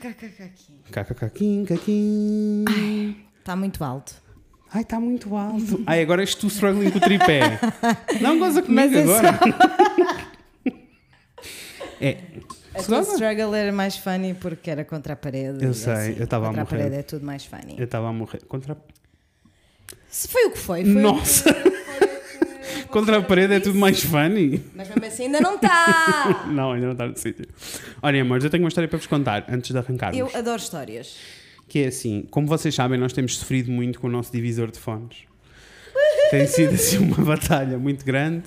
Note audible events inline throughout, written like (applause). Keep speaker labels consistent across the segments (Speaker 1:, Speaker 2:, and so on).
Speaker 1: KKK.
Speaker 2: Cacacaquim, caquim.
Speaker 1: Está Tá muito alto.
Speaker 2: Ai, está muito alto. (laughs) Ai, agora és tu struggling com o (laughs) tripé. Não goza comigo
Speaker 1: Mas é só-
Speaker 2: agora. (laughs) É.
Speaker 1: A
Speaker 2: Se
Speaker 1: tua
Speaker 2: goza?
Speaker 1: struggle era mais funny porque era contra a parede.
Speaker 2: Eu
Speaker 1: e
Speaker 2: sei,
Speaker 1: assim,
Speaker 2: eu estava a
Speaker 1: Contra a
Speaker 2: morrer.
Speaker 1: parede é tudo mais funny.
Speaker 2: Eu estava a morrer. Contra a...
Speaker 1: Se foi o que foi, foi.
Speaker 2: Nossa! (laughs) Contra a parede é tudo mais funny. (laughs)
Speaker 1: Mas mesmo assim ainda não tá. está.
Speaker 2: Não, ainda não está no sítio. Olhem, amores, eu tenho uma história para vos contar antes de arrancarmos.
Speaker 1: Eu adoro histórias.
Speaker 2: Que é assim, como vocês sabem, nós temos sofrido muito com o nosso divisor de fones. Tem sido assim uma (laughs) batalha muito grande.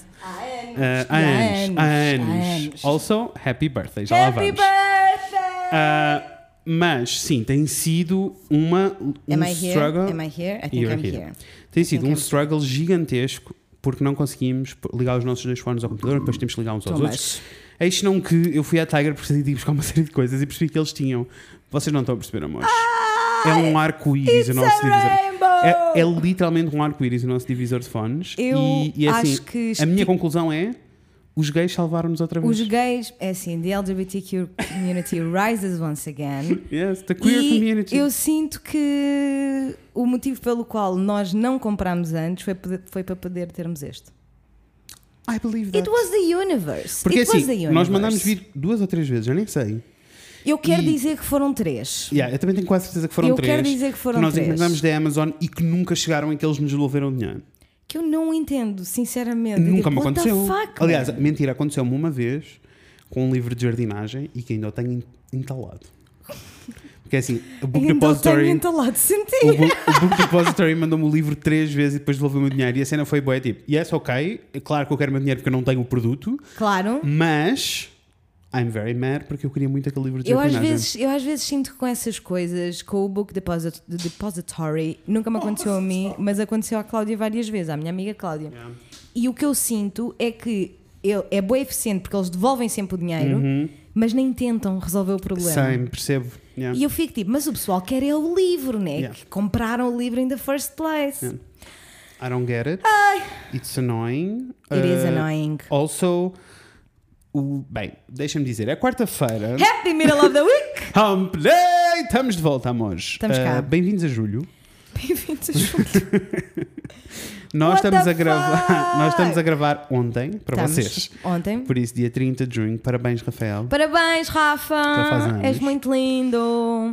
Speaker 2: Ah, há anos. Há anos. Also, happy birthday. Já lá
Speaker 1: Happy
Speaker 2: vamos.
Speaker 1: birthday!
Speaker 2: Ah, mas sim, tem sido uma um
Speaker 1: Am I here?
Speaker 2: struggle.
Speaker 1: Am I here? I think
Speaker 2: You're
Speaker 1: I'm
Speaker 2: here.
Speaker 1: here.
Speaker 2: Tem sido
Speaker 1: think
Speaker 2: um
Speaker 1: I'm-
Speaker 2: struggle gigantesco porque não conseguimos ligar os nossos dois fones ao computador, depois temos que ligar uns aos
Speaker 1: Tomás.
Speaker 2: outros. Eis não que eu fui à Tiger porque decidi buscar uma série de coisas e percebi que eles tinham. Vocês não estão a perceber, amores. é um arco-íris o
Speaker 1: Ah, it's
Speaker 2: nosso
Speaker 1: a
Speaker 2: divisor.
Speaker 1: rainbow!
Speaker 2: É, é literalmente um arco-íris o nosso divisor de fones.
Speaker 1: Eu
Speaker 2: e, e é assim,
Speaker 1: acho que
Speaker 2: a minha
Speaker 1: esti-
Speaker 2: conclusão é: os gays salvaram-nos outra vez.
Speaker 1: Os gays, é assim, the LGBTQ community rises once again.
Speaker 2: Yes, the queer
Speaker 1: e
Speaker 2: community.
Speaker 1: eu sinto que o motivo pelo qual nós não comprámos antes foi, poder- foi para poder termos este.
Speaker 2: I believe
Speaker 1: It
Speaker 2: that.
Speaker 1: was the universe.
Speaker 2: Porque
Speaker 1: It was the
Speaker 2: assim,
Speaker 1: universe.
Speaker 2: nós mandámos vir duas ou três vezes, eu nem sei.
Speaker 1: Eu quero
Speaker 2: e-
Speaker 1: dizer que foram três.
Speaker 2: Yeah, eu também tenho quase certeza que foram
Speaker 1: Eu
Speaker 2: três.
Speaker 1: quero dizer que foram
Speaker 2: nós
Speaker 1: três.
Speaker 2: encontramos da Amazon e que nunca chegaram e que eles nos devolveram o dinheiro.
Speaker 1: Que eu não entendo, sinceramente. Tipo,
Speaker 2: nunca me
Speaker 1: what the
Speaker 2: aconteceu.
Speaker 1: fuck,
Speaker 2: Aliás,
Speaker 1: man?
Speaker 2: mentira, aconteceu-me uma vez com um livro de jardinagem e que ainda o tenho en- entalado. Porque assim, o Book
Speaker 1: ainda o tenho
Speaker 2: Depository.
Speaker 1: entalado
Speaker 2: O
Speaker 1: sentido.
Speaker 2: book, o Book Depository mandou-me o livro três vezes e depois devolveu-me o dinheiro. E a cena foi boa, é tipo, yes, ok, é claro que eu quero o meu dinheiro porque eu não tenho o produto,
Speaker 1: Claro.
Speaker 2: mas I'm very mad porque eu queria muito aquele livro de
Speaker 1: Eu às,
Speaker 2: jardinagem.
Speaker 1: vezes, eu às vezes sinto que com essas coisas, com o book deposit, de depository, nunca me aconteceu a mim, mas aconteceu à Cláudia várias vezes, à minha amiga Cláudia. E o que eu sinto é que eu- é boa eficiente porque eles devolvem sempre o dinheiro, mas nem tentam resolver o problema.
Speaker 2: Sim, percebo. Uhum. Yeah.
Speaker 1: E eu fico tipo, mas o pessoal quer é o livro, né?
Speaker 2: Yeah.
Speaker 1: Que compraram o livro in the first place.
Speaker 2: Yeah. I don't get it. It's annoying.
Speaker 1: It is
Speaker 2: Uh,
Speaker 1: annoying.
Speaker 2: Also, o- bem, deixa-me dizer, é quarta-feira.
Speaker 1: Happy middle of the
Speaker 2: (laughs)
Speaker 1: week!
Speaker 2: Hump Day! Estamos de volta, amores. Uh,
Speaker 1: Estamos cá.
Speaker 2: Bem-vindos a julho.
Speaker 1: Bem-vindos a junto.
Speaker 2: Nós
Speaker 1: What
Speaker 2: estamos
Speaker 1: the
Speaker 2: a gravar,
Speaker 1: fuck?
Speaker 2: (laughs) nós estamos a gravar ontem para
Speaker 1: Estamos
Speaker 2: vocês.
Speaker 1: Ontem.
Speaker 2: Por isso, dia 30 de junho. Parabéns, Rafael.
Speaker 1: Parabéns,
Speaker 2: Já faz
Speaker 1: Rafa!
Speaker 2: anos.
Speaker 1: És muito lindo!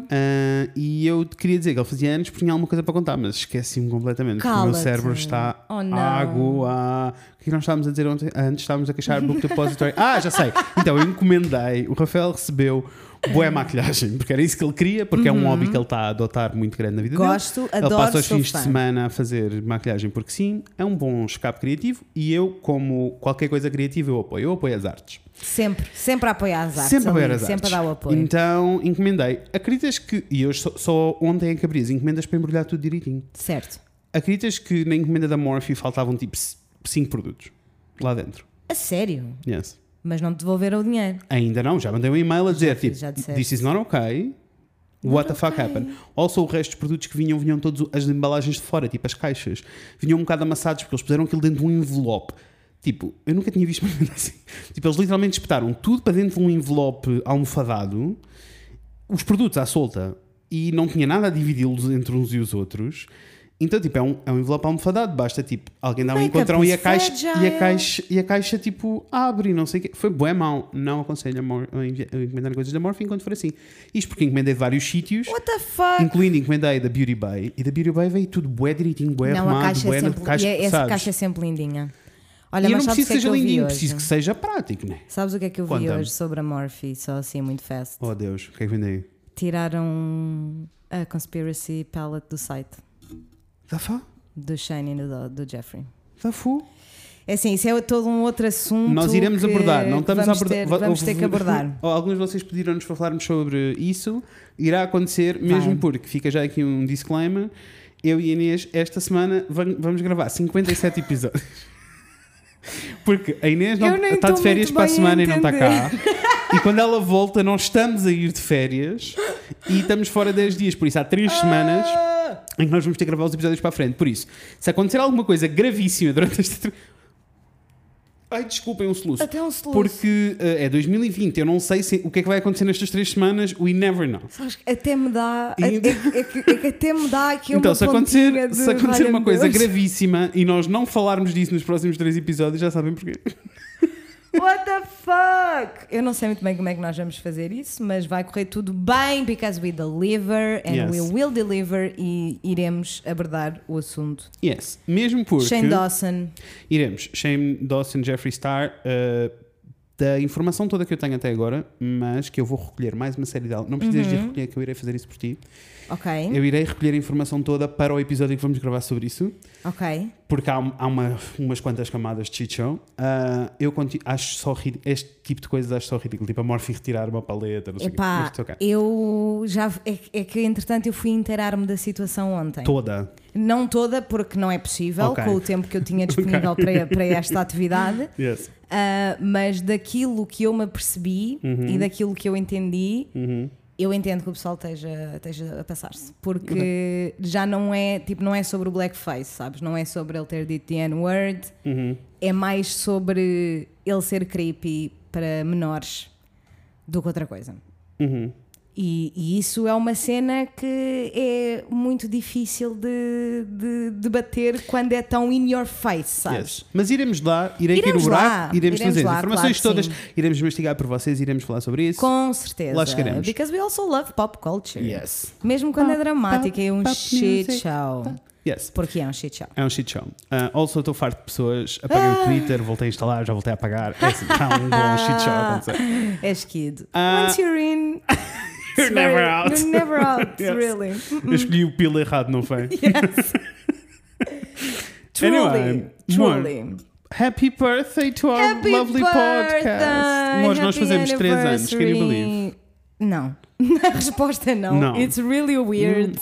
Speaker 2: Ah, e eu te queria dizer que ele fazia anos porque tinha alguma coisa para contar, mas esqueci-me completamente. porque O meu
Speaker 1: Cala-te.
Speaker 2: cérebro está
Speaker 1: Oh, não.
Speaker 2: água. O que nós estávamos a dizer ontem? Ah, Antes estávamos a queixar Book Depository. ah, já sei. Então, eu encomendei. O Rafael recebeu boa maquilhagem, porque era isso que ele queria, porque é um hobby que ele está a adotar muito grande na vida
Speaker 1: Uhum. Gosto,
Speaker 2: dele. Ele
Speaker 1: adoro,
Speaker 2: passa os
Speaker 1: sou
Speaker 2: fins
Speaker 1: fã.
Speaker 2: de semana a fazer maquilhagem, porque sim, é um bom escape criativo e eu, como qualquer coisa criativa, eu apoio. Eu apoio as artes.
Speaker 1: Sempre, sempre a apoiar as artes.
Speaker 2: Sempre a apoiar
Speaker 1: ali,
Speaker 2: as
Speaker 1: Sempre
Speaker 2: artes.
Speaker 1: a dar o apoio.
Speaker 2: Então, encomendei. Acreditas que. E hoje só, só ontem é que abri as encomendas para embrulhar tudo direitinho.
Speaker 1: Certo.
Speaker 2: Acreditas que na encomenda da Morphe faltavam tipo 5 produtos lá dentro?
Speaker 1: A sério.
Speaker 2: Yes.
Speaker 1: Mas não te devolveram o dinheiro.
Speaker 2: Ainda não, já mandei um e-mail a dizer tipo,
Speaker 1: já disseste.
Speaker 2: this is not okay. What the fuck happened? Also, o resto dos produtos que vinham, vinham todas as embalagens de fora, tipo as caixas. Vinham um bocado amassados porque eles puseram aquilo dentro de um envelope. Tipo, eu nunca tinha visto uma (laughs) merda assim. Tipo, eles literalmente espetaram tudo para dentro de um envelope almofadado, os produtos à solta, e não tinha nada a dividi-los entre uns e os outros. Então, tipo, é um, é um envelope almofadado. Basta, tipo, alguém dá um
Speaker 1: Makeup
Speaker 2: encontrão
Speaker 1: is
Speaker 2: e a, caixa, e,
Speaker 1: fragile.
Speaker 2: a caixa, e a caixa, tipo, abre e não sei o quê. Foi bué mal. Não aconselho a, Mor- a envi- a encomendar coisas da Morphe enquanto for assim. Isto porque encomendei de vários sítios.
Speaker 1: What the fuck?
Speaker 2: Incluindo encomendei da Beauty Bay e da Beauty Bay veio tudo bué direitinho, bué
Speaker 1: não, a
Speaker 2: arrumado,
Speaker 1: caixa
Speaker 2: bué
Speaker 1: é
Speaker 2: na-
Speaker 1: sempre.
Speaker 2: caixa,
Speaker 1: e é- essa
Speaker 2: sabes?
Speaker 1: caixa é sempre lindinha. Olha,
Speaker 2: e eu
Speaker 1: mas
Speaker 2: não
Speaker 1: sabes o que
Speaker 2: preciso que
Speaker 1: é que
Speaker 2: seja
Speaker 1: eu vi
Speaker 2: lindinho,
Speaker 1: hoje?
Speaker 2: preciso que seja prático, né?
Speaker 1: Sabes o que é que eu vi
Speaker 2: Conta-me.
Speaker 1: hoje sobre a Morphe? Só assim, muito fast.
Speaker 2: Oh Deus, o que é que vem daí?
Speaker 1: Tiraram a Conspiracy Palette do site
Speaker 2: Da fá?
Speaker 1: do Shining do, do Jeffrey.
Speaker 2: Da fu?
Speaker 1: É assim, isso é todo um outro assunto.
Speaker 2: Nós iremos
Speaker 1: que
Speaker 2: abordar, não estamos a
Speaker 1: vamos
Speaker 2: abordar.
Speaker 1: Ter,
Speaker 2: va-
Speaker 1: vamos ter que
Speaker 2: houve- (laughs)
Speaker 1: abordar.
Speaker 2: Alguns de vocês pediram-nos para falarmos sobre isso. Irá acontecer, mesmo porque fica já aqui um disclaimer. Eu e a Inês, esta semana, van- vamos gravar 57 episódios. (laughs) Porque a Inês não,
Speaker 1: Eu nem
Speaker 2: está de
Speaker 1: estou
Speaker 2: férias
Speaker 1: muito
Speaker 2: para a
Speaker 1: bem a
Speaker 2: semana e não está cá.
Speaker 1: entender.
Speaker 2: E quando ela volta, nós estamos a ir de férias e estamos fora 10 dias. Por isso, há 3
Speaker 1: Ah,
Speaker 2: semanas em que nós vamos ter que gravar os episódios para a frente. Por isso, se acontecer alguma coisa gravíssima durante esta. Ai, desculpem um soluço.
Speaker 1: Até um soluço.
Speaker 2: Porque eh, é 2020, eu não sei se- o que é que vai acontecer nestas três semanas, we never know.
Speaker 1: Sabes que até me dá.
Speaker 2: E-
Speaker 1: É, é- é que- é que até me dá aqui
Speaker 2: Então,
Speaker 1: uma
Speaker 2: se acontecer,
Speaker 1: pontinha de
Speaker 2: se acontecer uma
Speaker 1: valha-me
Speaker 2: coisa
Speaker 1: Deus.
Speaker 2: gravíssima e nós não falarmos disso nos próximos três episódios, já sabem porquê.
Speaker 1: What the fuck? Eu não sei muito bem como é que nós vamos fazer isso, mas vai correr tudo bem, because we deliver and
Speaker 2: Yes.
Speaker 1: we will deliver e iremos abordar o assunto.
Speaker 2: Yes. Mesmo porque
Speaker 1: Shane Dawson.
Speaker 2: iremos, Shane Dawson, Jeffree Star, eh, da informação toda que eu tenho até agora, mas que eu vou recolher mais uma série de aulas. Não precisas
Speaker 1: Uhum.
Speaker 2: de recolher, que eu irei fazer isso por ti.
Speaker 1: Ok,
Speaker 2: Eu irei recolher a informação toda para o episódio que vamos gravar sobre isso.
Speaker 1: ok.
Speaker 2: Porque há, um, há uma- umas quantas camadas de shit show. Ah, eu conti- acho só ri- este tipo de coisas acho só ridículo. Tipo a Morphe retirar uma paleta, não sei o quê. Mas
Speaker 1: Epá, É.
Speaker 2: it's okay.
Speaker 1: eu já. É, que- é que entretanto eu fui inteirar-me da situação ontem.
Speaker 2: Toda.
Speaker 1: Não toda, porque não é possível,
Speaker 2: (laughs) Ok.
Speaker 1: com o tempo que eu tinha disponível para, para esta atividade.
Speaker 2: Yes.
Speaker 1: Ah, mas daquilo que eu me apercebi e daquilo que eu entendi, eu entendo que o pessoal esteja, esteja a passar-se. Porque já não é, tipo, não é sobre o blackface, sabes? Não é sobre ele ter dito the N-word, é mais sobre ele ser creepy para menores do que outra coisa. E, e isso é uma cena que é muito difícil de, de, de bater quando é tão in your face, sabes?
Speaker 2: Yes. Mas iremos lá, irei
Speaker 1: Iremos
Speaker 2: elaborar,
Speaker 1: lá, iremos
Speaker 2: iremos, trazer
Speaker 1: lá,
Speaker 2: as informações
Speaker 1: claro que
Speaker 2: todas, iremos investigar por vocês, iremos falar sobre isso.
Speaker 1: Com certeza.
Speaker 2: Lá chegaremos.
Speaker 1: Because we also love pop culture.
Speaker 2: Yes.
Speaker 1: Mesmo quando é dramática é um
Speaker 2: pop
Speaker 1: shit
Speaker 2: music.
Speaker 1: show.
Speaker 2: Yes.
Speaker 1: Porque é um shit show.
Speaker 2: É um shit show. Ah, also, estou farto de pessoas. Apaguei
Speaker 1: Ah.
Speaker 2: o Twitter, voltei a instalar, já voltei a apagar. É assim, está um bom shit show a acontecer.
Speaker 1: (laughs) És kid.
Speaker 2: Ah.
Speaker 1: É Once you're
Speaker 2: (laughs)
Speaker 1: in, it's
Speaker 2: You're
Speaker 1: very-
Speaker 2: never out.
Speaker 1: You're never out,
Speaker 2: (laughs) Yes.
Speaker 1: really.
Speaker 2: Eu escolhi o pila errado, não foi?
Speaker 1: Yes. truly.
Speaker 2: (laughs) Anyway,
Speaker 1: truly.
Speaker 2: Happy birthday to our lovely podcast. Nós, nós
Speaker 1: happy
Speaker 2: fazemos 3 anos, can you believe?
Speaker 1: anniversary. Não. (laughs) A resposta é não.
Speaker 2: Não. Hum.
Speaker 1: It's really weird.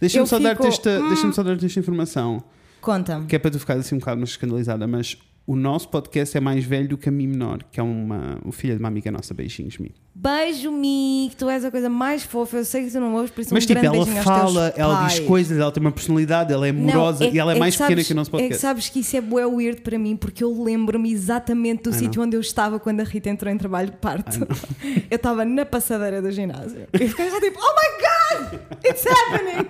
Speaker 2: Deixa-me
Speaker 1: Eu
Speaker 2: só dar-te
Speaker 1: fico, Hum.
Speaker 2: esta, deixa-me só dar-te esta informação,
Speaker 1: Conta-me.
Speaker 2: que é para tu ficar assim um bocado mais escandalizada, mas o nosso podcast é mais velho do que a mim menor, que é uma, o filho de uma amiga nossa, beijinhos me.
Speaker 1: Beijo, Mi, que tu és a coisa mais fofa. Eu sei que tu não ouves, por isso
Speaker 2: Mas
Speaker 1: um
Speaker 2: tipo,
Speaker 1: grande
Speaker 2: ela
Speaker 1: beijinho aos
Speaker 2: fala,
Speaker 1: teus
Speaker 2: ela diz
Speaker 1: pais.
Speaker 2: coisas, ela tem uma personalidade, ela é
Speaker 1: Não,
Speaker 2: amorosa e ela é, mais pequena
Speaker 1: sabes-
Speaker 2: que o nosso
Speaker 1: É
Speaker 2: podcast.
Speaker 1: que sabes que isso é bué weird para mim, porque eu lembro-me exatamente do
Speaker 2: know.
Speaker 1: sítio onde eu estava quando a Rita entrou em trabalho de parto. (laughs) Eu estava na passadeira do ginásio. E fiquei só tipo, oh my god, it's happening!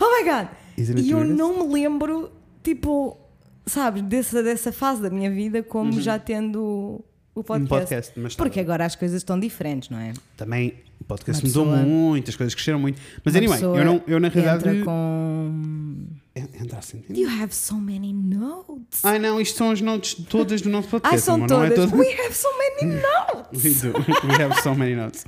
Speaker 1: Oh my god!
Speaker 2: Isn't it
Speaker 1: E eu
Speaker 2: weird?
Speaker 1: não me lembro, tipo, sabes, dessa, dessa fase da minha vida como já tendo o podcast.
Speaker 2: Uhum. Um podcast, mas tá
Speaker 1: porque
Speaker 2: bem.
Speaker 1: agora as coisas estão diferentes, não é?
Speaker 2: Também o podcast
Speaker 1: Uma
Speaker 2: mudou
Speaker 1: pessoa-
Speaker 2: muito, as coisas cresceram muito. Mas
Speaker 1: Uma
Speaker 2: anyway,
Speaker 1: pessoa
Speaker 2: eu, não, eu na realidade.
Speaker 1: Entra com.
Speaker 2: En- Entra assim.
Speaker 1: You have so many notes.
Speaker 2: Ai não, isto são as notas todas do nosso podcast.
Speaker 1: Ai, são
Speaker 2: amor, não é
Speaker 1: todas.
Speaker 2: toda-
Speaker 1: We have so many notes.
Speaker 2: We do. We have so many notes.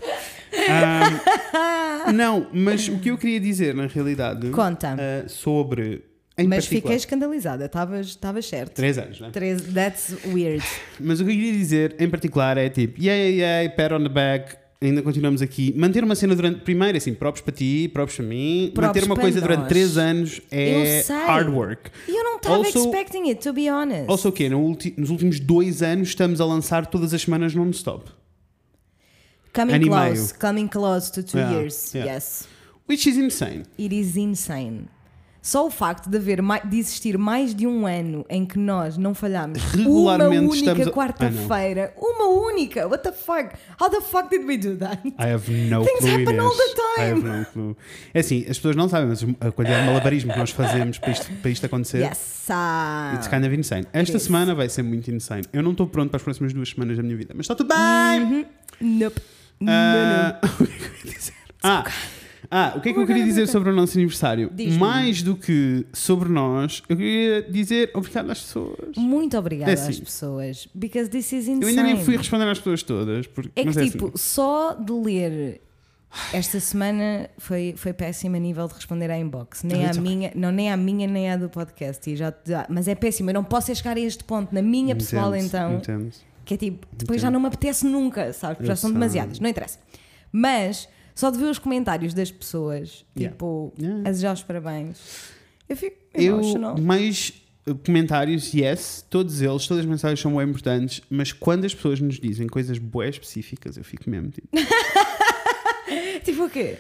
Speaker 2: Um, não, mas o que eu queria dizer, na realidade,
Speaker 1: Conta.
Speaker 2: uh, sobre. (laughs) Em
Speaker 1: Mas fiquei
Speaker 2: particular,
Speaker 1: escandalizada, estavas certo.
Speaker 2: Três anos, né?
Speaker 1: Três- That's weird.
Speaker 2: Mas o que eu queria dizer, em particular, é tipo, yeah, yeah, yeah, pat on the back, ainda continuamos aqui. Manter uma cena durante. Primeiro, assim, próprios para ti, próprios para mim.
Speaker 1: Props
Speaker 2: manter uma
Speaker 1: para
Speaker 2: coisa durante
Speaker 1: nós.
Speaker 2: três anos é
Speaker 1: Eu sei.
Speaker 2: hard work.
Speaker 1: E eu não estava
Speaker 2: Also-
Speaker 1: expecting it, to be honest.
Speaker 2: Ou o quê? No ulti- nos últimos dois anos estamos a lançar todas as semanas non-stop.
Speaker 1: coming
Speaker 2: ano e
Speaker 1: close, coming close to two
Speaker 2: Yeah,
Speaker 1: years.
Speaker 2: yeah.
Speaker 1: Yes.
Speaker 2: Which is insane.
Speaker 1: It is insane. Só o facto de haver mai- de existir mais de um ano em que nós não falhámos
Speaker 2: Regularmente
Speaker 1: uma única
Speaker 2: estamos a-
Speaker 1: quarta-feira, uma única. What the fuck? How the fuck did we do that?
Speaker 2: I have no
Speaker 1: Things
Speaker 2: clue.
Speaker 1: happen
Speaker 2: Inês.
Speaker 1: all the time.
Speaker 2: I have no clue. É assim, as pessoas não sabem, mas a quantidade de malabarismo que nós fazemos para isto, para isto acontecer.
Speaker 1: Yes. ah.
Speaker 2: It's kind of insane. Esta
Speaker 1: is.
Speaker 2: semana vai ser muito insane. Eu não estou pronto para as próximas duas semanas da minha vida, mas está tudo bem!
Speaker 1: Uhum. Nope.
Speaker 2: Ah, (laughs) o que é que eu ia dizer? Ah, ah, o que é que eu queria dizer sobre o nosso aniversário?
Speaker 1: Diz-me.
Speaker 2: Mais do que sobre nós, eu queria dizer obrigado às pessoas.
Speaker 1: Muito obrigada
Speaker 2: É
Speaker 1: às
Speaker 2: assim.
Speaker 1: pessoas. Because this is insane.
Speaker 2: Eu ainda nem fui responder às pessoas todas. Porque,
Speaker 1: É que
Speaker 2: mas
Speaker 1: tipo,
Speaker 2: assim,
Speaker 1: só de ler esta semana foi, foi péssimo a nível de responder à inbox. Nem à
Speaker 2: Ah, it's okay.
Speaker 1: minha, não, nem à minha, nem à do podcast. E já, já- mas é péssimo, eu não posso é chegar a este ponto na minha pessoal
Speaker 2: entendo-se,
Speaker 1: então.
Speaker 2: entendo-se.
Speaker 1: Que é tipo, depois já não me apetece nunca, sabes? Porque
Speaker 2: Eu
Speaker 1: já são
Speaker 2: sei.
Speaker 1: demasiadas, não interessa. Mas só de ver os comentários das pessoas,
Speaker 2: Yeah.
Speaker 1: tipo,
Speaker 2: Yeah.
Speaker 1: a desejar os parabéns, eu fico
Speaker 2: Eu,
Speaker 1: emotional.
Speaker 2: mais uh, comentários, yes, todos eles, todas as mensagens são bem importantes, mas quando as pessoas nos dizem coisas boas específicas, eu fico mesmo tipo.
Speaker 1: (laughs) Tipo o quê?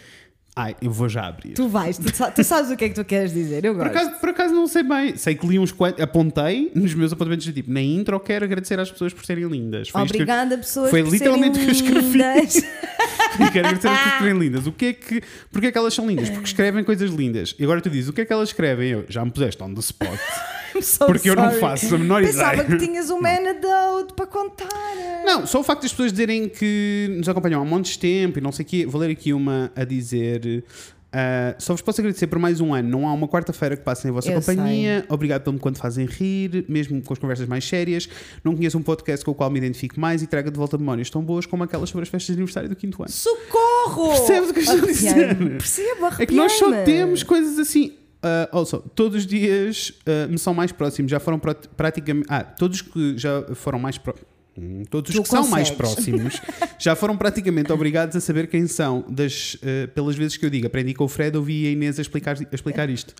Speaker 2: Ai, eu vou já abrir.
Speaker 1: Tu vais, tu, sa- tu sabes o que é que tu queres dizer, eu
Speaker 2: Por
Speaker 1: gosto.
Speaker 2: acaso, por acaso não sei bem. Sei que li uns quantos. Apontei nos meus apontamentos de tipo, na intro quero agradecer às pessoas por serem lindas. Foi isto que eu-
Speaker 1: Obrigada, pessoas.
Speaker 2: foi
Speaker 1: por
Speaker 2: literalmente o que eu
Speaker 1: serem
Speaker 2: escrevi.
Speaker 1: lindas. (laughs)
Speaker 2: E (laughs) quero agradecer às pessoas por serem lindas. O que é que. Porquê é que elas são lindas? Porque escrevem coisas lindas. E agora tu dizes, o que é que elas escrevem? Eu já me puseste on
Speaker 1: (laughs)
Speaker 2: the spot.
Speaker 1: I'm so
Speaker 2: (laughs) Porque eu não
Speaker 1: Oh, sorry.
Speaker 2: faço a menor
Speaker 1: Pensava
Speaker 2: ideia.
Speaker 1: que tinhas uma aneddote para contar.
Speaker 2: Não, só o facto das pessoas dizerem que nos acompanham há montes de tempo e não sei o quê. Vou ler aqui uma a dizer. ah, só vos posso agradecer por mais um ano. Não há uma quarta-feira que passem a vossa
Speaker 1: Eu
Speaker 2: companhia. Obrigado pelo me quando fazem rir, mesmo com as conversas mais sérias. Não conheço um podcast com o qual me identifico mais e traga de volta memórias tão boas como aquelas sobre as festas de aniversário do quinto ano.
Speaker 1: Socorro!
Speaker 2: Percebes o que eu estou a dizer?
Speaker 1: Arrepiei-me. Percebo,
Speaker 2: É que nós só
Speaker 1: arrepiei-me.
Speaker 2: temos coisas assim. Ah, ouça, todos os dias ah, me são mais próximos, já foram prati- praticamente. Ah, todos que já foram mais pró- Hum, Todos os
Speaker 1: Tu
Speaker 2: que são mais
Speaker 1: consegues. (laughs)
Speaker 2: próximos já foram praticamente obrigados a saber quem são, das, ah, pelas vezes que eu digo. Aprendi com o Fred, ouvi a Inês a explicar, a explicar isto.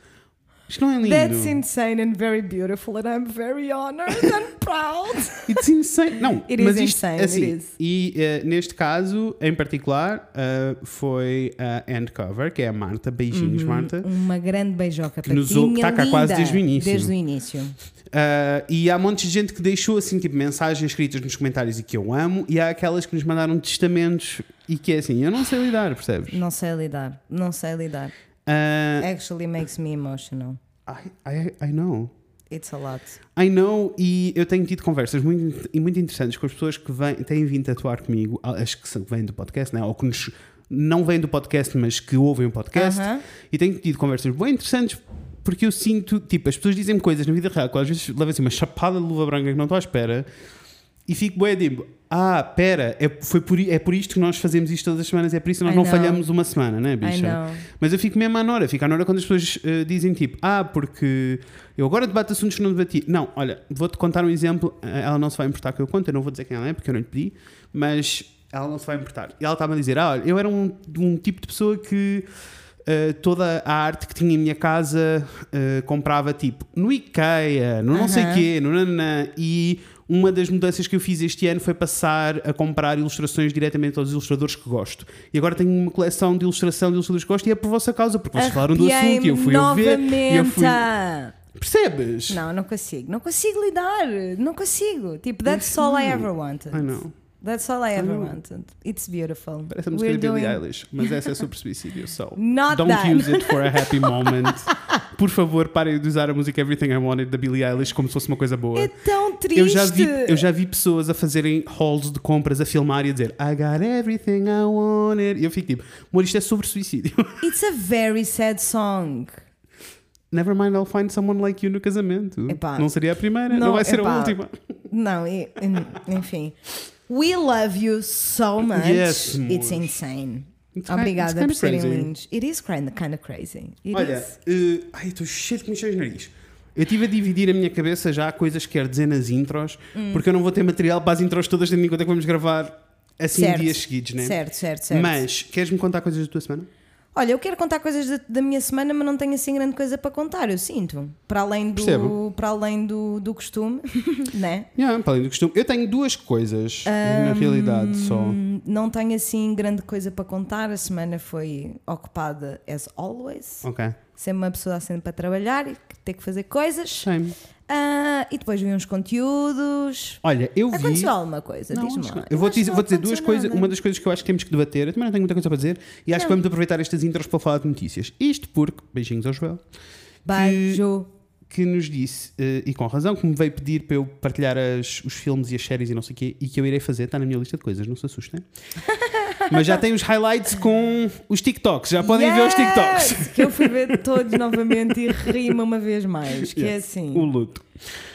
Speaker 2: Isto não é lindo.
Speaker 1: That's insane and very beautiful, and I'm very honored and
Speaker 2: (laughs)
Speaker 1: proud.
Speaker 2: It's insane. Não,
Speaker 1: It is
Speaker 2: mas isto,
Speaker 1: insane, it
Speaker 2: assim,
Speaker 1: is.
Speaker 2: E eh, neste caso, em particular, ah, foi a Handcover, que é a Marta.
Speaker 1: Uhum.
Speaker 2: Beijinhos, Marta.
Speaker 1: Uma grande beijoca para
Speaker 2: nos
Speaker 1: ti,
Speaker 2: ou-
Speaker 1: minha
Speaker 2: tá cá
Speaker 1: linda.
Speaker 2: quase desde o início.
Speaker 1: Desde o início.
Speaker 2: Uh, e há um monte de gente que deixou assim tipo mensagens escritas nos comentários e que eu amo, e há aquelas que nos mandaram testamentos e que é assim, eu não sei lidar, percebes?
Speaker 1: Não sei lidar, não sei lidar.
Speaker 2: Uh,
Speaker 1: Actually makes me emotional.
Speaker 2: I, I, I know.
Speaker 1: It's a lot.
Speaker 2: I know, e eu tenho tido conversas muito, e muito interessantes com as pessoas que vêm, têm vindo atuar comigo, as que são- vêm do podcast, né? ou que nos, não vêm do podcast, mas que ouvem o podcast,
Speaker 1: Aham.
Speaker 2: e tenho tido conversas bem interessantes. Porque eu sinto, tipo, as pessoas dizem-me coisas na vida real, que eu às vezes levo assim uma chapada de luva branca que não estou à espera, e fico bem tipo, ah, pera, é, foi por, i- é por isto que nós fazemos isto todas as semanas, é por isso que nós
Speaker 1: I
Speaker 2: não
Speaker 1: know.
Speaker 2: falhamos uma semana, né,
Speaker 1: I
Speaker 2: bicha?
Speaker 1: know.
Speaker 2: Mas eu fico mesmo à Nora, fico à Nora quando as pessoas eh, dizem tipo, ah, porque eu agora debato assuntos que não debati. Não, olha, vou-te contar um exemplo, eh, ela não se vai importar que eu conte, eu não vou dizer quem ela é, porque eu não lhe pedi, mas ela não se vai importar. E ela estava a dizer, ah, olha, eu era um, um tipo de pessoa que eh, toda a arte que tinha em minha casa eh, comprava tipo no IKEA, no não sei
Speaker 1: Aham.
Speaker 2: quê, no nananã, e uma das mudanças que eu fiz este ano foi passar a comprar ilustrações diretamente aos ilustradores que gosto. E agora tenho uma coleção de ilustração de ilustradores que gosto e é por vossa causa, porque vocês falaram do assunto e eu fui a ver. E eu fui...
Speaker 1: novamente.
Speaker 2: Percebes?
Speaker 1: Não, não consigo. Não consigo lidar. Não consigo. Tipo, that's all I ever wanted.
Speaker 2: Ai, não.
Speaker 1: That's all I ever
Speaker 2: know.
Speaker 1: wanted. It's beautiful.
Speaker 2: Parece a música da Billie Eilish, mas essa é sobre suicídio, so
Speaker 1: Not
Speaker 2: don't
Speaker 1: that.
Speaker 2: use it for a
Speaker 1: (laughs)
Speaker 2: happy moment. Por favor, parem de usar a música Everything I Wanted da Billie Eilish como se fosse uma coisa boa.
Speaker 1: É tão triste.
Speaker 2: Eu já, vi, eu já vi pessoas a fazerem halls de compras, a filmar e a dizer I got everything I wanted. E eu fico tipo, amor, isto é sobre suicídio. (laughs)
Speaker 1: It's a very sad song.
Speaker 2: Never mind, I'll find someone like you no casamento.
Speaker 1: Epá.
Speaker 2: Não seria a primeira, não,
Speaker 1: Não,
Speaker 2: vai ser
Speaker 1: epá.
Speaker 2: a última.
Speaker 1: Não, e- en- enfim. We love you so much.
Speaker 2: Yes, amor.
Speaker 1: It's insane.
Speaker 2: It's kind- it's
Speaker 1: Obrigada
Speaker 2: kind
Speaker 1: por
Speaker 2: of
Speaker 1: serem
Speaker 2: crazy.
Speaker 1: lindos. It is kind of crazy. It
Speaker 2: Olha,
Speaker 1: is.
Speaker 2: eh, ai, estou cheio de comichões no nariz. Eu estive a dividir a minha cabeça já há coisas que quero dizer nas intros,
Speaker 1: Hum.
Speaker 2: porque eu não vou ter material para as intros todas, tendo em conta é que vamos gravar assim
Speaker 1: Certo.
Speaker 2: dias seguidos, né?
Speaker 1: Certo, certo, certo.
Speaker 2: Mas, queres-me contar coisas da tua semana?
Speaker 1: Olha, eu quero contar coisas da, da minha semana, mas não tenho assim grande coisa para contar, eu sinto. Para além do,
Speaker 2: Percebo.
Speaker 1: para além do, do costume, (laughs) né?
Speaker 2: Yeah, para além do costume. Eu tenho duas coisas, na realidade, só.
Speaker 1: Hum, Não tenho assim grande coisa para contar. A semana foi ocupada, as always.
Speaker 2: Ok.
Speaker 1: Sempre uma pessoa sempre para trabalhar e ter que fazer coisas.
Speaker 2: Shame.
Speaker 1: Ah, e depois vi uns conteúdos.
Speaker 2: Olha, eu vi.
Speaker 1: Aconteceu alguma coisa,
Speaker 2: Não,
Speaker 1: diz-me
Speaker 2: acho que-
Speaker 1: lá.
Speaker 2: Eu vou
Speaker 1: acho
Speaker 2: te dizer,
Speaker 1: que
Speaker 2: vou
Speaker 1: não
Speaker 2: dizer duas
Speaker 1: aconteceu
Speaker 2: coisas.
Speaker 1: nada.
Speaker 2: Uma das coisas que eu acho que temos que debater, eu também não tenho muita coisa para dizer, e acho que vamos aproveitar estas intros para falar de notícias. Isto porque, beijinhos ao Joel,
Speaker 1: Beijo.
Speaker 2: que nos disse, eh, e com razão, que me veio pedir para eu partilhar as- os filmes e as séries e não sei o quê, e que eu irei fazer, está na minha lista de coisas, não
Speaker 1: (laughs)
Speaker 2: se assustem. Mas já tem os highlights com os TikToks, já podem ver os TikToks.
Speaker 1: Yes! Que eu fui ver todos novamente e rima uma vez mais. Que é assim.
Speaker 2: O luto.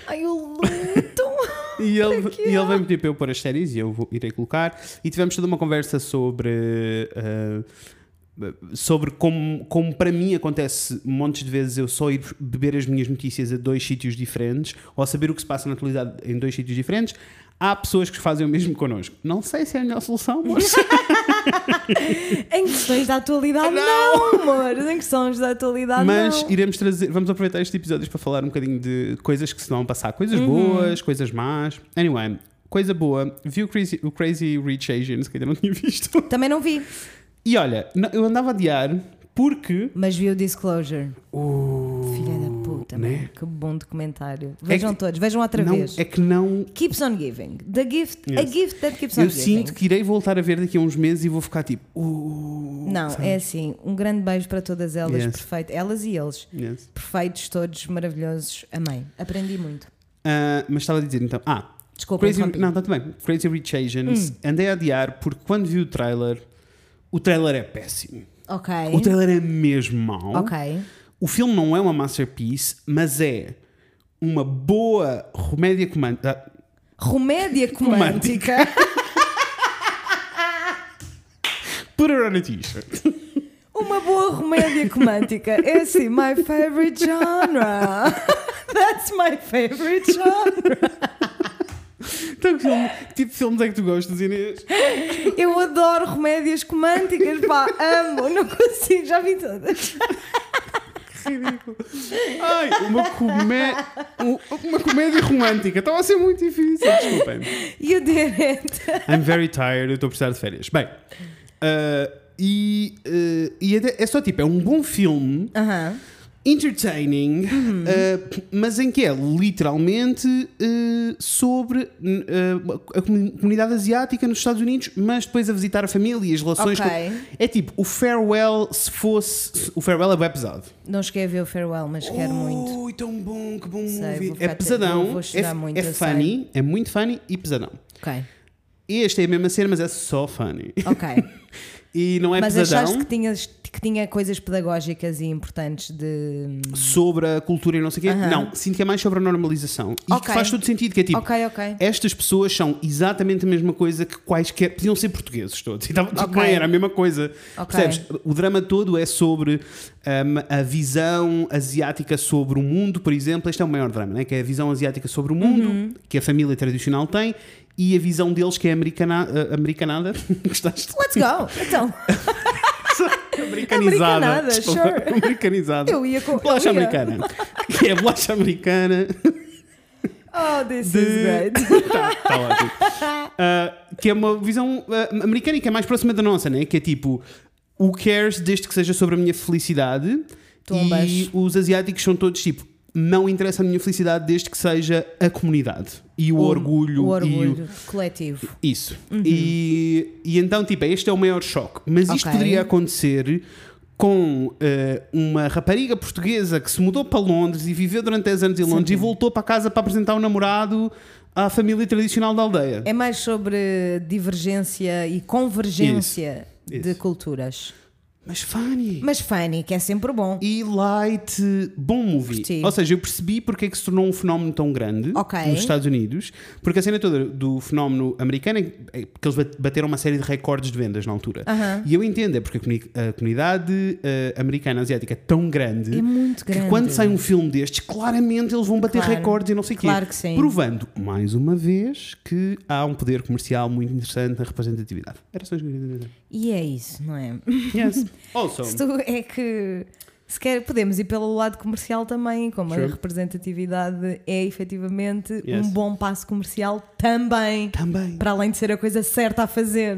Speaker 1: Ai, o luto!
Speaker 2: (laughs) E ele,
Speaker 1: Que
Speaker 2: e ele
Speaker 1: horror.
Speaker 2: vai pedir para eu pôr as séries e eu vou, irei colocar. E tivemos toda uma conversa sobre. ah, sobre como, como para mim acontece montes de vezes eu só ir beber as minhas notícias a dois sítios diferentes ou saber o que se passa na atualidade em dois sítios diferentes. Há pessoas que fazem o mesmo connosco. Não sei se é a melhor solução, mas
Speaker 1: Em questões da atualidade, não,
Speaker 2: Não.
Speaker 1: amor! Em questões da atualidade,
Speaker 2: Mas
Speaker 1: Ah, não.
Speaker 2: iremos trazer, vamos aproveitar estes episódios para falar um bocadinho de coisas que se vão passar, coisas boas, coisas más. Anyway, coisa boa, vi o Crazy, o Crazy Rich Asians que ainda não tinha (laughs) visto.
Speaker 1: Também não vi.
Speaker 2: E olha, n- eu andava a adiar porque.
Speaker 1: Mas vi o Disclosure.
Speaker 2: Uh,
Speaker 1: Filha da puta,
Speaker 2: né? É
Speaker 1: mano, que bom documentário. Vejam
Speaker 2: que-
Speaker 1: todos, vejam outra
Speaker 2: não,
Speaker 1: vez.
Speaker 2: é que não.
Speaker 1: Keeps on giving. The gift, a
Speaker 2: Yes.
Speaker 1: gift that keeps on
Speaker 2: Eu
Speaker 1: giving.
Speaker 2: sinto que irei voltar a ver daqui a uns meses e vou ficar tipo. Uh,
Speaker 1: Não, é assim. Um grande beijo para todas elas,
Speaker 2: Yes.
Speaker 1: perfeito. Elas e eles.
Speaker 2: yes.
Speaker 1: Perfeitos todos, maravilhosos. Amém. Aprendi muito.
Speaker 2: Ah, mas estava a dizer então. Ah,
Speaker 1: Desculpa,
Speaker 2: Crazy,
Speaker 1: interrompi.
Speaker 2: não, está bem. Crazy Rich Asians.
Speaker 1: Hum.
Speaker 2: Andei a adiar porque quando vi o trailer, o trailer é péssimo.
Speaker 1: Ok.
Speaker 2: O trailer é mesmo mau.
Speaker 1: Ok.
Speaker 2: O filme não é uma masterpiece, mas é uma boa ah, comédia comanda. (laughs)
Speaker 1: Romédia comântica.
Speaker 2: Put her on a t-shirt.
Speaker 1: Uma boa romédia comântica. É assim, my favorite genre. (laughs) That's my favorite genre.
Speaker 2: Então, que filme- que tipo de filmes é que tu gostas, Inês?
Speaker 1: Eu adoro romédias comânticas, pá, amo, não consigo, já vi todas.
Speaker 2: Ai, uma, comé... um- uma comédia romântica. Estava a ser muito difícil, desculpem.
Speaker 1: You did it.
Speaker 2: I'm very tired, eu estou a precisar de férias. Bem, ah, e, ah, e até- é só tipo, é um bom filme,
Speaker 1: Aham.
Speaker 2: entertaining,
Speaker 1: Uhum.
Speaker 2: ah, mas em que é literalmente ah, sobre n- ah, a comu- comunidade asiática nos Estados Unidos, mas depois a visitar a família e as relações.
Speaker 1: Ok.
Speaker 2: com- É tipo, o farewell, se fosse. se- O farewell é bem pesado.
Speaker 1: Não cheguei a ver o Farewell, mas quero
Speaker 2: Oh.
Speaker 1: muito.
Speaker 2: Ui, tão bom, que bom
Speaker 1: Sei,
Speaker 2: movie.
Speaker 1: vou
Speaker 2: É
Speaker 1: ficar te-
Speaker 2: pesadão,
Speaker 1: vou- vou
Speaker 2: é,
Speaker 1: chorar muito,
Speaker 2: é
Speaker 1: eu
Speaker 2: funny, é muito funny e pesadão.
Speaker 1: Ok,
Speaker 2: Este é a mesma cena, mas é só funny.
Speaker 1: ok.
Speaker 2: E não é
Speaker 1: Oh. mas achaste
Speaker 2: pesadão
Speaker 1: que, tinhas, que tinha coisas pedagógicas e importantes de.
Speaker 2: sobre a cultura e não sei o quê.
Speaker 1: Aham.
Speaker 2: Não, sinto que é mais sobre a normalização. E
Speaker 1: Ok.
Speaker 2: que faz todo sentido, que é tipo...
Speaker 1: ok, ok.
Speaker 2: Estas pessoas são exatamente a mesma coisa que quaisquer. Podiam ser portugueses todos. (laughs) E estava tudo
Speaker 1: Ok.
Speaker 2: bem, era a mesma coisa.
Speaker 1: Ok.
Speaker 2: Percebes? O drama todo é sobre hum, a visão asiática sobre o mundo, por exemplo. Este é o maior drama, né? que é a visão asiática sobre o mundo,
Speaker 1: Uhum.
Speaker 2: que a família tradicional tem, e a visão deles que é americana, eh, americanada. (laughs) Gostaste?
Speaker 1: Let's
Speaker 2: (laughs)
Speaker 1: go! (laughs) Então, Americanada,
Speaker 2: desculpa.
Speaker 1: sure.
Speaker 2: Americanizada.
Speaker 1: eu ia com.
Speaker 2: Bolacha
Speaker 1: eu ia.
Speaker 2: americana. Que é a bolacha americana.
Speaker 1: Oh, this is
Speaker 2: De-
Speaker 1: great.
Speaker 2: tá,
Speaker 1: (laughs)
Speaker 2: tá ótimo. Ah, que é uma visão ah, americana e que é mais próxima da nossa, né? Que é tipo, who cares desde que seja sobre a minha felicidade?
Speaker 1: Tumbas.
Speaker 2: E os asiáticos são todos tipo, não interessa a minha felicidade desde que seja a comunidade e (laughs) o, orgulho.
Speaker 1: O
Speaker 2: E o-
Speaker 1: orgulho coletivo.
Speaker 2: isso.
Speaker 1: Uhum.
Speaker 2: E, e então, tipo, este é o maior choque. Mas isto
Speaker 1: Ok.
Speaker 2: poderia acontecer com eh, uma rapariga portuguesa que se mudou para Londres e viveu durante 10 anos em Londres e voltou para casa para apresentar o namorado à família tradicional da aldeia.
Speaker 1: É mais sobre divergência e convergência
Speaker 2: Isso,
Speaker 1: de
Speaker 2: isso.
Speaker 1: culturas.
Speaker 2: Mas funny.
Speaker 1: Mas funny, que é sempre bom.
Speaker 2: E light, bom movie.
Speaker 1: Curti.
Speaker 2: Ou seja, eu percebi porque é que se tornou um fenómeno tão grande
Speaker 1: Ok.
Speaker 2: nos Estados Unidos, porque a cena toda do fenómeno americano é que é que eles bate- bateram uma série de recordes de vendas na altura.
Speaker 1: Aham.
Speaker 2: E eu entendo, é porque a comuni- a comunidade eh, americana asiática é tão grande,
Speaker 1: É muito grande.
Speaker 2: que quando sai um filme destes, claramente eles vão bater
Speaker 1: Claro.
Speaker 2: recordes e não sei o
Speaker 1: Claro
Speaker 2: quê.
Speaker 1: que sim.
Speaker 2: Provando, mais uma vez, que há um poder comercial muito interessante na representatividade. Era só isso que eu
Speaker 1: (laughs)
Speaker 2: queria dizer.
Speaker 1: E é isso, não é?
Speaker 2: Yes. Also,
Speaker 1: Se tu é que. Se quer, podemos ir pelo lado comercial também, como a
Speaker 2: Sure.
Speaker 1: representatividade é efetivamente
Speaker 2: Yes.
Speaker 1: um bom passo comercial também,
Speaker 2: também.
Speaker 1: para além de ser a coisa certa a fazer.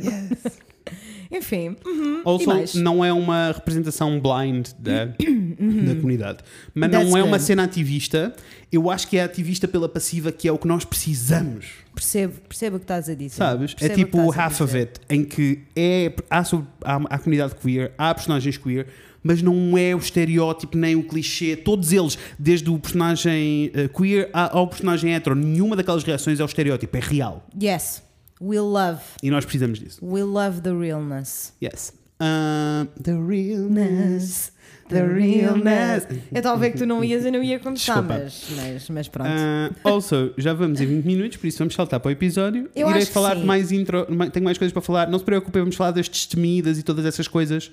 Speaker 1: Enfim, uhum, e
Speaker 2: Also,
Speaker 1: mais?
Speaker 2: não é uma representação blind da,
Speaker 1: (clears throat)
Speaker 2: da comunidade. Mas
Speaker 1: Uhum. That's
Speaker 2: não é uma
Speaker 1: good.
Speaker 2: cena ativista. Eu acho que é ativista pela passiva, que é o que nós precisamos.
Speaker 1: percebo, percebo o que estás a dizer.
Speaker 2: Sabes?
Speaker 1: Percebo
Speaker 2: é
Speaker 1: o que
Speaker 2: tipo
Speaker 1: estás a
Speaker 2: half of
Speaker 1: dizer.
Speaker 2: it, em que é, há, sobre- há- há comunidade queer, há personagens queer, mas não é o estereótipo nem o clichê. Todos eles, desde o personagem eh, queer a- ao personagem hetero, nenhuma daquelas reações é o estereótipo, é real.
Speaker 1: Yes, we love,
Speaker 2: E nós precisamos disso.
Speaker 1: we love the realness.
Speaker 2: Yes. Ah, the realness. The realness.
Speaker 1: Eu estava a ver que tu não ias e não ia começar,
Speaker 2: Desculpa.
Speaker 1: mas, mas, mas pronto.
Speaker 2: Ah, also, já vamos em 20 minutos, por isso vamos saltar para o episódio.
Speaker 1: Eu
Speaker 2: Irei
Speaker 1: acho que
Speaker 2: falar de
Speaker 1: sim.
Speaker 2: mais intro, ma- tenho mais coisas para falar. Não se preocupem, vamos falar das destemidas e todas essas coisas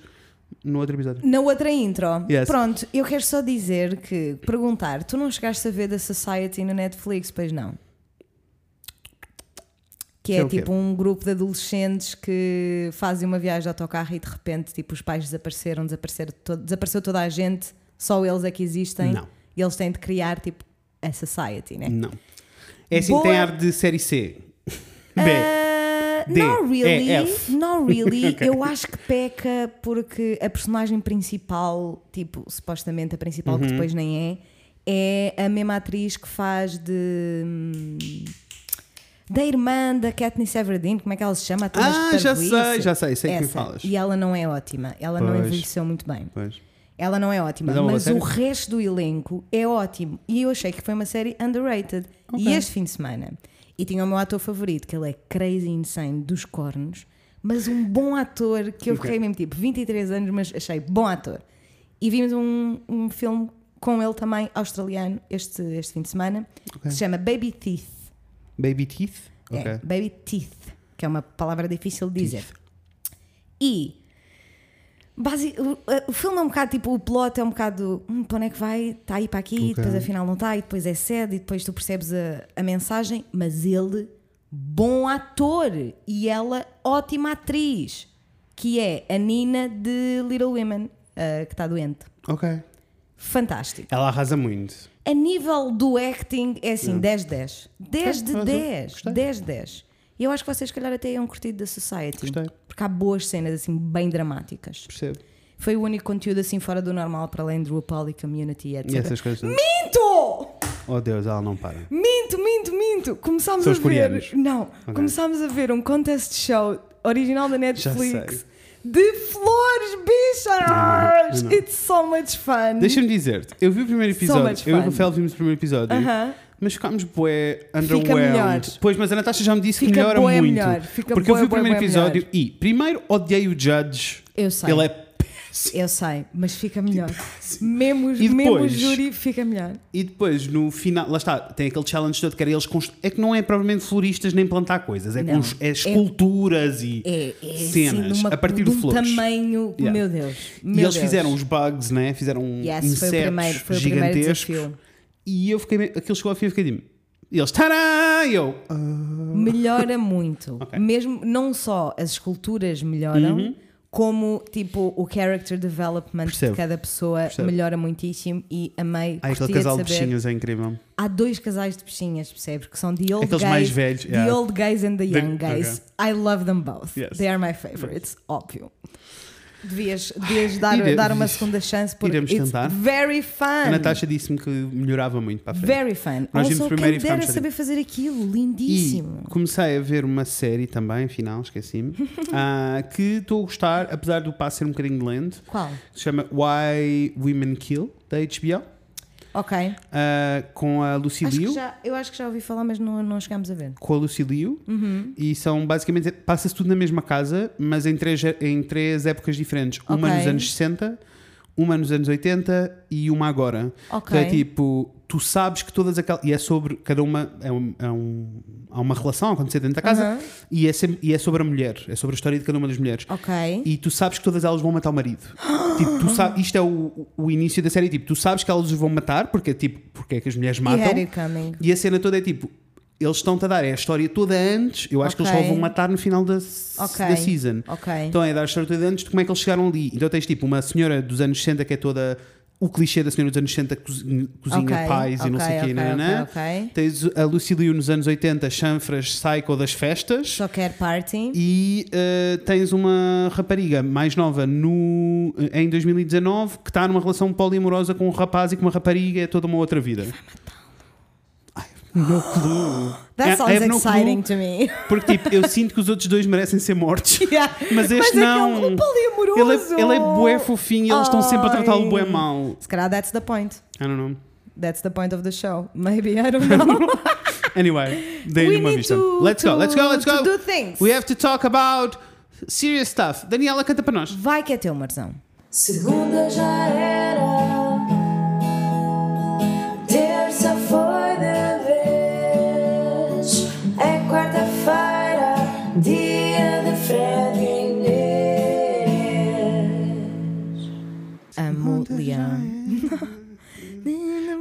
Speaker 2: no outro episódio.
Speaker 1: Na outra intro.
Speaker 2: Yes.
Speaker 1: Pronto, eu quero só dizer que, perguntar, tu não chegaste a ver da Society na Netflix, pois não? Que
Speaker 2: Que
Speaker 1: é
Speaker 2: é o quê?
Speaker 1: tipo um grupo de adolescentes que fazem uma viagem de autocarro e de repente, tipo, os pais desapareceram, desapareceram to- desapareceu toda a gente, só eles é que existem
Speaker 2: Não.
Speaker 1: e eles têm de criar, tipo, a Society, né?
Speaker 2: Não. É assim,
Speaker 1: Boa.
Speaker 2: tem ar de série C. B.
Speaker 1: Ah,
Speaker 2: D,
Speaker 1: Not really,
Speaker 2: E, É F.
Speaker 1: not
Speaker 2: (laughs)
Speaker 1: really. Eu acho que peca porque a personagem principal, tipo, supostamente a principal,
Speaker 2: Uhum.
Speaker 1: que depois nem é, é a mesma atriz que faz de. hum, da irmã da Katniss Everdeen, como é que ela se chama? A atriz
Speaker 2: Ah,
Speaker 1: de
Speaker 2: já
Speaker 1: Parvoíce.
Speaker 2: sei, já sei, sei quem
Speaker 1: Essa.
Speaker 2: falas.
Speaker 1: E ela não é ótima, ela não
Speaker 2: Pois.
Speaker 1: envelheceu muito bem.
Speaker 2: Pois.
Speaker 1: Ela não é ótima,
Speaker 2: Mas é uma boa
Speaker 1: mas,
Speaker 2: série?
Speaker 1: o resto do elenco é ótimo. E eu achei que foi uma série underrated. E este fim de semana, e tinha o meu ator favorito, que ele é crazy insane dos cornos, mas um bom ator que eu
Speaker 2: Ok.
Speaker 1: fiquei mesmo tipo 23 anos, mas achei bom ator. E vimos um, um filme com ele também, australiano, este, este fim de semana, que se chama Baby Teeth.
Speaker 2: Baby Teeth? Ok.
Speaker 1: É, baby teeth, que é uma palavra difícil de dizer. E basi- o, o filme é um bocado tipo, o plot é um bocado hum, para onde é que vai, está aí para aqui,
Speaker 2: Ok.
Speaker 1: depois afinal não está, e depois é sede, e depois tu percebes a, a mensagem, mas ele, bom ator, e ela, ótima atriz, que é a Nina de Little Women, ah, que está doente.
Speaker 2: Ok.
Speaker 1: Fantástico.
Speaker 2: Ela arrasa muito.
Speaker 1: A nível do acting é assim, 10-10. 10 de
Speaker 2: Gostei,
Speaker 1: 10.
Speaker 2: gostei.
Speaker 1: 10 de 10. E eu acho que vocês, se calhar, até iam curtir da Society.
Speaker 2: Gostei.
Speaker 1: Porque há boas cenas, assim, bem dramáticas.
Speaker 2: Percebo.
Speaker 1: Foi o único conteúdo, assim, fora do normal, para além de RuPaul e Community, etc.
Speaker 2: E essas coisas. todas.
Speaker 1: Minto!
Speaker 2: Oh Deus, ela não
Speaker 1: Uhum.
Speaker 2: para.
Speaker 1: Minto, minto, minto! Começámos
Speaker 2: São os
Speaker 1: a ver.
Speaker 2: coreanos.
Speaker 1: Não, começámos a ver um contest show original da
Speaker 2: sei.
Speaker 1: Netflix de flores, bichas!
Speaker 2: Não, não.
Speaker 1: It's so much fun!
Speaker 2: Deixa-me dizer-te, eu vi o primeiro
Speaker 1: So
Speaker 2: episódio.
Speaker 1: much
Speaker 2: eu e o
Speaker 1: fun.
Speaker 2: Rafael vimos o primeiro episódio.
Speaker 1: Aham.
Speaker 2: Mas ficámos bué
Speaker 1: melhor.
Speaker 2: underwhelmed. Pois, mas a Natasha já me disse que
Speaker 1: Fica
Speaker 2: melhora
Speaker 1: bué
Speaker 2: muito.
Speaker 1: melhor, fica
Speaker 2: porque eu
Speaker 1: bué,
Speaker 2: vi o
Speaker 1: bué,
Speaker 2: primeiro
Speaker 1: bué
Speaker 2: episódio
Speaker 1: melhor.
Speaker 2: e primeiro odiei o Judge.
Speaker 1: Eu sei.
Speaker 2: Ele é péssimo.
Speaker 1: Eu sei, mas fica
Speaker 2: (laughs)
Speaker 1: melhor. Mesmo,
Speaker 2: Tipo, E
Speaker 1: mesmo o
Speaker 2: depois?
Speaker 1: júri fica melhor.
Speaker 2: E depois, no final, lá está, tem aquele challenge todo que era eles constru... É que não é provavelmente floristas nem plantar coisas, é,
Speaker 1: Não.
Speaker 2: cons- é esculturas e
Speaker 1: É, é
Speaker 2: cenas
Speaker 1: assim, numa-
Speaker 2: a partir
Speaker 1: de
Speaker 2: de
Speaker 1: um
Speaker 2: flores.
Speaker 1: tamanho,
Speaker 2: Yeah.
Speaker 1: meu Deus.
Speaker 2: e
Speaker 1: meu
Speaker 2: eles
Speaker 1: Deus.
Speaker 2: fizeram os bugs, né? fizeram
Speaker 1: Yes,
Speaker 2: insetos
Speaker 1: foi o primeiro- foi o primeiro
Speaker 2: gigantescos.
Speaker 1: desafio.
Speaker 2: E eu fiquei, meio- aquilo chegou ao fim e fiquei tipo, e eles, tará! E eu, "Ah." (laughs)
Speaker 1: Melhora muito. Mesmo, não só as esculturas melhoram, como tipo o character development
Speaker 2: Uhum. Percebo.
Speaker 1: de cada pessoa
Speaker 2: Percebo.
Speaker 1: melhora muitíssimo e amei.
Speaker 2: Ai, aquele
Speaker 1: curtia
Speaker 2: casal de
Speaker 1: de saber.
Speaker 2: bichinhos é incrível.
Speaker 1: Há dois casais de peixinhas, percebes? Que são the old
Speaker 2: Aqueles
Speaker 1: guys,
Speaker 2: mais velhos,
Speaker 1: the
Speaker 2: yeah.
Speaker 1: old guys and the
Speaker 2: The-
Speaker 1: young guys. I love them both.
Speaker 2: Yes.
Speaker 1: They are my favorites, óbvio. Devias, devias dar,
Speaker 2: Ire-
Speaker 1: dar uma segunda chance porque
Speaker 2: Iremos
Speaker 1: it's
Speaker 2: tentar.
Speaker 1: very
Speaker 2: A
Speaker 1: fun.
Speaker 2: Natasha disse-me que melhorava muito para a frente.
Speaker 1: Very fun.
Speaker 2: Nós vimos
Speaker 1: also,
Speaker 2: primeiro e
Speaker 1: quem dera
Speaker 2: ficámos a
Speaker 1: saber fazer aquilo,
Speaker 2: E
Speaker 1: lindíssimo.
Speaker 2: comecei a ver uma série também,
Speaker 1: (laughs)
Speaker 2: afinal, esqueci-me, ah, que estou a gostar, apesar do passo ser um bocadinho lento.
Speaker 1: Qual?
Speaker 2: se chama Why Women Kill, da HBO,
Speaker 1: Ok.
Speaker 2: ah, com a Lucy
Speaker 1: Acho que
Speaker 2: Liu.
Speaker 1: já, eu acho que já ouvi falar, mas não, não chegámos a ver.
Speaker 2: Com a Lucy Liu,
Speaker 1: Uhum.
Speaker 2: e são basicamente passa-se tudo na mesma casa, mas em três, em três épocas diferentes: uma
Speaker 1: Ok.
Speaker 2: nos anos 60, uma nos anos 80 e uma agora.
Speaker 1: Ok.
Speaker 2: Então é tipo, tu sabes que todas aquelas. E é sobre cada uma. É um, é um- há uma relação a acontecer dentro da casa,
Speaker 1: Uhum.
Speaker 2: e, é sempre- e é sobre a mulher, é sobre a história de cada uma das mulheres.
Speaker 1: Ok.
Speaker 2: E tu sabes que todas elas vão matar o
Speaker 1: (gasps)
Speaker 2: marido. tipo, tu sa- isto é o, o início da série. Tipo, tu sabes que elas os vão matar, porque é tipo, porque é que as mulheres
Speaker 1: You had
Speaker 2: matam.
Speaker 1: it coming.
Speaker 2: E a cena toda é tipo, eles estão-te a dar é a história toda antes. Eu acho que eles
Speaker 1: Ok.
Speaker 2: só vão matar no final da, s-
Speaker 1: Ok.
Speaker 2: da season.
Speaker 1: Ok.
Speaker 2: Então é dar a história toda antes de como é que eles chegaram ali. Então tens tipo uma senhora dos anos 60 que é toda. O clichê da senhora dos anos 60 que cozinha, cozinha
Speaker 1: Ok,
Speaker 2: pais e não
Speaker 1: ok,
Speaker 2: sei o quê,
Speaker 1: ok,
Speaker 2: nananã.
Speaker 1: ok, ok.
Speaker 2: Tens a Lucilio nos anos 80, chanfras, psycho das festas.
Speaker 1: Só quer party.
Speaker 2: E eh, tens uma rapariga mais nova no, em 2019 que está numa relação poliamorosa com um rapaz e com uma rapariga é toda uma outra vida.
Speaker 1: (gasps)
Speaker 2: Vai matá-lo. I
Speaker 1: That
Speaker 2: have
Speaker 1: sounds
Speaker 2: no clue.
Speaker 1: exciting to me.
Speaker 2: Porque tipo, eu sinto que os outros dois merecem ser
Speaker 1: (laughs)
Speaker 2: mortos.
Speaker 1: Yeah.
Speaker 2: Mas este
Speaker 1: é que
Speaker 2: não.
Speaker 1: é um poliamoroso.
Speaker 2: Ele é, ele é bué fofinho e eles estão sempre a tratá-lo bué
Speaker 1: Ai.
Speaker 2: mal.
Speaker 1: Se calhar that's the point.
Speaker 2: I don't know.
Speaker 1: That's the point of the show. Maybe, I don't know.
Speaker 2: (laughs) Anyway, dei-lhe
Speaker 1: We
Speaker 2: uma
Speaker 1: need
Speaker 2: vista.
Speaker 1: to-
Speaker 2: let's go,
Speaker 1: to-
Speaker 2: let's go, let's
Speaker 1: to
Speaker 2: go.
Speaker 1: do things.
Speaker 2: We have to talk about serious stuff. Daniela, canta para nós.
Speaker 1: Vai que é teu, Marzão.
Speaker 3: Segunda já era, terça foi de vez, é quarta-feira, dia de Fred e Inês.
Speaker 1: Amo Leão.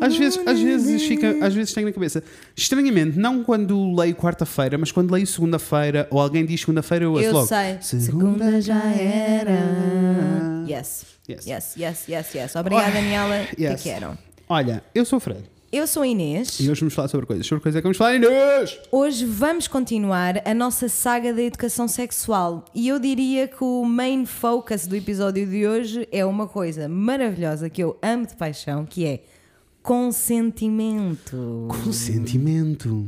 Speaker 2: Às vezes, às vezes fica, às vezes tenho na cabeça. Estranhamente, não quando leio quarta-feira, mas quando leio segunda-feira ou alguém diz segunda-feira, eu ouço
Speaker 1: Eu
Speaker 2: logo.
Speaker 1: sei.
Speaker 2: Segunda
Speaker 1: já era. Yes.
Speaker 2: Yes.
Speaker 1: Yes, yes, yes, yes. Obrigada, Daniela.
Speaker 2: Oh, Yes.
Speaker 1: Te quero.
Speaker 2: Olha, eu sou Fred.
Speaker 1: Eu sou a Inês.
Speaker 2: E hoje vamos falar sobre coisas. Sobre coisas é que vamos falar, Inês!
Speaker 1: Hoje vamos continuar a nossa saga da educação sexual e eu diria que o main focus do episódio de hoje é uma coisa maravilhosa que eu amo de paixão, que é consentimento.
Speaker 2: Consentimento.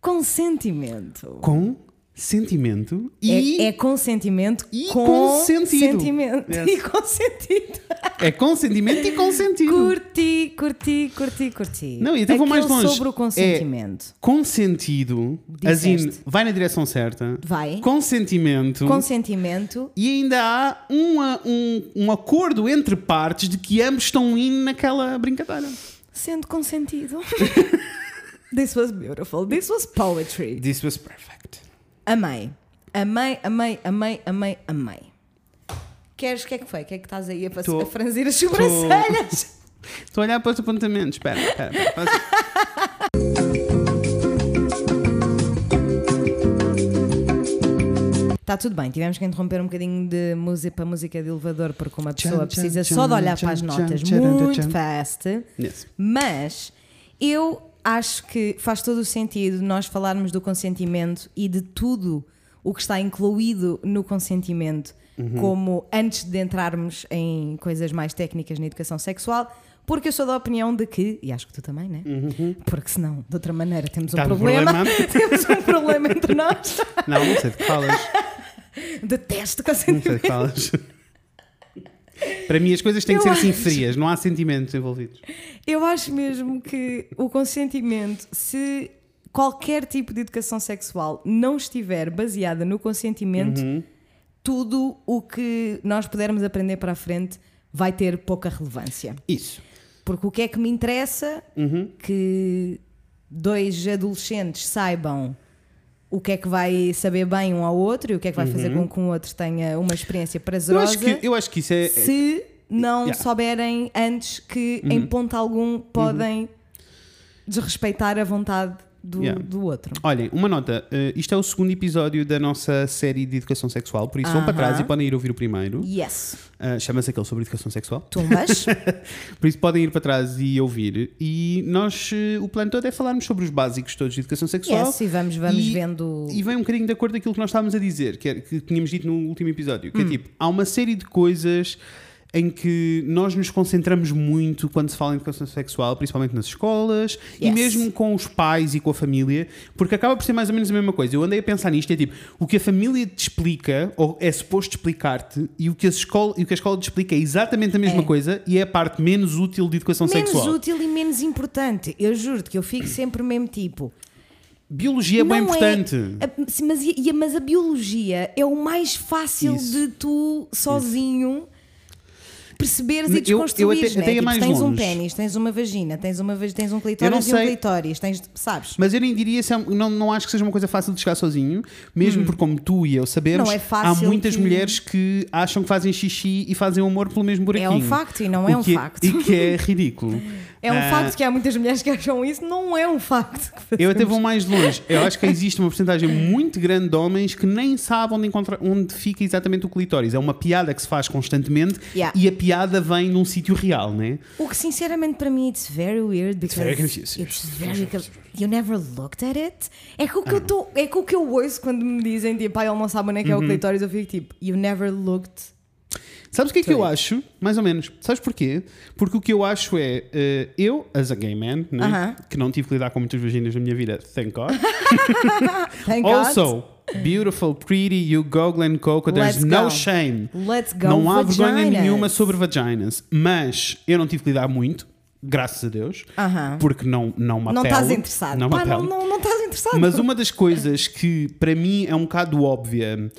Speaker 1: Consentimento.
Speaker 2: Com sentimento e
Speaker 1: É, é consentimento
Speaker 2: e
Speaker 1: com
Speaker 2: consentido.
Speaker 1: sentimento (laughs)
Speaker 2: Yes.
Speaker 1: e consentido.
Speaker 2: é consentimento e consentido.
Speaker 1: curti, curti, curti, curti.
Speaker 2: Não, e até vou mais
Speaker 1: Aquele
Speaker 2: longe.
Speaker 1: sobre o
Speaker 2: É-
Speaker 1: consentimento.
Speaker 2: Consentido, assim,
Speaker 1: Disseste.
Speaker 2: vai na direção certa.
Speaker 1: Vai.
Speaker 2: Consentimento.
Speaker 1: Consentimento
Speaker 2: e ainda há um, a- um, um acordo entre partes de que ambos estão indo naquela brincadeira.
Speaker 1: sendo
Speaker 2: (laughs)
Speaker 1: consentido. This was beautiful. This was poetry.
Speaker 2: This was perfect.
Speaker 1: Amei. Amei, amei, amei, amei, amei. Queres, o que é que foi? O que é que estás aí a, pas-
Speaker 2: Tô-
Speaker 1: a franzir as sobrancelhas?
Speaker 2: Estou a olhar para os apontamentos. Espera, espera. espera. Faz-
Speaker 1: Está Tá tudo bem, tivemos que interromper um bocadinho de música para música de elevador, porque uma pessoa
Speaker 2: Tchan, tchan,
Speaker 1: precisa
Speaker 2: tchan,
Speaker 1: só de olhar
Speaker 2: tchan,
Speaker 1: para as
Speaker 2: tchan,
Speaker 1: notas
Speaker 2: tcharam,
Speaker 1: muito
Speaker 2: tcharam.
Speaker 1: fast.
Speaker 2: Yes.
Speaker 1: Mas eu acho que faz todo o sentido nós falarmos do consentimento e de tudo o que está incluído no consentimento,
Speaker 2: Uhum.
Speaker 1: como antes de entrarmos em coisas mais técnicas na educação sexual. Porque eu sou da opinião de que, e acho que tu também, né? Porque senão, de outra maneira, temos um
Speaker 2: Uhum. Tá um
Speaker 1: problema.
Speaker 2: problema.
Speaker 1: (laughs) temos um problema entre nós.
Speaker 2: Não, não sei de que falas.
Speaker 1: Detesto
Speaker 2: Não
Speaker 1: consentimento.
Speaker 2: sei de que falas. (laughs) Para mim as coisas têm que ser
Speaker 1: Eu
Speaker 2: assim
Speaker 1: acho.
Speaker 2: frias, não há sentimentos envolvidos.
Speaker 1: Eu acho mesmo que o consentimento, se qualquer tipo de educação sexual não estiver baseada no consentimento,
Speaker 2: Uhum.
Speaker 1: tudo o que nós pudermos aprender para a frente vai ter pouca relevância.
Speaker 2: Isso.
Speaker 1: Porque o que é que me interessa
Speaker 2: Uhum.
Speaker 1: que dois adolescentes saibam o que é que vai saber bem um ao outro e o que é que vai fazer com que um outro tenha uma experiência
Speaker 2: Uhum. Eu
Speaker 1: prazerosa
Speaker 2: acho, que, eu acho que isso é.
Speaker 1: se não
Speaker 2: Yeah. Uhum.
Speaker 1: souberem antes que em ponto algum podem desrespeitar a vontade do,
Speaker 2: Yeah.
Speaker 1: do outro.
Speaker 2: Olhem, uma nota. eh, isto é o segundo episódio da nossa série de educação sexual, por isso vão para
Speaker 1: Aham.
Speaker 2: trás e podem ir ouvir o primeiro.
Speaker 1: Yes.
Speaker 2: Ah, Chama-se aquele sobre educação sexual. (laughs)
Speaker 1: Tumbas.
Speaker 2: Por isso podem ir para trás e ouvir. E nós, eh, o plano todo é falarmos sobre os básicos todos de educação sexual.
Speaker 1: yes, e vamos, vamos
Speaker 2: E-
Speaker 1: vendo.
Speaker 2: E vem um bocadinho de acordo com aquilo que nós estávamos a dizer, que, era, que tínhamos dito no último episódio,
Speaker 1: Hum.
Speaker 2: que é tipo, há uma série de coisas em que nós nos concentramos muito quando se fala em educação sexual, principalmente nas escolas e
Speaker 1: Yes.
Speaker 2: mesmo com os pais e com a família, porque acaba por ser mais ou menos a mesma coisa. Eu andei a pensar nisto, é tipo, o que a família te explica, ou é suposto explicar-te, e o que, a escola, e o que a escola te explica é exatamente a mesma
Speaker 1: É.
Speaker 2: coisa e é a parte menos útil de educação
Speaker 1: menos
Speaker 2: sexual.
Speaker 1: útil e menos importante. Eu juro que eu fico sempre o mesmo tipo.
Speaker 2: Biologia é
Speaker 1: Não
Speaker 2: bem importante.
Speaker 1: a- se- mas, e- e- mas a biologia é o mais fácil
Speaker 2: Isso.
Speaker 1: de tu sozinho perceberes
Speaker 2: Eu-
Speaker 1: e
Speaker 2: eu
Speaker 1: desconstruires.
Speaker 2: até-
Speaker 1: né?
Speaker 2: até ia
Speaker 1: Tipo,
Speaker 2: mais
Speaker 1: tens um
Speaker 2: longe.
Speaker 1: pênis, tens uma vagina, tens uma vag- tens um clitóris e um
Speaker 2: sei-
Speaker 1: clitóris, tens, sabes?
Speaker 2: Mas eu nem diria, se é- não, não acho que seja uma coisa fácil de chegar sozinho, mesmo porque, como tu e eu sabemos,
Speaker 1: Hum. Não é fácil
Speaker 2: há muitas
Speaker 1: que-
Speaker 2: mulheres que acham que fazem xixi e fazem o amor pelo mesmo buraquinho.
Speaker 1: É um facto e não
Speaker 2: O
Speaker 1: é um
Speaker 2: que
Speaker 1: facto.
Speaker 2: E que é
Speaker 1: (laughs)
Speaker 2: ridículo.
Speaker 1: É um
Speaker 2: Ah,
Speaker 1: facto que há muitas mulheres que acham isso, não é um facto.
Speaker 2: Eu até vou mais longe. Eu acho que existe uma porcentagem muito grande de homens que nem sabem onde, encontrar, onde fica exatamente o clitóris. É uma piada que se faz constantemente
Speaker 1: Yeah.
Speaker 2: e a piada vem num sítio real, né?
Speaker 1: O que sinceramente para mim it's very weird because
Speaker 2: very confusing.
Speaker 1: it's very co- you never looked at it. É que o
Speaker 2: Ah,
Speaker 1: que eu tô, é que o que eu ouço quando me dizem tipo, pai, ele não sabe onde é que é o
Speaker 2: Uhum.
Speaker 1: clitóris, eu fico tipo, you never looked.
Speaker 2: Sabes o que é que eu
Speaker 1: Sim.
Speaker 2: acho? Mais ou menos. Sabes porquê? Porque o que eu acho é, eh, eu, as a gay man, né?
Speaker 1: Aham.
Speaker 2: que não tive que lidar com muitas vaginas na minha vida,
Speaker 1: (laughs)
Speaker 2: thank God.
Speaker 1: Thank God.
Speaker 2: also, beautiful, pretty, you go Glen Coco, there's
Speaker 1: Let's
Speaker 2: no
Speaker 1: go.
Speaker 2: shame.
Speaker 1: Let's go.
Speaker 2: não há vergonha
Speaker 1: vaginas.
Speaker 2: nenhuma sobre vaginas. Mas eu não tive que lidar muito, graças a Deus,
Speaker 1: Aham.
Speaker 2: porque não, não me
Speaker 1: Não
Speaker 2: apelo.
Speaker 1: estás interessado.
Speaker 2: Não me
Speaker 1: Pá, não,
Speaker 2: apelo.
Speaker 1: não, não estás interessado.
Speaker 2: Mas uma das coisas que para mim é um bocado óbvia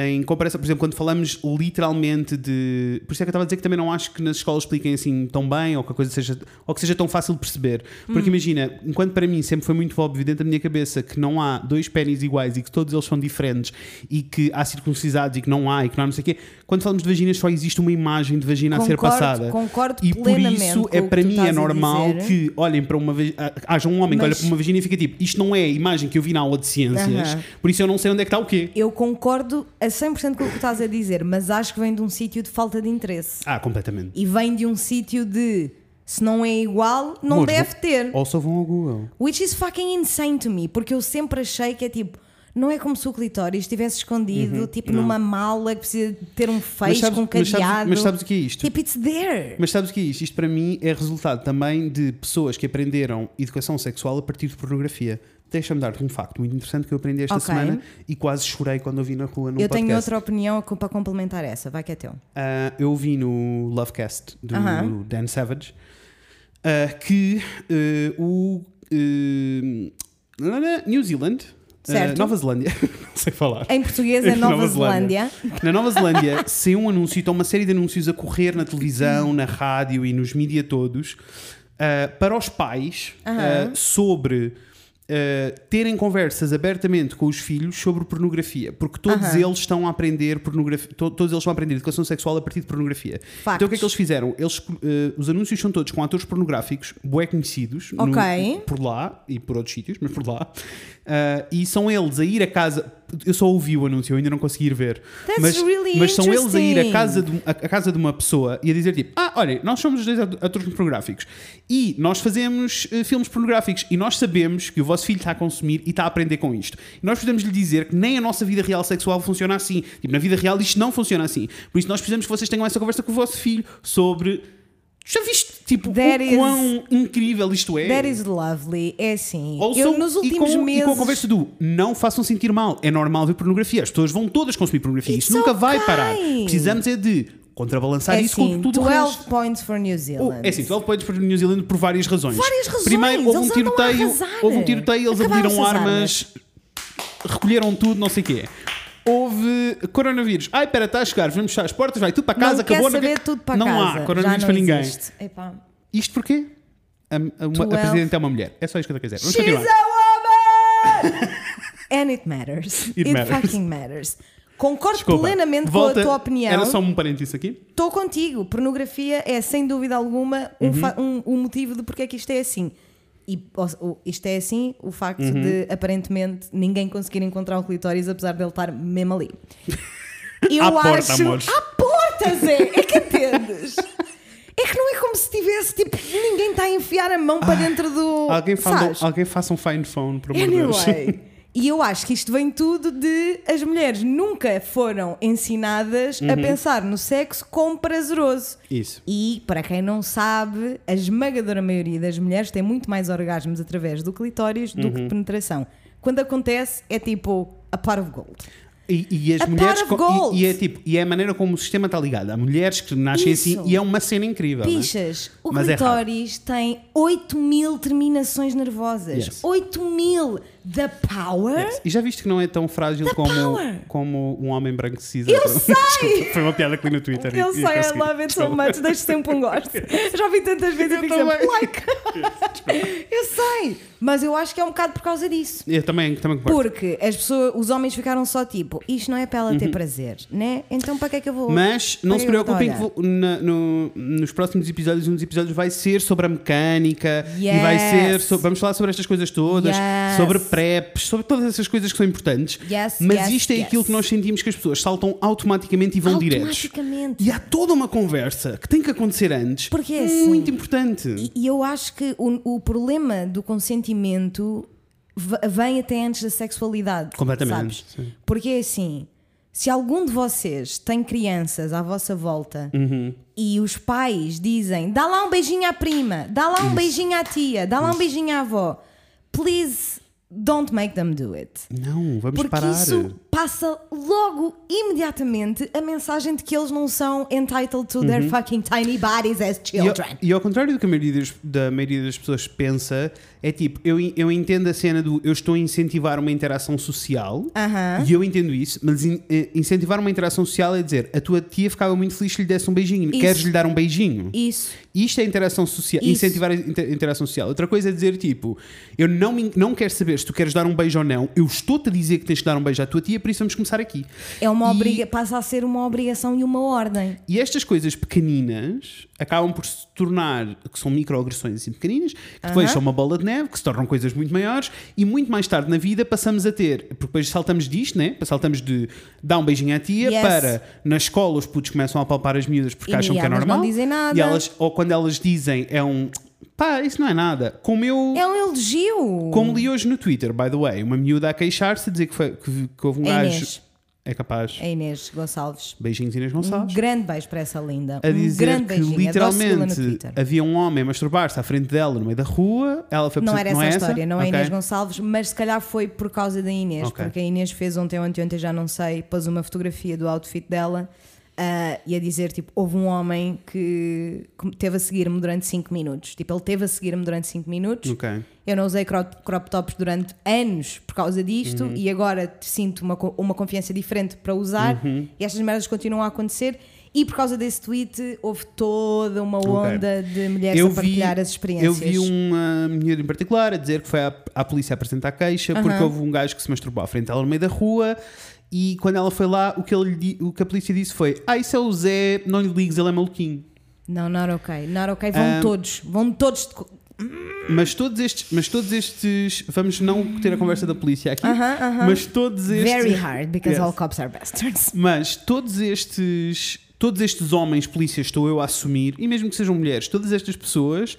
Speaker 2: em comparação, por exemplo, quando falamos literalmente de. Por isso é que eu estava a dizer que também não acho que nas escolas expliquem assim tão bem ou que a coisa seja, ou que seja tão fácil de perceber.
Speaker 1: Hum.
Speaker 2: Porque imagina, enquanto para mim sempre foi muito óbvio dentro da minha cabeça que não há dois pênis iguais e que todos eles são diferentes e que há circuncisados e que não há e que não há não sei o quê, quando falamos de vaginas só existe uma imagem de vagina a
Speaker 1: Concordo-
Speaker 2: ser passada.
Speaker 1: concordo
Speaker 2: e por
Speaker 1: plenamente
Speaker 2: isso é
Speaker 1: com o que
Speaker 2: para
Speaker 1: tu
Speaker 2: mim
Speaker 1: estás
Speaker 2: é
Speaker 1: a
Speaker 2: normal
Speaker 1: dizer.
Speaker 2: que que olhem para uma vez, haja um homem que
Speaker 1: Mas-
Speaker 2: olha para uma vagina e fica tipo, isto não é a imagem que eu vi na aula de ciências,
Speaker 1: Aham.
Speaker 2: por isso eu não sei onde é que está o quê.
Speaker 1: Eu concordo a 100% com o que estás a dizer, mas acho que vem de um sítio de falta de interesse.
Speaker 2: Ah, completamente.
Speaker 1: e vem de um sítio de Se não é igual, não
Speaker 2: Amor,
Speaker 1: deve
Speaker 2: vou-
Speaker 1: ter.
Speaker 2: Ou só vão ao Google.
Speaker 1: Which is fucking insane to me, porque eu sempre achei que é tipo. Não é como se o clitóris estivesse escondido, tipo numa mala que precisa ter um
Speaker 2: Uhum, Mas
Speaker 1: fecho
Speaker 2: sabes-
Speaker 1: com um
Speaker 2: mas sabes-
Speaker 1: cadeado.
Speaker 2: mas sabes o que é isto?
Speaker 1: Tipo, it's there.
Speaker 2: Mas sabes o que é isto? Isto para mim é resultado também de pessoas que aprenderam educação sexual a partir de pornografia. Deixa-me dar-te um facto muito interessante que eu aprendi esta
Speaker 1: Ok.
Speaker 2: semana e quase chorei quando eu vi na rua num
Speaker 1: eu
Speaker 2: podcast.
Speaker 1: tenho outra opinião co- para complementar essa, vai que é teu.
Speaker 2: Ah, eu vi no Lovecast do
Speaker 1: Aham.
Speaker 2: Dan Savage ah, que eh, o eh, lá na New Zealand, ah,
Speaker 1: Certo.
Speaker 2: Nova Zelândia, (laughs) não sei falar.
Speaker 1: Em português
Speaker 2: (laughs)
Speaker 1: é Nova, Zelândia.
Speaker 2: Na Nova Zelândia saiu um anúncio, estão uma série de anúncios a correr na televisão, na rádio e nos mídia todos ah, para os pais ah, sobre ah, terem conversas abertamente com os filhos sobre pornografia, porque todos
Speaker 1: Aham.
Speaker 2: eles estão a aprender pornografia, to- todos eles estão a aprender educação sexual a partir de pornografia.
Speaker 1: Factos.
Speaker 2: Então o que é que eles fizeram? Eles, ah, os anúncios são todos com atores pornográficos, bué conhecidos, no-
Speaker 1: Ok.
Speaker 2: por lá e por outros sítios, mas por lá. Ah, e são eles a ir a casa. Eu só ouvi o anúncio, eu ainda não consegui ir ver.
Speaker 1: That's
Speaker 2: mas
Speaker 1: really
Speaker 2: mas são eles a ir a
Speaker 1: interesting.
Speaker 2: casa, de, a, a casa de uma pessoa e a dizer tipo: Ah, olhem, nós somos os dois atu- atores pornográficos e nós fazemos eh, filmes pornográficos e nós sabemos que o vosso filho está a consumir e está a aprender com isto. E nós podemos lhe dizer que nem a nossa vida real sexual funciona assim. Tipo, na vida real isto não funciona assim. Por isso nós precisamos que vocês tenham essa conversa com o vosso filho sobre. Já viste, tipo,
Speaker 1: That
Speaker 2: o
Speaker 1: is-
Speaker 2: quão incrível isto é?
Speaker 1: That is lovely. É assim.
Speaker 2: Ou
Speaker 1: eu
Speaker 2: são-
Speaker 1: nos
Speaker 2: e
Speaker 1: últimos
Speaker 2: com,
Speaker 1: meses.
Speaker 2: E com a conversa do não façam sentir mal, é normal ver pornografia, as pessoas vão todas consumir pornografia,
Speaker 1: It's
Speaker 2: isso nunca vai
Speaker 1: okay.
Speaker 2: parar. Precisamos é de contrabalançar
Speaker 1: é
Speaker 2: isso
Speaker 1: assim,
Speaker 2: com tudo o
Speaker 1: 12
Speaker 2: resto.
Speaker 1: points for New Zealand.
Speaker 2: Oh, é assim, 12 points para New Zealand por várias razões.
Speaker 1: Várias razões,
Speaker 2: Primeiro, houve um
Speaker 1: eles andam a
Speaker 2: tiroteio,
Speaker 1: arrasar.
Speaker 2: houve um tiroteio, eles
Speaker 1: Acabaram-se
Speaker 2: abriram
Speaker 1: as
Speaker 2: armas, recolheram tudo, não sei o quê. Houve coronavírus. Ai, pera, está a chegar, vamos fechar as portas, vai tudo para casa,
Speaker 1: não
Speaker 2: acabou.
Speaker 1: quer
Speaker 2: não
Speaker 1: saber
Speaker 2: quer-
Speaker 1: tudo para
Speaker 2: não
Speaker 1: casa.
Speaker 2: há
Speaker 1: Já
Speaker 2: coronavírus
Speaker 1: não
Speaker 2: para ninguém.
Speaker 1: existe. Epá.
Speaker 2: Isto porquê? A, a, uma-
Speaker 1: 12.
Speaker 2: a presidente é uma mulher. É só isto que eu quero dizer. Vamos
Speaker 1: She's a
Speaker 2: continuar.
Speaker 1: woman! (laughs) And it matters.
Speaker 2: It
Speaker 1: It,
Speaker 2: matters.
Speaker 1: fucking matters. Concordo
Speaker 2: Desculpa,
Speaker 1: plenamente com
Speaker 2: volta-
Speaker 1: a tua opinião.
Speaker 2: Era só um parênteses aqui.
Speaker 1: Estou contigo. Pornografia é, sem dúvida alguma,
Speaker 2: Uhum.
Speaker 1: um, fa- um- um motivo de porque é que isto é assim. E ou- o- isto é assim, o facto
Speaker 2: Uhum.
Speaker 1: de aparentemente ninguém conseguir encontrar o clitóris, apesar dele estar mesmo
Speaker 2: (laughs)
Speaker 1: ali. Eu
Speaker 2: À porta,
Speaker 1: acho.
Speaker 2: amores.
Speaker 1: À porta, Zé! É que entendes? É que não é como se tivesse, tipo, ninguém está a enfiar a mão para dentro do.
Speaker 2: Ah, Alguém, fala,
Speaker 1: sabes?
Speaker 2: alguém faça um fine phone, por amor de Deus.
Speaker 1: Anyway. E eu acho que isto vem tudo de as mulheres nunca foram ensinadas a pensar no sexo como prazeroso.
Speaker 2: Uhum. Isso.
Speaker 1: E, para quem não sabe, a esmagadora maioria das mulheres tem muito mais orgasmos através do clitóris do
Speaker 2: Uhum.
Speaker 1: que de penetração. Quando acontece, é tipo a par of gold.
Speaker 2: (laughs) E, e as
Speaker 1: A
Speaker 2: mulheres.
Speaker 1: pot of
Speaker 2: co- e-
Speaker 1: gold.
Speaker 2: E, é tipo, e é a maneira como o sistema está ligado. Há mulheres que nascem
Speaker 1: Isso.
Speaker 2: assim e é uma cena incrível. não é?
Speaker 1: Pichas, o
Speaker 2: Mas é raro.
Speaker 1: clitóris tem 8 mil terminações nervosas.
Speaker 2: Yes.
Speaker 1: 8 mil. The power.
Speaker 2: Yes. E já viste que não é tão frágil
Speaker 1: The
Speaker 2: como,
Speaker 1: power.
Speaker 2: como um homem branco precisa.
Speaker 1: Eu
Speaker 2: (laughs) Desculpa,
Speaker 1: sei!
Speaker 2: Foi uma piada que li no Twitter. e-
Speaker 1: Eu
Speaker 2: e
Speaker 1: sei, I
Speaker 2: consegui.
Speaker 1: love it so
Speaker 2: Desculpa.
Speaker 1: much. Deixo sempre um
Speaker 2: (laughs)
Speaker 1: gosto. Já vi tantas vezes e
Speaker 2: Eu
Speaker 1: fico sempre
Speaker 2: também. (laughs)
Speaker 1: like. Eu sei, mas eu acho que é um bocado por causa disso.
Speaker 2: Eu também, também concordo.
Speaker 1: Porque as pessoas, os homens ficaram só tipo, isto não é para ela ter prazer, né? Então para que é que eu vou.
Speaker 2: Uhum. Mas
Speaker 1: para
Speaker 2: não se
Speaker 1: que eu vou
Speaker 2: preocupem que
Speaker 1: olhar?
Speaker 2: vou- na- no- nos próximos episódios, um dos episódios vai ser sobre a mecânica e
Speaker 1: Yes.
Speaker 2: vai ser so- vamos falar sobre estas coisas todas,
Speaker 1: Yes.
Speaker 2: sobre preps, sobre todas essas coisas que são importantes.
Speaker 1: Yes,
Speaker 2: Mas
Speaker 1: yes,
Speaker 2: isto é
Speaker 1: yes.
Speaker 2: aquilo que nós sentimos que as pessoas saltam automaticamente e vão diretos.
Speaker 1: Automaticamente.
Speaker 2: E há toda uma conversa que tem que acontecer antes.
Speaker 1: Porque é
Speaker 2: muito
Speaker 1: assim.
Speaker 2: importante.
Speaker 1: E- E eu acho que o, o problema do consentimento v- vem até antes da sexualidade.
Speaker 2: Completamente,
Speaker 1: Sabes?
Speaker 2: sim.
Speaker 1: Porque é assim: se algum de vocês tem crianças à vossa volta
Speaker 2: Uhum.
Speaker 1: e os pais dizem dá lá um beijinho à prima, dá lá um beijinho à tia, dá lá um beijinho à avó, please don't make them do it.
Speaker 2: Não, vamos
Speaker 1: Porque
Speaker 2: parar.
Speaker 1: isso passa logo, imediatamente, a mensagem de que eles não são entitled to their fucking tiny bodies as
Speaker 2: Uhum. E ao,
Speaker 1: children.
Speaker 2: e ao contrário do que a maioria das, da maioria das pessoas pensa, é tipo, eu, en- eu entendo a cena do eu estou a incentivar uma interação social
Speaker 1: Aham.
Speaker 2: e eu entendo isso, mas in- eh, incentivar uma interação social é dizer a tua tia ficava muito feliz se lhe desse um beijinho,
Speaker 1: Isso.
Speaker 2: queres lhe dar um beijinho?
Speaker 1: Isso.
Speaker 2: Isto é interação social,
Speaker 1: Isso.
Speaker 2: incentivar a inter- interação social. Outra coisa é dizer tipo, eu não, me, não quero saber se tu queres dar um beijo ou não, eu estou-te a dizer que tens de dar um beijo à tua tia, por por isso vamos começar aqui.
Speaker 1: É uma
Speaker 2: E-
Speaker 1: obriga- passa a ser uma obrigação e uma ordem.
Speaker 2: E estas coisas pequeninas acabam por se tornar, que são microagressões assim pequeninas, que depois
Speaker 1: Aham.
Speaker 2: são uma bola de neve, que se tornam coisas muito maiores, e muito mais tarde na vida passamos a ter, porque depois saltamos disto, né? Saltamos de dar um beijinho à tia
Speaker 1: Yes.
Speaker 2: para na escola os putos começam a palpar as miúdas porque
Speaker 1: E
Speaker 2: acham que é
Speaker 1: elas não
Speaker 2: normal.
Speaker 1: dizem nada.
Speaker 2: E elas, ou quando elas dizem, é um pá, isso não é nada. Como eu.
Speaker 1: É um elogio.
Speaker 2: Como li hoje no Twitter, by the way, uma miúda a queixar-se, a dizer que, foi, que, que houve um
Speaker 1: A
Speaker 2: gajo.
Speaker 1: Inês.
Speaker 2: É capaz.
Speaker 1: A Inês Gonçalves.
Speaker 2: Beijinhos, Inês
Speaker 1: Um
Speaker 2: Gonçalves
Speaker 1: grande beijo para essa linda.
Speaker 2: a
Speaker 1: um
Speaker 2: dizer
Speaker 1: grande
Speaker 2: que
Speaker 1: beijinho. Adoro segui-la no
Speaker 2: literalmente
Speaker 1: Twitter.
Speaker 2: havia um homem a masturbar-se à frente dela no meio da rua. Ela foi
Speaker 1: Não
Speaker 2: por-
Speaker 1: era essa a
Speaker 2: é
Speaker 1: história, não é
Speaker 2: Ok.
Speaker 1: Inês Gonçalves, mas se calhar foi por causa da Inês,
Speaker 2: Ok.
Speaker 1: porque a Inês fez ontem, ontem, ontem, já não sei, pôs uma fotografia do outfit dela ah, e a dizer: tipo, houve um homem que que teve a seguir-me durante 5 minutos. Tipo, ele teve a seguir-me durante 5 minutos.
Speaker 2: Ok.
Speaker 1: Eu não usei crop, crop tops durante anos por causa disto
Speaker 2: Uhum.
Speaker 1: e agora te sinto uma, co- uma confiança diferente para usar
Speaker 2: Uhum.
Speaker 1: e estas merdas continuam a acontecer. E por causa desse tweet houve toda uma onda de mulheres a partilhar as
Speaker 2: Eu
Speaker 1: experiências.
Speaker 2: vi um- uma mulher em particular a dizer que foi à, à polícia apresentar queixa porque
Speaker 1: Aham.
Speaker 2: houve um gajo que se masturbou à frente dela no meio da rua. E quando ela foi lá, o que, ele, di- o que a polícia disse foi: Ah, isso é o Zé, não lhe ligues, ele é maluquinho.
Speaker 1: Não, not ok. Not ok. Vão
Speaker 2: Ahm.
Speaker 1: todos. Vão todos. de co-
Speaker 2: Mas todos estes, mas todos estes, vamos não ter a conversa da polícia aqui,
Speaker 1: Aham, aham.
Speaker 2: mas todos estes.
Speaker 1: Very hard, because
Speaker 2: Yes.
Speaker 1: all cops are bastards.
Speaker 2: Mas todos estes, todos estes homens polícias estou eu a assumir, e mesmo que sejam mulheres, todas estas pessoas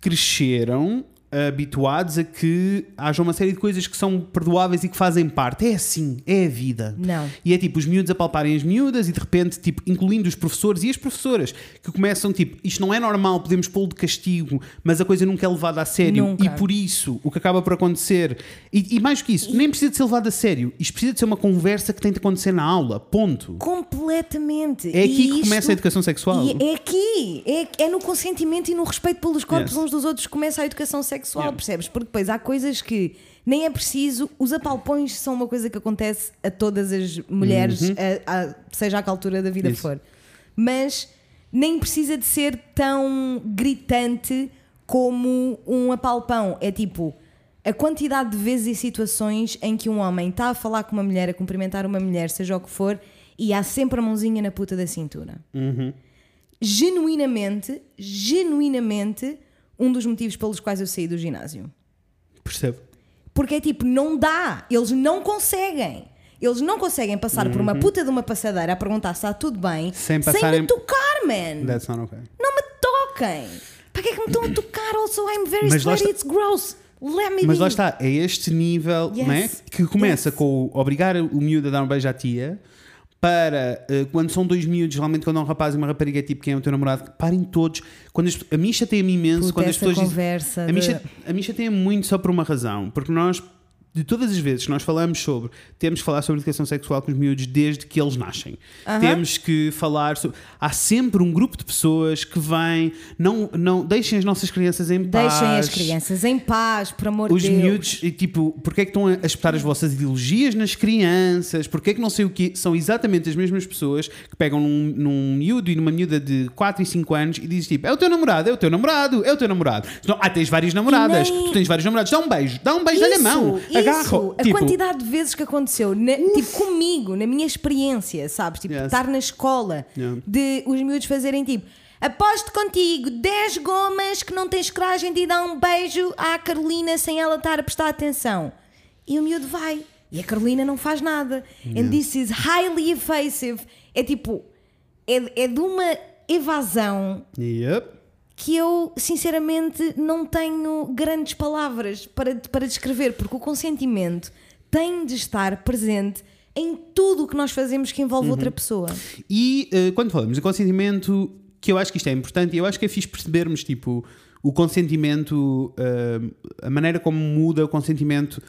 Speaker 2: cresceram habituados a que haja uma série de coisas que são perdoáveis e que fazem parte. É assim, é a vida.
Speaker 1: Não.
Speaker 2: E é tipo os miúdos a palparem as miúdas e de repente, tipo, incluindo os professores e as professoras que começam tipo, isto não é normal, podemos pô-lo de castigo, mas a coisa nunca é levada a sério
Speaker 1: Nunca.
Speaker 2: e por isso o que acaba por acontecer, e, e mais que isso, nem precisa de ser levado a sério, isto precisa de ser uma conversa que tem de acontecer na aula, ponto.
Speaker 1: Completamente.
Speaker 2: É aqui
Speaker 1: E
Speaker 2: que começa a
Speaker 1: isto-
Speaker 2: educação sexual.
Speaker 1: E é aqui, é, é no consentimento e no respeito pelos corpos
Speaker 2: Yes.
Speaker 1: uns dos outros que começa a educação sexual,
Speaker 2: Yeah.
Speaker 1: percebes? Porque depois há coisas que nem é preciso, os apalpões são uma coisa que acontece a todas as mulheres, a- a- seja a que altura da vida
Speaker 2: Uhum. Isso.
Speaker 1: for. Mas nem precisa de ser tão gritante como um apalpão. É tipo. A quantidade de vezes e situações em que um homem está a falar com uma mulher, a cumprimentar uma mulher, seja o que for, e há sempre a mãozinha na puta da cintura genuinamente, genuinamente, um dos motivos pelos quais eu saí do ginásio.
Speaker 2: Percebe?
Speaker 1: Porque é tipo, não dá, eles não conseguem. Eles não conseguem passar por uma puta de uma passadeira a perguntar se está tudo bem
Speaker 2: Uhum. Sem passarem-
Speaker 1: me tocar, man.
Speaker 2: That's not okay.
Speaker 1: Não me toquem. Para que é que me estão a tocar? Also, I'm very
Speaker 2: Mas lá
Speaker 1: sweaty,
Speaker 2: está-
Speaker 1: it's gross. Let me
Speaker 2: Mas
Speaker 1: be.
Speaker 2: lá está, é este nível
Speaker 1: Yes.
Speaker 2: né, que começa com o obrigar o miúdo a dar um beijo à tia para eh, quando são dois miúdos, geralmente quando é um rapaz e uma rapariga é tipo quem é o teu namorado, parem todos. Quando as- a Misha tem-me imenso
Speaker 1: Puta,
Speaker 2: quando as
Speaker 1: essa
Speaker 2: pessoas dizem-
Speaker 1: conversa
Speaker 2: a
Speaker 1: de-
Speaker 2: Misha, a Misha tem muito só por uma razão, porque nós de todas as vezes que nós falamos sobre, temos que falar sobre educação sexual com os miúdos desde que eles nascem. Temos que falar sobre. Há sempre um grupo de pessoas que vem, não, não deixem as nossas crianças em paz.
Speaker 1: Deixem as crianças em paz, por amor
Speaker 2: Os
Speaker 1: de Deus.
Speaker 2: miúdos, e, tipo, porque é que estão a a espetar as vossas ideologias nas crianças? Porque é que não sei o quê? São exatamente as mesmas pessoas que pegam num, num miúdo e numa miúda de 4 e 5 anos e dizem tipo: é o teu namorado, é o teu namorado, é o teu namorado. Senão, ah, tens várias namoradas,
Speaker 1: nem-
Speaker 2: tu tens vários namorados, dá um beijo, dá um beijo, dá-lhe a mão, Tipo,
Speaker 1: isso.
Speaker 2: agarro.
Speaker 1: A quantidade de vezes que aconteceu, na- tipo comigo, na minha experiência, sabes? Tipo,
Speaker 2: Yes.
Speaker 1: estar na escola,
Speaker 2: Yeah.
Speaker 1: de os miúdos fazerem tipo. Aposto contigo 10 gomas que não tens coragem de ir dar um beijo à Carolina sem ela estar a prestar atenção. E o miúdo vai. E a Carolina não faz nada. And this is highly offensive. É tipo, é, é de uma evasão
Speaker 2: Yep.
Speaker 1: que eu sinceramente não tenho grandes palavras para, para descrever, porque o consentimento tem de estar presente em tudo o que nós fazemos que envolve
Speaker 2: Uhum.
Speaker 1: outra pessoa.
Speaker 2: E eh, quando falamos de consentimento, que eu acho que isto é importante, e eu acho que é fixe percebermos tipo, o consentimento, eh, a maneira como muda o consentimento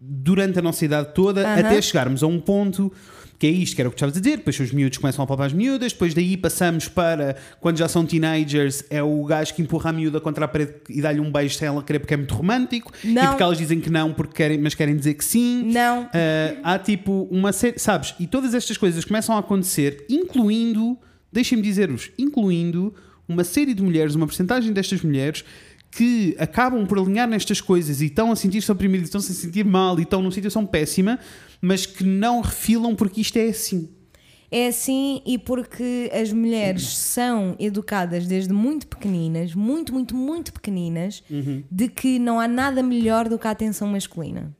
Speaker 2: durante a nossa idade toda,
Speaker 1: Aham.
Speaker 2: até chegarmos a um ponto que é isto, que era o que estavas a dizer, depois os miúdos começam a palpar as miúdas, depois daí passamos para quando já são teenagers, é o gajo que empurra a miúda contra a parede e dá-lhe um beijo sem ela querer porque é muito romântico, e
Speaker 1: Não.
Speaker 2: porque elas dizem que não, porque querem, mas querem dizer que sim.
Speaker 1: Não.
Speaker 2: Uh, há tipo uma série, sabes? E todas estas coisas começam a acontecer, incluindo, deixem-me dizer-vos, incluindo uma série de mulheres, uma porcentagem destas mulheres que acabam por alinhar nestas coisas e estão a sentir-se oprimidos, estão a se sentir mal e estão numa situação péssima, mas que não refilam porque isto é assim.
Speaker 1: É assim e porque as mulheres são educadas desde muito pequeninas, muito, muito, muito pequeninas,
Speaker 2: Uhum.
Speaker 1: de que não há nada melhor do que a atenção masculina.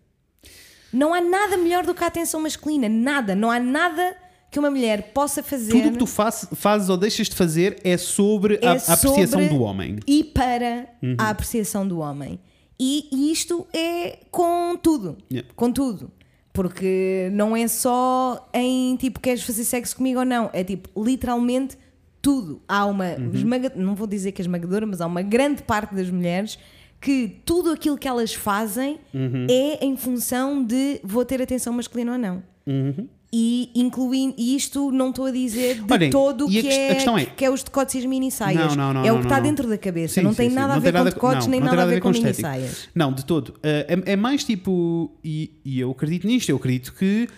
Speaker 1: Não há nada melhor do que a atenção masculina, nada. Não há nada que uma mulher possa fazer.
Speaker 2: Tudo o que tu faz- fazes ou deixas de fazer é sobre a,
Speaker 1: é
Speaker 2: a apreciação
Speaker 1: sobre
Speaker 2: do homem. Uhum.
Speaker 1: E para a apreciação do homem. E, e isto é com tudo.
Speaker 2: Yeah.
Speaker 1: Com tudo. Porque não é só em tipo, queres fazer sexo comigo ou não. É tipo, literalmente tudo. Há uma.
Speaker 2: Uhum.
Speaker 1: esmaga- não vou dizer que é esmagadora, mas há uma grande parte das mulheres que tudo aquilo que elas fazem
Speaker 2: Uhum.
Speaker 1: é em função de vou ter atenção masculina ou não.
Speaker 2: Uhum.
Speaker 1: E incluindo, e isto não estou a dizer de
Speaker 2: Olhem,
Speaker 1: todo
Speaker 2: e a
Speaker 1: que,
Speaker 2: quest- a
Speaker 1: é,
Speaker 2: questão é-
Speaker 1: que é os decotes e as mini saias.
Speaker 2: Não, não, não,
Speaker 1: é o
Speaker 2: não,
Speaker 1: que está
Speaker 2: não, não.
Speaker 1: dentro da cabeça.
Speaker 2: Sim,
Speaker 1: não
Speaker 2: sim,
Speaker 1: tem
Speaker 2: sim.
Speaker 1: nada a
Speaker 2: Não tem
Speaker 1: ver com decotes,
Speaker 2: não,
Speaker 1: nem
Speaker 2: não tem
Speaker 1: nada a ver com mini
Speaker 2: estética.
Speaker 1: saias.
Speaker 2: Não, de todo. Eh, É, é mais tipo, e, e eu acredito nisto, eu acredito que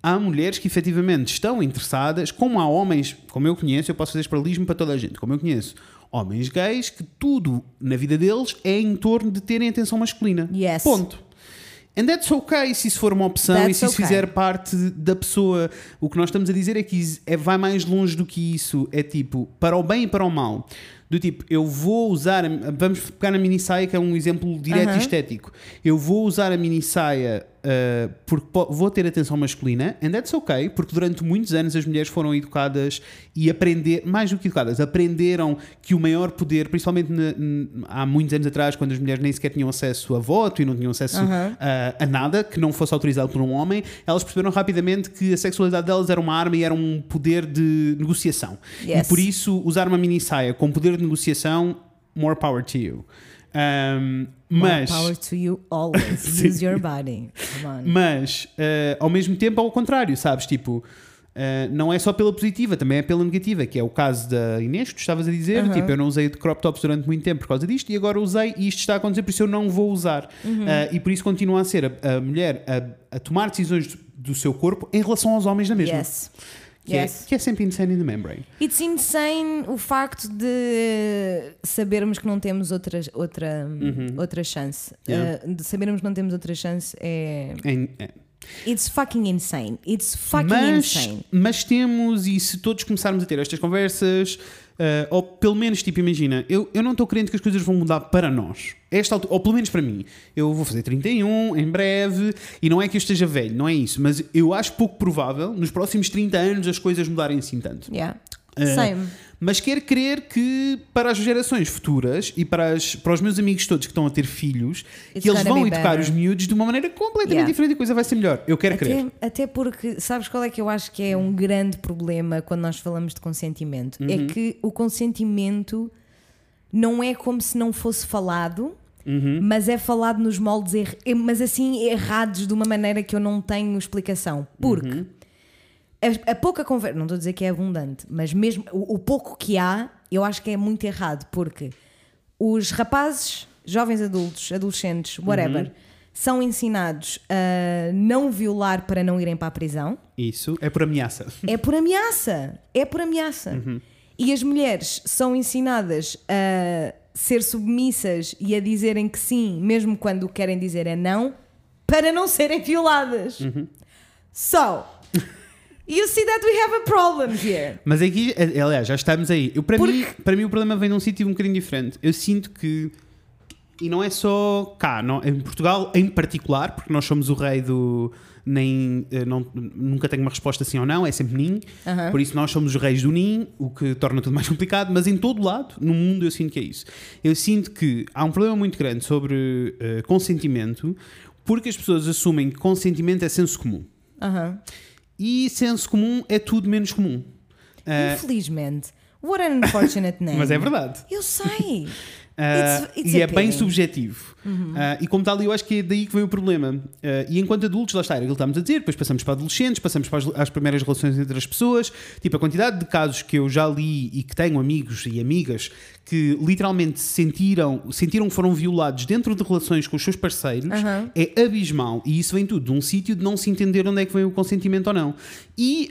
Speaker 2: há mulheres que efetivamente estão interessadas, como há homens, como eu conheço, eu posso fazer paralelismo para toda a gente, como eu conheço, homens gays que tudo na vida deles é em torno de terem atenção masculina.
Speaker 1: Yes.
Speaker 2: Ponto. And that's okay se isso for uma opção e
Speaker 1: That's
Speaker 2: se isso
Speaker 1: okay.
Speaker 2: fizer parte da pessoa. O que nós estamos a dizer é que is- é, vai mais longe do que isso. É tipo, para o bem e para o mal. Do tipo, eu vou usar. a- Vamos pegar na mini saia, que é um exemplo direto e
Speaker 1: Aham.
Speaker 2: estético. Eu vou usar a mini saia ah, porque po- vou ter atenção masculina. And that's okay, porque durante muitos anos as mulheres foram educadas e aprender, mais do que educadas, aprenderam que o maior poder, principalmente na- n- há muitos anos atrás, quando as mulheres nem sequer tinham acesso a voto e não tinham acesso eh,
Speaker 1: Aham.
Speaker 2: a- a nada que não fosse autorizado por um homem, elas perceberam rapidamente que a sexualidade delas era uma arma e era um poder de negociação.
Speaker 1: Yes.
Speaker 2: E por isso, usar uma mini saia com poder de negociação, more power to you. Um, (laughs) mas.
Speaker 1: More power to you
Speaker 2: (laughs)
Speaker 1: always. Use your body. Come on.
Speaker 2: Mas, eh, ao mesmo tempo, ao contrário, sabes? Tipo, eh, não é só pela positiva, também é pela negativa, que é o caso da Inês, que tu estavas a dizer.
Speaker 1: Aham.
Speaker 2: Tipo, eu não usei de crop tops durante muito tempo por causa disto e agora usei e isto está a acontecer, por isso eu não vou usar.
Speaker 1: Uhum.
Speaker 2: Eh, e por isso continua a ser a, a mulher a, a tomar decisões do, do seu corpo em relação aos homens na mesma.
Speaker 1: Yes.
Speaker 2: Que, é-
Speaker 1: Yes.
Speaker 2: que é, sempre insane in the membrane.
Speaker 1: It's insane o facto de sabermos que não temos outras, outra, outra chance.
Speaker 2: Uhum. Yeah.
Speaker 1: Uh, de sabermos que não temos outra chance é.
Speaker 2: Em- é.
Speaker 1: It's fucking insane. It's fucking
Speaker 2: mas,
Speaker 1: insane.
Speaker 2: mas temos, e se todos começarmos a ter estas conversas, eh, ou pelo menos, tipo, imagina, eu, eu não estou querendo que as coisas vão mudar para nós. Esta altura, ou pelo menos para mim. Eu vou fazer 31 em breve, e não é que eu esteja velho, não é isso, mas eu acho pouco provável nos próximos 30 anos as coisas mudarem assim tanto.
Speaker 1: Yeah.
Speaker 2: Eh,
Speaker 1: Same.
Speaker 2: Mas quero crer que para as gerações futuras e para, as- para os meus amigos todos que estão a ter filhos,
Speaker 1: It's
Speaker 2: que eles
Speaker 1: gonna
Speaker 2: vão
Speaker 1: be
Speaker 2: educar
Speaker 1: better.
Speaker 2: os miúdos de uma maneira completamente
Speaker 1: Yeah.
Speaker 2: diferente e a coisa vai ser melhor. Eu quero crer.
Speaker 1: Até, até porque, sabes qual é que eu acho que é um grande problema quando nós falamos de consentimento?
Speaker 2: Uhum.
Speaker 1: É que o consentimento não é como se não fosse falado,
Speaker 2: Uhum.
Speaker 1: mas é falado nos moldes, er- mas assim errados de uma maneira que eu não tenho explicação. Porque
Speaker 2: Uhum.
Speaker 1: a, a pouca conversa, não estou a dizer que é abundante, mas mesmo o, o pouco que há, eu acho que é muito errado, porque os rapazes, jovens adultos, adolescentes, whatever, são ensinados a não violar para não irem para a prisão.
Speaker 2: Isso é por ameaça.
Speaker 1: É por ameaça. É por ameaça.
Speaker 2: Uhum.
Speaker 1: E as mulheres são ensinadas a ser submissas e a dizerem que sim, mesmo quando o que querem dizer é não, para não serem violadas.
Speaker 2: Uhum.
Speaker 1: So, you see that we have a problem here.
Speaker 2: Mas aqui, eh, aliás, já estamos aí. Eu, para,
Speaker 1: Porque-
Speaker 2: mim, para mim, o problema vem de um sítio um bocadinho diferente. Eu sinto que. E não é só cá, não, em Portugal em particular, porque nós somos o rei do. Nem, eh, não- nunca tenho uma resposta sim ou não, é sempre NIM.
Speaker 1: Aham.
Speaker 2: Por isso, nós somos os reis do NIM, o que torna tudo mais complicado, mas em todo lado, no mundo, eu sinto que é isso. Eu sinto que há um problema muito grande sobre eh, consentimento, porque as pessoas assumem que consentimento é senso comum.
Speaker 1: Aham.
Speaker 2: E senso comum é tudo menos comum. Ah,
Speaker 1: Uh, Infelizmente. What an unfortunate name.
Speaker 2: (laughs) mas é verdade.
Speaker 1: Eu
Speaker 2: (laughs)
Speaker 1: sei.
Speaker 2: Ah,
Speaker 1: It's- Uhum. it's
Speaker 2: e é bem
Speaker 1: appealing.
Speaker 2: subjetivo. Ah, e como tal, eu acho que é daí que vem o problema. Ah, e enquanto adultos, lá está, era aquilo que estávamos a dizer, depois passamos para adolescentes, passamos para as, as primeiras relações entre as pessoas. Tipo, a quantidade de casos que eu já li e que tenho amigos e amigas que literalmente sentiram, sentiram que foram violados dentro de relações com os seus parceiros
Speaker 1: Aham.
Speaker 2: é abismal. E isso vem tudo de um sítio de não se entender onde é que vem o consentimento ou não. E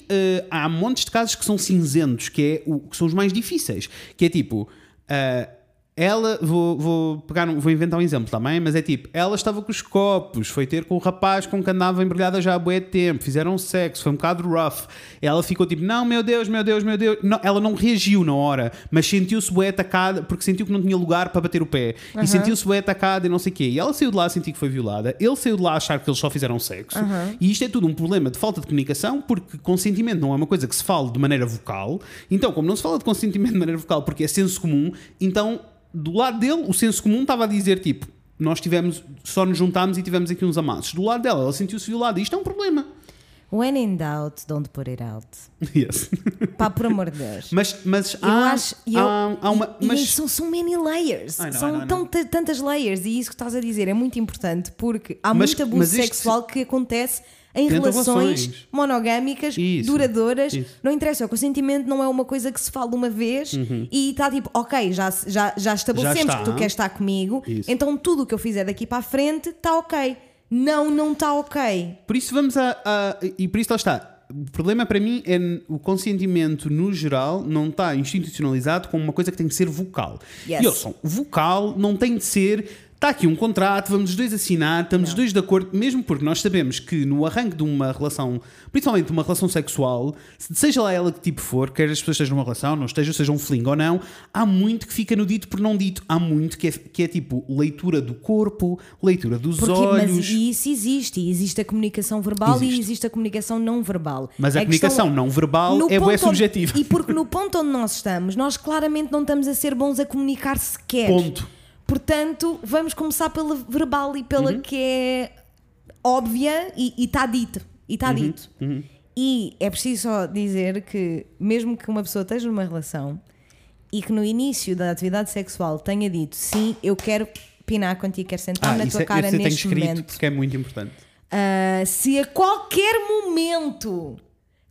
Speaker 2: ah, há montes de casos que são cinzentos, que, é o, que são os mais difíceis. Que é tipo. ah, Ela, vou, vou, pegar um- vou inventar um exemplo também, mas é tipo, ela estava com os copos, foi ter com o rapaz com que andava embrulhada já há bué de tempo, fizeram sexo, foi um bocado rough. Ela ficou tipo, não, meu Deus, meu Deus, meu Deus. Não, ela não reagiu na hora, mas sentiu-se bué atacada, porque sentiu que não tinha lugar para bater o pé. E sentiu-se bué atacada e não sei o quê. E ela saiu de lá assim, a sentir que foi violada, ele saiu de lá a achar que eles só fizeram sexo. E isto é tudo um problema de falta de comunicação, porque consentimento não é uma coisa que se fale de maneira vocal. Então, como não se fala de consentimento de maneira vocal, porque é senso comum, então do lado dele, o senso comum estava a dizer tipo, nós tivemos, só nos juntámos e tivemos aqui uns amassos. Do lado dela, ela sentiu-se violada. Isto é um problema. (laughs)
Speaker 1: When in doubt, don't put it out.
Speaker 2: Yes.
Speaker 1: Pá, por amor de Deus.
Speaker 2: Mas, mas
Speaker 1: Eu
Speaker 2: há,
Speaker 1: acho.
Speaker 2: há,
Speaker 1: Eu,
Speaker 2: há uma.
Speaker 1: e- e
Speaker 2: mas-
Speaker 1: são so many layers.
Speaker 2: I know, I
Speaker 1: são
Speaker 2: know, I
Speaker 1: tão- ta- tantas layers. E isso que estás a dizer é muito importante porque há
Speaker 2: Mas-
Speaker 1: muito abuso
Speaker 2: mas isto-
Speaker 1: sexual que acontece em
Speaker 2: Dentro de
Speaker 1: relações
Speaker 2: relações.
Speaker 1: monogâmicas,
Speaker 2: Isso,
Speaker 1: duradouras.
Speaker 2: isso.
Speaker 1: Não interessa. O consentimento não é uma coisa que se fala uma vez e está tipo, ok, já, se- já, já estabelecemos
Speaker 2: Uhum.
Speaker 1: que
Speaker 2: está.
Speaker 1: tu queres estar comigo,
Speaker 2: Isso.
Speaker 1: então tudo o que eu fizer daqui para a frente está ok. Não, não está ok.
Speaker 2: Por isso vamos a, a- E por isso lá está. O problema para mim é n- o consentimento no geral não está institucionalizado como uma coisa que tem que ser vocal.
Speaker 1: Yes.
Speaker 2: E ouçam, vocal não tem de ser. Está aqui um contrato, vamos os dois assinar, estamos os dois de acordo, mesmo porque nós sabemos que no arranque de uma relação, principalmente de uma relação sexual, se- seja lá ela que tipo for, quer as pessoas estejam numa relação, não estejam, seja um fling ou não, há muito que fica no dito por não dito, há muito que é, que é tipo leitura do corpo, leitura dos
Speaker 1: Porque,
Speaker 2: olhos.
Speaker 1: Mas isso existe, e existe a comunicação verbal e
Speaker 2: Existe.
Speaker 1: existe a comunicação não verbal.
Speaker 2: Mas a,
Speaker 1: questão
Speaker 2: comunicação
Speaker 1: é-
Speaker 2: não verbal
Speaker 1: no
Speaker 2: é
Speaker 1: ponto
Speaker 2: bué
Speaker 1: onde-
Speaker 2: subjetiva.
Speaker 1: E porque no ponto onde nós estamos, nós claramente não estamos a ser bons a comunicar sequer.
Speaker 2: Ponto.
Speaker 1: Portanto, vamos começar pela verbal e pela
Speaker 2: Uhum.
Speaker 1: que é óbvia e está dito. E
Speaker 2: Uhum,
Speaker 1: está dito. E é preciso só dizer que, mesmo que uma pessoa esteja numa relação e que no início da atividade sexual tenha dito sim, eu quero pinar contigo, quero sentar-me na
Speaker 2: isso
Speaker 1: tua
Speaker 2: é-
Speaker 1: cara
Speaker 2: isso eu tenho
Speaker 1: neste
Speaker 2: escrito
Speaker 1: momento.
Speaker 2: porque é muito importante.
Speaker 1: Uh, se a qualquer momento,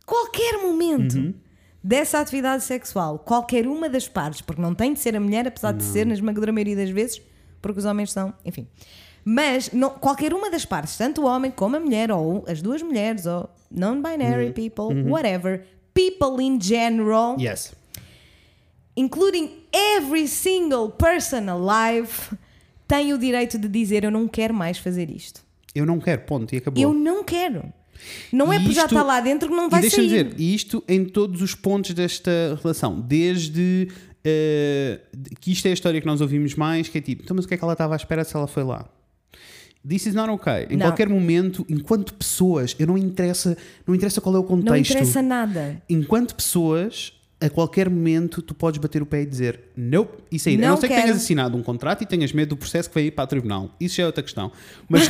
Speaker 1: qualquer momento dessa atividade sexual, qualquer uma das partes, porque não tem de ser a mulher, apesar de ser, na esmagadora maioria das vezes, porque os homens são, enfim. Mas não- qualquer uma das partes, tanto o homem como a mulher, ou as duas mulheres, ou non-binary people, whatever, people in general,
Speaker 2: Yes.
Speaker 1: including every single person alive, tem o direito de dizer: Eu não quero mais fazer isto.
Speaker 2: Eu não quero, ponto, e acabou.
Speaker 1: Eu não quero. Não é
Speaker 2: E
Speaker 1: porque já
Speaker 2: isto-
Speaker 1: está lá dentro que não
Speaker 2: e
Speaker 1: vai
Speaker 2: deixa-me
Speaker 1: sair.
Speaker 2: dizer, e isto em todos os pontos desta relação, desde eh, de- que isto é a história que nós ouvimos mais, que é tipo, então, mas o que é que ela estava à espera se ela foi lá? This is not okay. Em
Speaker 1: Não.
Speaker 2: qualquer momento, enquanto pessoas, eu não interessa, não interessa qual é o contexto.
Speaker 1: não interessa
Speaker 2: (laughs)
Speaker 1: nada.
Speaker 2: enquanto pessoas, a qualquer momento tu podes bater o pé e dizer nope e sair. a
Speaker 1: Não
Speaker 2: não ser que
Speaker 1: quero.
Speaker 2: tenhas assinado um contrato e tenhas medo do processo que vai ir para o tribunal. Isso já é outra questão. Mas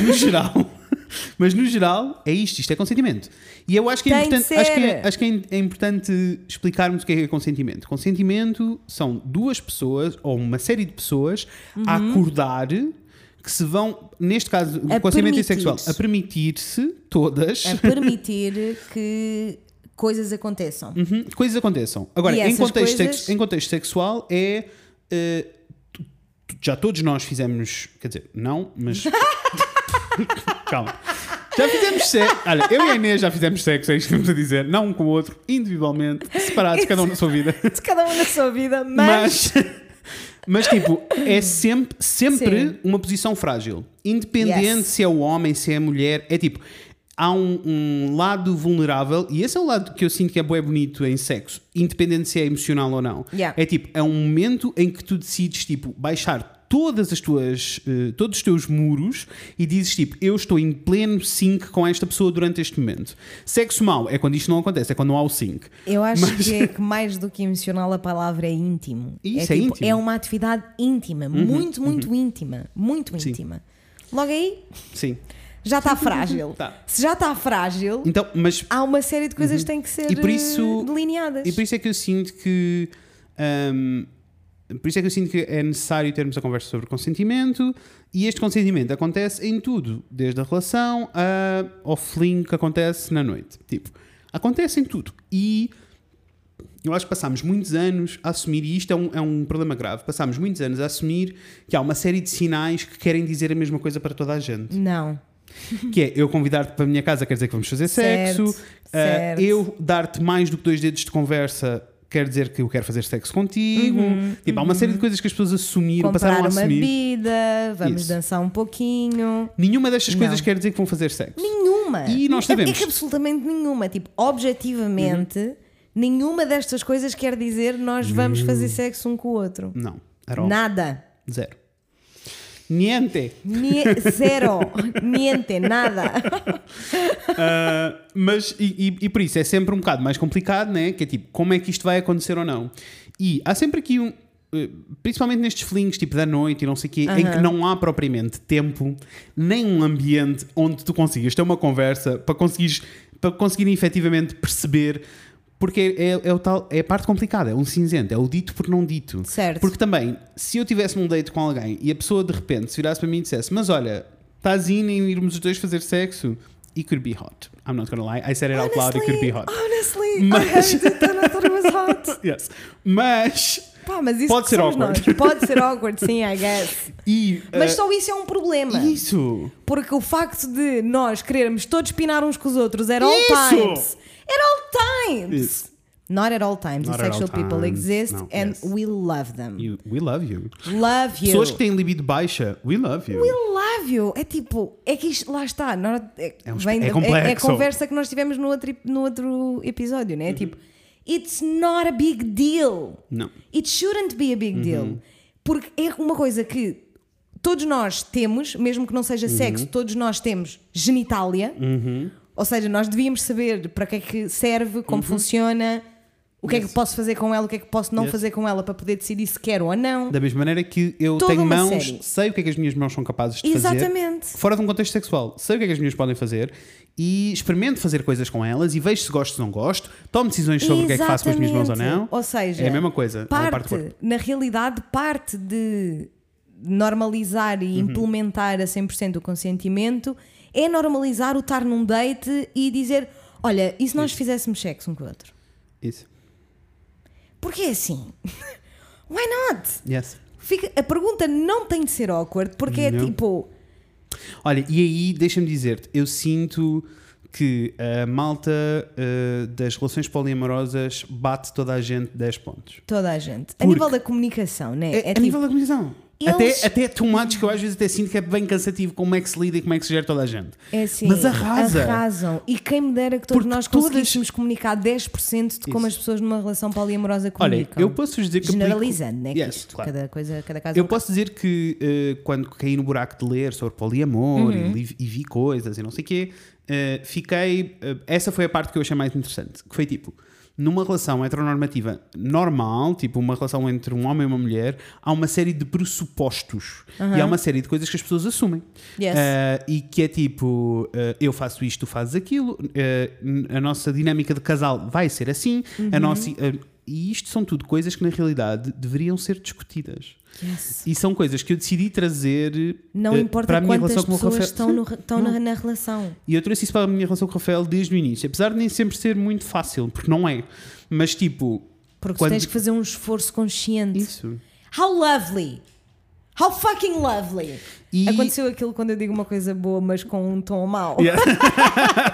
Speaker 1: (laughs)
Speaker 2: no geral, (laughs) mas no geral é isto, isto é consentimento. E eu acho que é
Speaker 1: Tem de
Speaker 2: importante, acho que é,
Speaker 1: ser.
Speaker 2: acho que é im- é importante explicarmos o que é, que é consentimento. Consentimento são duas pessoas ou uma série de pessoas a acordar que se vão, neste caso,
Speaker 1: Uhum. A
Speaker 2: consentimento é sexual,
Speaker 1: permitir-se.
Speaker 2: a permitir-se todas
Speaker 1: A permitir que coisas aconteçam.
Speaker 2: Uhum, coisas aconteçam. Agora,
Speaker 1: E
Speaker 2: em
Speaker 1: essas
Speaker 2: contexto,
Speaker 1: coisas-
Speaker 2: sex- em contexto sexual é. eh, tu- tu- já todos nós fizemos. Quer dizer, não,
Speaker 1: (laughs)
Speaker 2: mas. Calma. Já fizemos sexo. Olha, eu e a Inês já fizemos sexo, é isto que estamos a dizer. Não um com o outro, individualmente, separados, cada um na sua vida.
Speaker 1: De cada um na sua vida, mas,
Speaker 2: Mas. (laughs) Mas, tipo, é sempre, sempre
Speaker 1: Sim.
Speaker 2: uma posição frágil. Independente
Speaker 1: Yes.
Speaker 2: se é o homem, se é a mulher. É tipo, há um, um lado vulnerável, e esse é o lado que eu sinto que é bué bonito em sexo, independente se é emocional ou não.
Speaker 1: Yeah.
Speaker 2: É tipo, é um momento em que tu decides, tipo, baixar todas as tuas, eh, todos os teus muros e dizes, tipo, eu estou em pleno sync com esta pessoa durante este momento. Sexo mau é quando isto não acontece, é quando não há o sync.
Speaker 1: eu acho que, é que mais do que emocional a palavra é íntimo.
Speaker 2: Isso, é
Speaker 1: tipo,
Speaker 2: íntimo. Uhum,
Speaker 1: é uma atividade íntima, muito, muito íntima. Muito íntima. Logo aí,
Speaker 2: Sim.
Speaker 1: já
Speaker 2: (laughs)
Speaker 1: está frágil.
Speaker 2: Tá.
Speaker 1: Se já está frágil,
Speaker 2: Então, mas
Speaker 1: há uma série de coisas que têm que ser
Speaker 2: E por isso-
Speaker 1: eh, delineadas.
Speaker 2: E por isso é que eu sinto que. hum, por isso é que eu sinto que é necessário termos a conversa sobre consentimento e este consentimento acontece em tudo, desde a relação a, ao fling que acontece na noite. Tipo, acontece em tudo. E eu acho que passámos muitos anos a assumir, e isto é um, é um problema grave, passámos muitos anos a assumir que há uma série de sinais que querem dizer a mesma coisa para toda a gente
Speaker 1: Não.
Speaker 2: que é eu convidar-te para a minha casa quer dizer que vamos fazer
Speaker 1: Certo,
Speaker 2: sexo, ah,
Speaker 1: certo.
Speaker 2: eu dar-te mais do que dois dedos de conversa quer dizer que eu quero fazer sexo contigo. tipo, há uma série de coisas que as pessoas assumiram,
Speaker 1: Uhum, Comprar
Speaker 2: passaram a
Speaker 1: uma
Speaker 2: um assumir.
Speaker 1: bebida, vamos
Speaker 2: Isso.
Speaker 1: dançar um pouquinho.
Speaker 2: Nenhuma destas coisas
Speaker 1: Não.
Speaker 2: quer dizer que vão fazer sexo.
Speaker 1: Nenhuma.
Speaker 2: E nós sabemos. Uhum.
Speaker 1: É que absolutamente nenhuma. Tipo, objetivamente, nenhuma destas coisas quer dizer nós vamos fazer sexo um com o outro.
Speaker 2: Não, era all.
Speaker 1: Nada.
Speaker 2: Zero. Niente.
Speaker 1: Nie-
Speaker 2: (laughs)
Speaker 1: zero. Niente, nada.
Speaker 2: Ah, mas, e, e- e por isso, é sempre um bocado mais complicado, né? Que é tipo, como é que isto vai acontecer ou não? E há sempre aqui um. eh, Principalmente nestes flings, tipo da noite e não sei o quê, em que não há propriamente tempo, nem um ambiente onde tu consigas ter uma conversa para conseguires para conseguirem efetivamente perceber. Porque é, é o tal, é a parte complicada, é um cinzento, é o dito por não dito.
Speaker 1: Certo.
Speaker 2: Porque também, se eu tivesse um date com alguém e a pessoa de repente se virasse para mim e dissesse: Mas olha, estás indo em irmos os dois fazer sexo? It could be hot. I'm not gonna lie, I said it out loud, it could be hot.
Speaker 1: honestly,
Speaker 2: (laughs) Mas-
Speaker 1: I haven't done that when it was hot.
Speaker 2: Yes. Mas.
Speaker 1: Pá, mas isso
Speaker 2: Pode
Speaker 1: que
Speaker 2: ser
Speaker 1: somos
Speaker 2: awkward.
Speaker 1: nós. Pode ser awkward, sim, I guess.
Speaker 2: E.
Speaker 1: Mas
Speaker 2: (laughs) eh,
Speaker 1: só isso é um problema.
Speaker 2: Isso!
Speaker 1: Porque o facto de nós querermos todos pinar uns com os outros at all
Speaker 2: Isso!
Speaker 1: times. At all times!
Speaker 2: Isso.
Speaker 1: Not at all times.
Speaker 2: Not at all
Speaker 1: Sexual people
Speaker 2: times.
Speaker 1: exist
Speaker 2: No,
Speaker 1: and
Speaker 2: yes.
Speaker 1: we love them.
Speaker 2: You- we love you.
Speaker 1: Love you.
Speaker 2: Pessoas que têm libido baixa, we love you.
Speaker 1: We love you. É tipo, é que isto, lá está. nós- é,
Speaker 2: É um esp-
Speaker 1: vem
Speaker 2: é
Speaker 1: da-
Speaker 2: complexo. Uhum.
Speaker 1: a conversa que nós tivemos no outro, ep- no outro episódio, né? É Tipo, it's not a big deal.
Speaker 2: Não.
Speaker 1: It shouldn't be a big deal. Porque é uma coisa que todos nós temos, mesmo que não seja sexo, todos nós temos genitália. Ou seja, nós devíamos saber para que é que serve, como funciona, o que é que posso fazer com ela, o que é que posso não
Speaker 2: Yes.
Speaker 1: fazer com ela para poder decidir se quero ou não.
Speaker 2: Da mesma maneira que eu
Speaker 1: Toda
Speaker 2: tenho
Speaker 1: uma
Speaker 2: mãos,
Speaker 1: série.
Speaker 2: sei o que é que as minhas mãos são capazes de
Speaker 1: Exatamente.
Speaker 2: fazer. Fora de um contexto sexual, sei o que é que as minhas podem fazer e experimento fazer coisas com elas e vejo se gosto ou não gosto, tomo decisões sobre o que é que faço com as minhas mãos ou não.
Speaker 1: Exatamente. Ou seja,
Speaker 2: é a mesma coisa. é uma parte do
Speaker 1: Parte,
Speaker 2: corpo.
Speaker 1: na realidade, parte de normalizar
Speaker 2: Uhum.
Speaker 1: e implementar a 100% o consentimento é normalizar o estar num date e dizer: Olha, e se nós fizéssemos sexo um com o outro?
Speaker 2: Isso.
Speaker 1: Porque é assim. (laughs) Why not?
Speaker 2: Yes.
Speaker 1: Fica- a pergunta não tem de ser awkward, porque é
Speaker 2: Não.
Speaker 1: tipo.
Speaker 2: Olha, e aí deixa-me dizer-te, eu sinto que a malta eh, das relações poliamorosas bate toda a gente 10 pontos.
Speaker 1: Toda a gente.
Speaker 2: Porque-
Speaker 1: A nível da comunicação, né?
Speaker 2: É, a
Speaker 1: É tipo,
Speaker 2: nível da comunicação.
Speaker 1: Eles-
Speaker 2: Até, até tomates que eu às vezes até sinto que é bem cansativo como é que se lida e como é que se gera toda a gente.
Speaker 1: É assim,
Speaker 2: Mas arrasa.
Speaker 1: arrasam. E quem me dera que todos
Speaker 2: Porque
Speaker 1: nós
Speaker 2: todas-
Speaker 1: conseguíssemos comunicar 10% de como as pessoas numa relação poliamorosa
Speaker 2: Olha,
Speaker 1: comunicam.
Speaker 2: eu posso dizer que. aplico-
Speaker 1: Generalizando, né? que
Speaker 2: Yes,
Speaker 1: isto,
Speaker 2: claro.
Speaker 1: cada, coisa, cada caso. é
Speaker 2: Eu
Speaker 1: um
Speaker 2: posso dizer que eh, quando caí no buraco de ler sobre poliamor e, li- e vi coisas e não sei o quê, eh, fiquei. eh, essa foi a parte que eu achei mais interessante. Que foi tipo, numa relação heteronormativa normal, tipo uma relação entre um homem e uma mulher, há uma série de pressupostos e há uma série de coisas que as pessoas assumem.
Speaker 1: Yes.
Speaker 2: Eh, e que é tipo, eh, eu faço isto, tu fazes aquilo, eh, n- a nossa dinâmica de casal vai ser assim, a nossa. eh, e isto são tudo coisas que na realidade deveriam ser discutidas.
Speaker 1: um- Yes.
Speaker 2: E são coisas que eu decidi trazer
Speaker 1: Não
Speaker 2: eh, para
Speaker 1: importa
Speaker 2: a minha
Speaker 1: quantas
Speaker 2: relação com o
Speaker 1: pessoas
Speaker 2: Rafael.
Speaker 1: estão, no, re- estão na, na relação.
Speaker 2: E eu trouxe isso para a minha relação com o Rafael desde o início. Apesar de nem sempre ser muito fácil, porque não é. Mas tipo.
Speaker 1: Porque tu
Speaker 2: quando-
Speaker 1: tens que fazer um esforço consciente.
Speaker 2: Isso.
Speaker 1: How lovely! How fucking lovely!
Speaker 2: E-
Speaker 1: Aconteceu aquilo quando eu digo uma coisa boa, mas com um tom mau.
Speaker 2: Yeah.
Speaker 1: (laughs)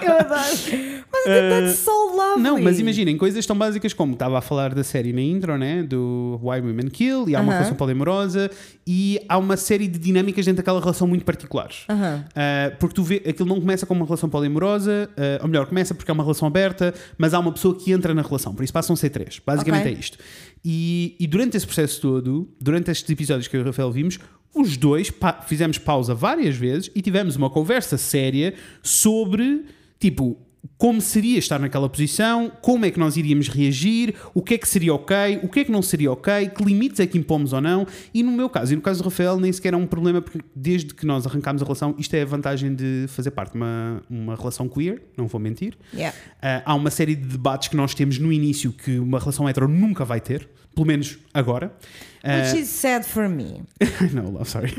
Speaker 2: Eh,
Speaker 1: eu adoro. Mas that's so lovely!
Speaker 2: Não, mas imaginem, coisas tão básicas como estava a falar da série na intro, né? Do Why Women Kill, e há uma
Speaker 1: Aham.
Speaker 2: relação poliamorosa, e há uma série de dinâmicas dentro daquela relação muito particulares.
Speaker 1: Aham.
Speaker 2: Ah, porque tu vê, aquilo não começa como uma relação poliamorosa, ah, ou melhor, começa porque é uma relação aberta, mas há uma pessoa que entra na relação, por isso passam a ser três. Basicamente
Speaker 1: Ok.
Speaker 2: é isto. E, e durante esse processo todo, durante estes episódios que eu e o Rafael vimos, os dois pa- fizemos pausa várias vezes e tivemos uma conversa séria sobre, tipo, como seria estar naquela posição, como é que nós iríamos reagir, o que é que seria ok, o que é que não seria ok, que limites é que impomos ou não. E no meu caso, e no caso do Rafael, nem sequer é um problema, porque desde que nós arrancámos a relação, isto é a vantagem de fazer parte de uma, uma relação queer, não vou mentir.
Speaker 1: Yeah.
Speaker 2: Ah, há uma série de debates que nós temos no início que uma relação hetero nunca vai ter, pelo menos agora. Ah, Eh,
Speaker 1: Which is sad for me.
Speaker 2: (laughs) não, love, sorry.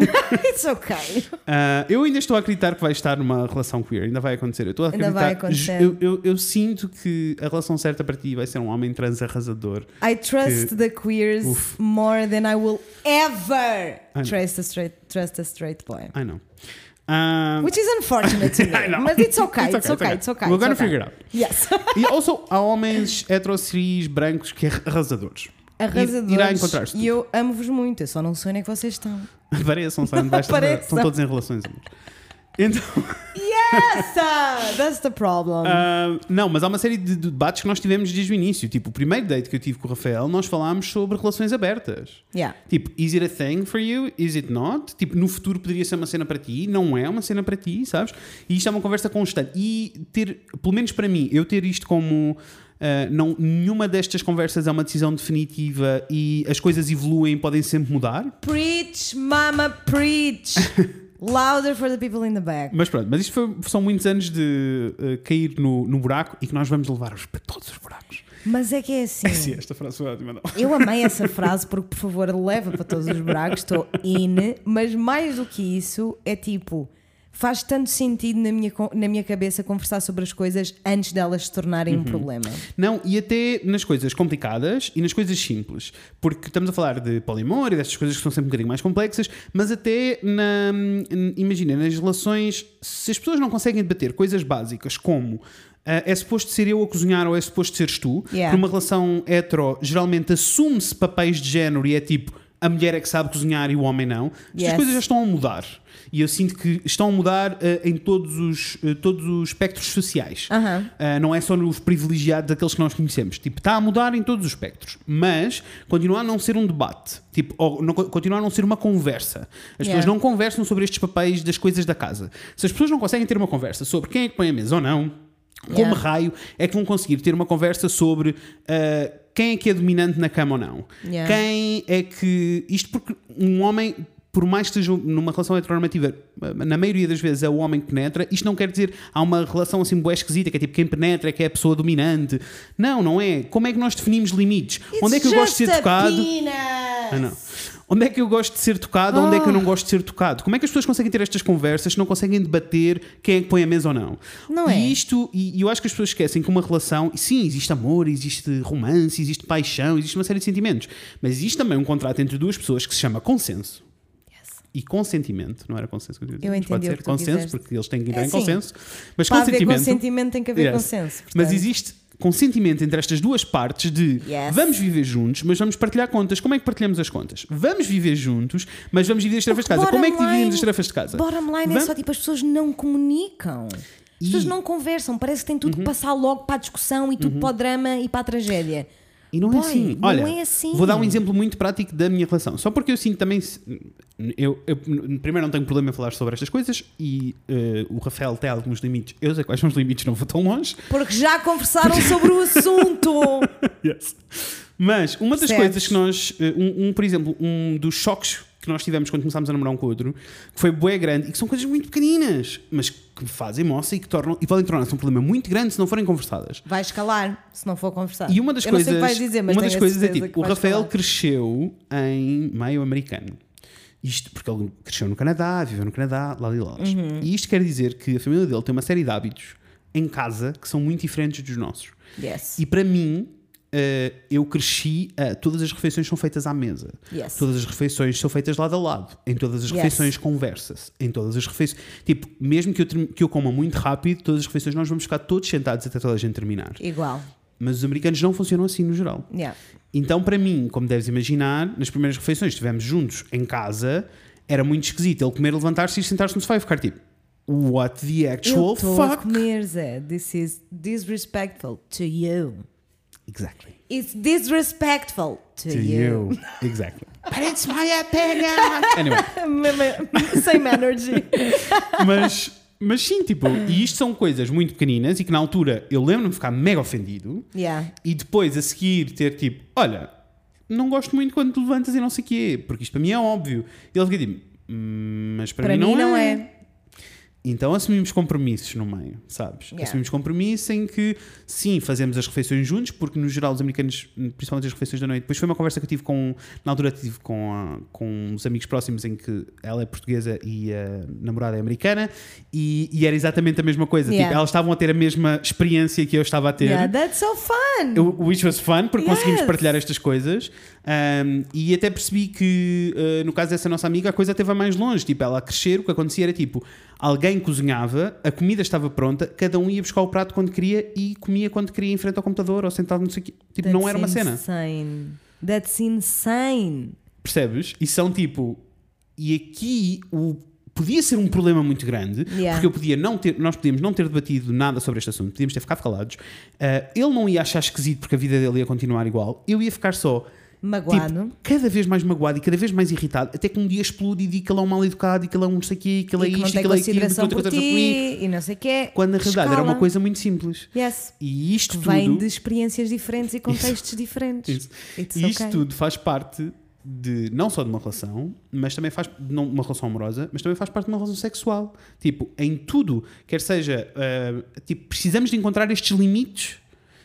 Speaker 1: It's okay.
Speaker 2: Ah, eu ainda estou a acreditar que vai estar numa relação queer, ainda vai acontecer. Eu estou a
Speaker 1: Ainda
Speaker 2: acreditar.
Speaker 1: vai acontecer.
Speaker 2: Eu, eu- eu sinto que a relação certa para ti vai ser um homem trans arrasador.
Speaker 1: (laughs) I trust
Speaker 2: Que-
Speaker 1: the queers
Speaker 2: Uf.
Speaker 1: more than I will ever
Speaker 2: know.
Speaker 1: trust a straight trust a straight boy.
Speaker 2: Ai não. Um, (laughs)
Speaker 1: Which is unfortunate to
Speaker 2: I
Speaker 1: me.
Speaker 2: know.
Speaker 1: Mas it's okay,
Speaker 2: (laughs) It's
Speaker 1: it's
Speaker 2: okay,
Speaker 1: okay, it's
Speaker 2: it's
Speaker 1: okay.
Speaker 2: okay. We're
Speaker 1: it's
Speaker 2: gonna
Speaker 1: okay.
Speaker 2: figure it out. (laughs)
Speaker 1: Yes.
Speaker 2: E also há homens heterossis brancos que é arrasadores. (laughs)
Speaker 1: Arrasadores.
Speaker 2: Irá encontrar-se
Speaker 1: E eu amo-vos muito, eu só não sei onde é que vocês estão.
Speaker 2: Apareçam, saem debaixo da-
Speaker 1: Apareçam.
Speaker 2: Estão todos em relações. amor. Então, (laughs)
Speaker 1: Yes! ah, That's the problem.
Speaker 2: ah, não, mas há uma série de de debates que nós tivemos desde o início. Tipo, o primeiro date que eu tive com o Rafael, nós falámos sobre relações abertas.
Speaker 1: yeah.
Speaker 2: Tipo, is it a thing for you? Is it not? Tipo, no futuro poderia ser uma cena para ti? Não é uma cena para ti, sabes? E isto é uma conversa constante. E ter, pelo menos para mim, eu ter isto como. ah, não, nenhuma destas conversas é uma decisão definitiva e as coisas evoluem, podem sempre mudar.
Speaker 1: Preach, mama,
Speaker 2: (laughs)
Speaker 1: preach. Louder for the people in the back.
Speaker 2: Mas pronto, mas isto foi- são muitos anos de eh, cair no, no buraco e que nós vamos levar-os para todos os buracos.
Speaker 1: Mas é que é assim.
Speaker 2: Sim, esta frase foi ótima, não.
Speaker 1: Eu amei essa frase porque, por favor, leva para todos os buracos, estou in, mas mais do que isso, é tipo, faz tanto sentido na minha, con- na minha cabeça conversar sobre as coisas antes delas se tornarem
Speaker 2: Uhum.
Speaker 1: um problema.
Speaker 2: Não, e até nas coisas complicadas e nas coisas simples. Porque estamos a falar de polimor e destas coisas que são sempre um bocadinho mais complexas, mas até na. hum, Imagina, nas relações. Se as pessoas não conseguem debater coisas básicas como. ah, é suposto ser eu a cozinhar ou é suposto seres tu?
Speaker 1: Yeah.
Speaker 2: Numa relação hetero, geralmente assume-se papéis de género e é tipo a mulher é que sabe cozinhar e o homem não. Estas
Speaker 1: Yes.
Speaker 2: coisas já estão a mudar. E eu sinto que estão a mudar eh, em todos os, eh, todos os espectros sociais.
Speaker 1: Aham.
Speaker 2: Uh, não é só nos privilegiados daqueles que nós conhecemos. Tipo, está a mudar em todos os espectros, mas continua a não ser um debate. Tipo, ou não- continua a não ser uma conversa. As
Speaker 1: Yeah.
Speaker 2: pessoas não conversam sobre estes papéis das coisas da casa. Se as pessoas não conseguem ter uma conversa sobre quem é que põe a mesa ou não, como
Speaker 1: Yeah.
Speaker 2: raio é que vão conseguir ter uma conversa sobre. uh, quem é que é dominante na cama ou não?
Speaker 1: Yeah.
Speaker 2: Quem é que. Isto porque um homem, por mais que esteja numa relação heteronormativa, na maioria das vezes é o homem que penetra, isto não quer dizer há uma relação assim boa esquisita, que é tipo quem penetra é que é a pessoa dominante. Não, não é. Como é que nós definimos limites? Onde é que eu gosto de ser tocado? Ah, não. Onde é que eu gosto de ser tocado? Onde é que eu
Speaker 1: Ah.
Speaker 2: não gosto de ser tocado? Como é que as pessoas conseguem ter estas conversas se não conseguem debater quem é que põe a mesa ou não?
Speaker 1: Não
Speaker 2: e
Speaker 1: é?
Speaker 2: isto, e e eu acho que as pessoas esquecem que uma relação, e sim, existe amor, existe romance, existe paixão, existe uma série de sentimentos, mas existe também um contrato entre duas pessoas que se chama consenso. E consentimento, não era consenso que eu queria dizer,
Speaker 1: Eu
Speaker 2: mas
Speaker 1: entendi
Speaker 2: pode
Speaker 1: o
Speaker 2: ser
Speaker 1: que tu
Speaker 2: consenso,
Speaker 1: quiseste.
Speaker 2: porque eles têm que entrar
Speaker 1: É
Speaker 2: em
Speaker 1: assim.
Speaker 2: consenso, mas
Speaker 1: Para haver
Speaker 2: consentimento.
Speaker 1: consentimento tem que haver
Speaker 2: Yes.
Speaker 1: consenso.
Speaker 2: Mas
Speaker 1: portanto.
Speaker 2: existe consentimento entre estas duas partes de
Speaker 1: Yes.
Speaker 2: vamos viver juntos, mas vamos partilhar contas. Como é que partilhamos as contas? Vamos viver juntos, mas vamos dividir as tarefas de casa.
Speaker 1: Bottom
Speaker 2: Como é que dividimos
Speaker 1: line-
Speaker 2: as tarefas de casa?
Speaker 1: Bottom line é
Speaker 2: Vam-
Speaker 1: só tipo, as pessoas não comunicam. As pessoas
Speaker 2: E- Uhum.
Speaker 1: não conversam, parece que tem tudo que passar logo para a discussão e tudo para o drama e para a tragédia.
Speaker 2: E não é
Speaker 1: Boy,
Speaker 2: assim.
Speaker 1: não
Speaker 2: Olha,
Speaker 1: é assim.
Speaker 2: vou dar um exemplo muito prático da minha relação. Só porque eu sinto também. se- Eu, eu, primeiro, não tenho problema em falar sobre estas coisas e eh, o Rafael tem alguns limites. Eu sei quais são os limites, não vou tão longe.
Speaker 1: Porque já conversaram sobre o
Speaker 2: (laughs)
Speaker 1: assunto.
Speaker 2: Yes. Mas uma das
Speaker 1: Percebes?
Speaker 2: coisas que nós. eh, Um, um, por exemplo, um dos choques que nós tivemos quando começámos a namorar um com o outro, que foi bué grande e que são coisas muito pequeninas, mas que fazem moça e que tornam. e podem tornar-se um problema muito grande se não forem conversadas.
Speaker 1: Vai escalar se não for conversar.
Speaker 2: E uma das
Speaker 1: Eu
Speaker 2: coisas.
Speaker 1: Não sei o que vais dizer, mas
Speaker 2: uma
Speaker 1: tenho
Speaker 2: das
Speaker 1: a
Speaker 2: coisas é
Speaker 1: certeza que
Speaker 2: tipo, o
Speaker 1: vais
Speaker 2: Rafael
Speaker 1: falar.
Speaker 2: cresceu em meio americano. Isto porque ele cresceu no Canadá, viveu no Canadá, lá e lá.
Speaker 1: Uhum.
Speaker 2: E isto quer dizer que a família dele tem uma série de hábitos em casa que são muito diferentes dos nossos.
Speaker 1: Yes.
Speaker 2: E para mim, eh, eu cresci. a- todas as refeições são feitas à mesa.
Speaker 1: Yes.
Speaker 2: Todas as refeições são feitas lado a lado. Em todas as
Speaker 1: Yes.
Speaker 2: refeições conversa-se. Em todas as refeições. Tipo, mesmo que eu, term- que eu coma muito rápido, todas as refeições nós vamos ficar todos sentados até toda a gente terminar.
Speaker 1: Igual.
Speaker 2: Mas os americanos não funcionam assim no geral.
Speaker 1: Yeah.
Speaker 2: Então, para mim, como deves imaginar, nas primeiras refeições que estivemos juntos em casa, era muito esquisito ele comer, levantar-se e sentar-se no sofá e ficar tipo. What the
Speaker 1: Eu
Speaker 2: actual
Speaker 1: estou a
Speaker 2: fuck?
Speaker 1: comer, Zé. This is disrespectful to you.
Speaker 2: Exactly.
Speaker 1: It's disrespectful to, (laughs) you.
Speaker 2: (laughs) Exactly. But it's my opinion. (laughs) Anyway,
Speaker 1: Sem
Speaker 2: (laughs)
Speaker 1: energy.
Speaker 2: mas, mas sim, tipo, e isto são coisas muito pequeninas e que na altura eu lembro-me de ficar mega ofendido
Speaker 1: Yeah.
Speaker 2: e depois a seguir ter tipo, olha, não gosto muito quando te levantas e não sei o quê, porque isto para mim é óbvio. E ele fica tipo, "Hum, mas para,
Speaker 1: Para
Speaker 2: mim,
Speaker 1: mim não
Speaker 2: é.
Speaker 1: é.
Speaker 2: Então assumimos compromissos no meio, sabes?
Speaker 1: Yeah.
Speaker 2: Assumimos compromissos em que, sim, fazemos as refeições juntos, porque no geral os americanos, principalmente as refeições da noite, depois foi uma conversa que eu tive com, na altura tive com, a- com os amigos próximos em que ela é portuguesa e a namorada é americana, e, e era exatamente a mesma coisa.
Speaker 1: Yeah.
Speaker 2: Tipo, elas estavam a ter a mesma experiência que eu estava a ter.
Speaker 1: Yeah, that's so fun!
Speaker 2: Eu- Which was fun, porque
Speaker 1: Yes.
Speaker 2: conseguimos partilhar estas coisas. Um, e até percebi que, uh, no caso dessa nossa amiga, a coisa até vai mais longe. Tipo, ela a crescer, o que acontecia era tipo: alguém cozinhava, a comida estava pronta, cada um ia buscar o prato quando queria e comia quando queria em frente ao computador ou sentado, não sei o quê. Tipo, não era uma cena.
Speaker 1: Insane. That's insane.
Speaker 2: Percebes? E são tipo. E aqui o. Podia ser um problema muito grande,
Speaker 1: Yeah.
Speaker 2: porque eu podia não ter, nós podíamos não ter debatido nada sobre este assunto, podíamos ter ficado calados. Ah, ele não ia achar esquisito porque a vida dele ia continuar igual. Eu ia ficar só
Speaker 1: Magoado.
Speaker 2: tipo, cada vez mais magoado e cada vez mais irritado, até que um dia explode e diz que ele é um mal educado e que ele é um não sei o quê, que ele é
Speaker 1: e que não
Speaker 2: isto
Speaker 1: tem
Speaker 2: e que ele é aquilo, que
Speaker 1: consideração
Speaker 2: não tem
Speaker 1: por
Speaker 2: consideração por mim.
Speaker 1: ti e não sei o quê.
Speaker 2: Quando na realidade era uma
Speaker 1: Escala.
Speaker 2: coisa muito simples.
Speaker 1: Yes.
Speaker 2: E isto
Speaker 1: Que vem
Speaker 2: tudo.
Speaker 1: de experiências
Speaker 2: (laughs)
Speaker 1: diferentes e contextos diferentes.
Speaker 2: Isso.
Speaker 1: It's
Speaker 2: E isto
Speaker 1: okay.
Speaker 2: tudo faz parte de não só de uma relação, mas também faz de não- uma relação amorosa, mas também faz parte de uma relação sexual. Tipo, em tudo, quer seja, ah, tipo, precisamos de encontrar estes limites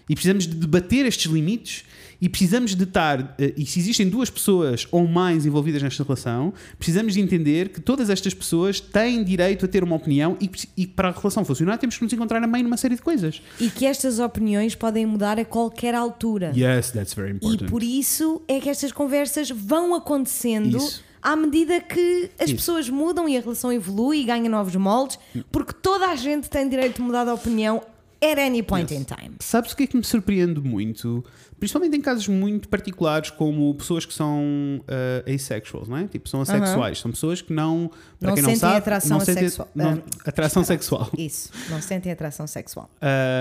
Speaker 2: e precisamos de debater estes limites e precisamos de estar, ah, e se existem duas pessoas ou mais envolvidas nesta relação, precisamos de entender que todas estas pessoas têm direito a ter uma opinião e, que- e que para a relação funcionar temos que nos encontrar a meio numa série de coisas.
Speaker 1: E que estas opiniões podem mudar a qualquer altura.
Speaker 2: Yes, that's very
Speaker 1: E por isso é que estas conversas vão acontecendo
Speaker 2: Isso.
Speaker 1: à medida que as
Speaker 2: Isso. Hum.
Speaker 1: pessoas mudam e a relação evolui e ganha novos moldes, porque toda a gente tem direito de mudar de opinião at any point in time.
Speaker 2: Sabes o que é que me surpreende muito? Principalmente em casos muito particulares, como pessoas que são ah, asexuals, não é? Tipo, são assexuais. São pessoas que não. Para
Speaker 1: Não
Speaker 2: quem
Speaker 1: sentem
Speaker 2: não sabe,
Speaker 1: atração
Speaker 2: não sentem-
Speaker 1: assexual.
Speaker 2: não-
Speaker 1: Ah,
Speaker 2: atração sexual.
Speaker 1: Isso, não sentem atração sexual.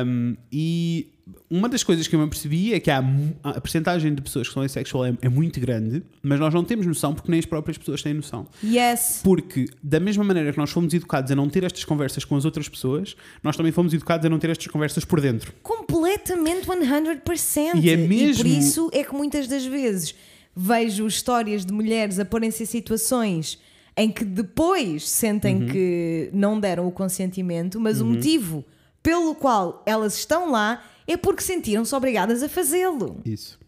Speaker 2: Um, e uma das coisas que eu me apercebi é que há, mu- a percentagem de pessoas que são asexual é, é muito grande, mas nós não temos noção porque nem as próprias pessoas têm noção.
Speaker 1: Yes.
Speaker 2: Porque, da mesma maneira que nós fomos educados a não ter estas conversas com as outras pessoas, nós também fomos educados a não ter estas conversas por dentro.
Speaker 1: Completamente 100%.
Speaker 2: E é
Speaker 1: por
Speaker 2: mesmo-
Speaker 1: isso é que muitas das vezes vejo histórias de mulheres a porem-se em situações em que depois sentem
Speaker 2: Uhum.
Speaker 1: que não deram o consentimento, mas o motivo pelo qual elas estão lá é porque sentiram-se obrigadas a fazê-lo.
Speaker 2: Isso.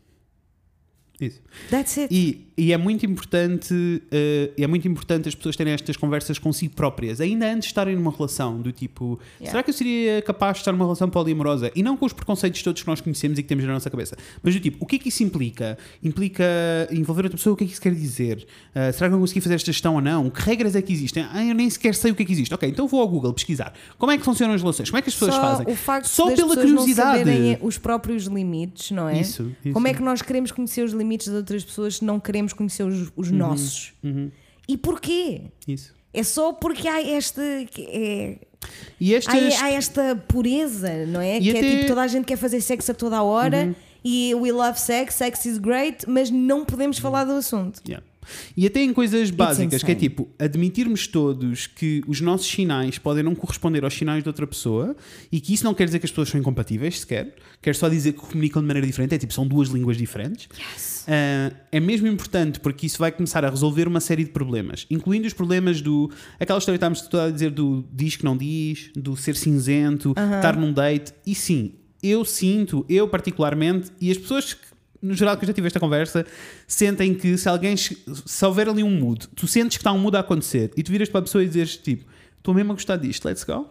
Speaker 2: Isso.
Speaker 1: That's it.
Speaker 2: E, e é muito importante eh, é muito importante as pessoas terem estas conversas consigo próprias, ainda antes de estarem numa relação do tipo,
Speaker 1: Yeah.
Speaker 2: será que eu seria capaz de estar numa relação poliamorosa? E não com os preconceitos todos que nós conhecemos e que temos na nossa cabeça, mas do tipo, o que é que isso implica? Implica envolver outra pessoa, o que é que isso quer dizer? Ah, será que eu consegui fazer esta gestão ou não? Que regras é que existem? Ah, eu nem sequer sei o que é que existe. Ok, então vou ao Google pesquisar. Como é que funcionam as relações? Como é que as pessoas
Speaker 1: Só
Speaker 2: fazem?
Speaker 1: O facto
Speaker 2: Só
Speaker 1: das
Speaker 2: pela
Speaker 1: pessoas
Speaker 2: curiosidade.
Speaker 1: Não saberem é os próprios limites, não é?
Speaker 2: Isso, isso.
Speaker 1: Como é que nós queremos conhecer os limites das outras pessoas se não queremos conhecer os, os
Speaker 2: Uhum.
Speaker 1: nossos? E porquê?
Speaker 2: Isso.
Speaker 1: É só porque há esta. É,
Speaker 2: E
Speaker 1: há,
Speaker 2: estas...
Speaker 1: há esta pureza, não é?
Speaker 2: E
Speaker 1: que é
Speaker 2: até- Uhum.
Speaker 1: tipo toda a gente quer fazer sexo a toda a hora e we love sex, sex is great, mas não podemos falar do assunto.
Speaker 2: Yeah. E até em coisas básicas, que é
Speaker 1: insane.
Speaker 2: tipo, admitirmos todos que os nossos sinais podem não corresponder aos sinais de outra pessoa e que isso não quer dizer que as pessoas são incompatíveis sequer, quer só dizer que comunicam de maneira diferente, é tipo, são duas línguas diferentes. Ah, é mesmo importante porque isso vai começar a resolver uma série de problemas, incluindo os problemas do. aquela história que estávamos toda a dizer do diz que não diz, do ser cinzento, estar num date, e sim. Eu sinto, eu particularmente, e as pessoas que no geral que eu já tive esta conversa, sentem que se alguém che- se houver ali um mood, tu sentes que está um mood a acontecer e tu viras para a pessoa e dizes tipo, estou mesmo a gostar disto, let's go.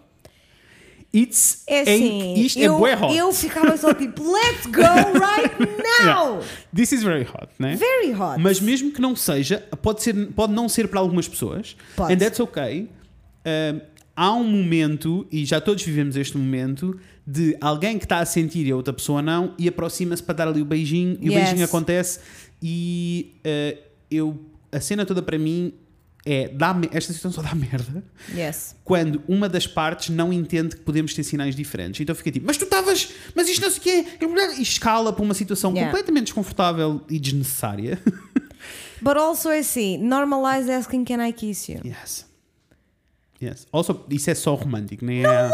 Speaker 2: It's
Speaker 1: É assim.
Speaker 2: em- isto
Speaker 1: eu,
Speaker 2: é bué hot.
Speaker 1: eu ficava só tipo, let's go right now!
Speaker 2: (laughs) Yeah. This is very hot, né?
Speaker 1: Very hot.
Speaker 2: Mas mesmo que não seja, pode, ser, pode não ser para algumas pessoas.
Speaker 1: Pode.
Speaker 2: And that's okay. Um, há um momento, e já todos vivemos este momento, de alguém que está a sentir e a outra pessoa não, e aproxima-se para dar ali o beijinho, e o
Speaker 1: Yes.
Speaker 2: beijinho acontece. E uh, eu, a cena toda para mim é: dá me- esta situação só dá merda
Speaker 1: Yes.
Speaker 2: quando uma das partes não entende que podemos ter sinais diferentes. Então fica tipo, mas tu estavas, mas isto não sei o quê, e escala para uma situação
Speaker 1: Yeah.
Speaker 2: completamente desconfortável
Speaker 1: (laughs)
Speaker 2: e desnecessária.
Speaker 1: But also é assim, normalize asking can I kiss you?
Speaker 2: Yes. Yes. Also, isso é só romântico, nem é.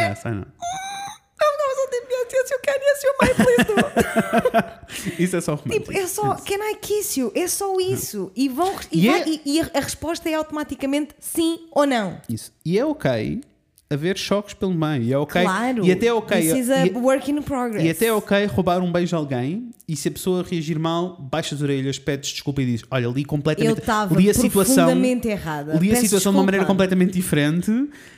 Speaker 2: Yes, I know. tipo,
Speaker 1: (laughs) Não, não, eu só tenho yes, yes, you can, yes, you might, please do.
Speaker 2: Isso é só romântico.
Speaker 1: Tipo, é só can I kiss you? É só isso. E, vão, e,
Speaker 2: Hum. E é-
Speaker 1: vai- e- e a, a resposta é automaticamente sim ou não.
Speaker 2: Isso. E é ok haver choques pelo meio. E é ok.
Speaker 1: Claro.
Speaker 2: E até é ok.
Speaker 1: This is a
Speaker 2: e-
Speaker 1: work in progress.
Speaker 2: E até é ok roubar um beijo a alguém e se a pessoa reagir mal, baixa as orelhas, pedes desculpa e diz: Olha, li completamente.
Speaker 1: Eu estava
Speaker 2: li a situação,
Speaker 1: profundamente errada.
Speaker 2: Li a
Speaker 1: Peço
Speaker 2: situação de uma
Speaker 1: desculpa.
Speaker 2: maneira completamente diferente.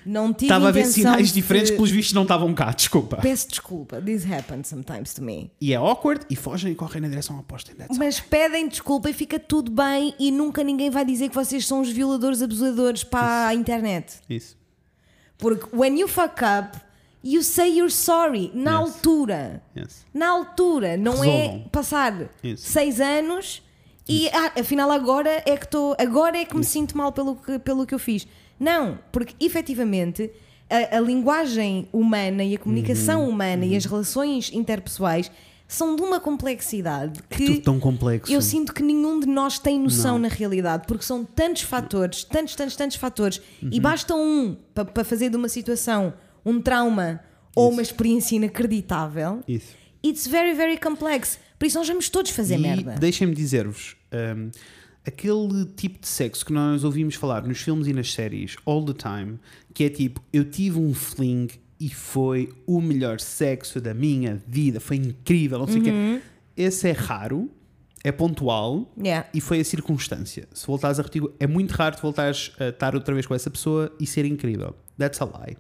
Speaker 1: Não tive
Speaker 2: Estava a ver
Speaker 1: intenção
Speaker 2: sinais
Speaker 1: de-
Speaker 2: diferentes, pelos vistos não estavam cá, desculpa.
Speaker 1: Peço desculpa. This happens sometimes to me.
Speaker 2: E é awkward e fogem e correm na direção oposta. and that's all.
Speaker 1: Mas pedem desculpa e fica tudo bem e nunca ninguém vai dizer que vocês são os violadores abusadores para a internet.
Speaker 2: Isso.
Speaker 1: Porque when you fuck up, you say you're sorry na
Speaker 2: Yes.
Speaker 1: altura.
Speaker 2: Yes.
Speaker 1: Na altura, não
Speaker 2: Resolvam.
Speaker 1: é passar
Speaker 2: Isso.
Speaker 1: seis anos e ah, afinal agora é que estou, agora é que me sinto mal pelo que, pelo que eu fiz. Não, porque efetivamente a, a linguagem humana e a comunicação
Speaker 2: Uhum,
Speaker 1: humana e as relações interpessoais são de uma complexidade que
Speaker 2: É tudo tão complexo.
Speaker 1: eu sinto que nenhum de nós tem noção na realidade, porque são tantos fatores, tantos, tantos, tantos fatores,
Speaker 2: Uhum.
Speaker 1: e basta um para fazer de uma situação um trauma ou uma experiência inacreditável.
Speaker 2: Isso.
Speaker 1: It's very, very complex. Por isso nós vamos todos fazer
Speaker 2: e
Speaker 1: merda.
Speaker 2: Deixem-me dizer-vos: hum, aquele tipo de sexo que nós ouvimos falar nos filmes e nas séries all the time, que é tipo, eu tive um fling e foi o melhor sexo da minha vida, foi incrível, não sei o
Speaker 1: Uhum.
Speaker 2: quê. Esse é raro, é pontual.
Speaker 1: Yeah.
Speaker 2: E foi a circunstância. Se voltares a repetir, é muito raro tu voltares a estar outra vez com essa pessoa e ser incrível. That's a lie.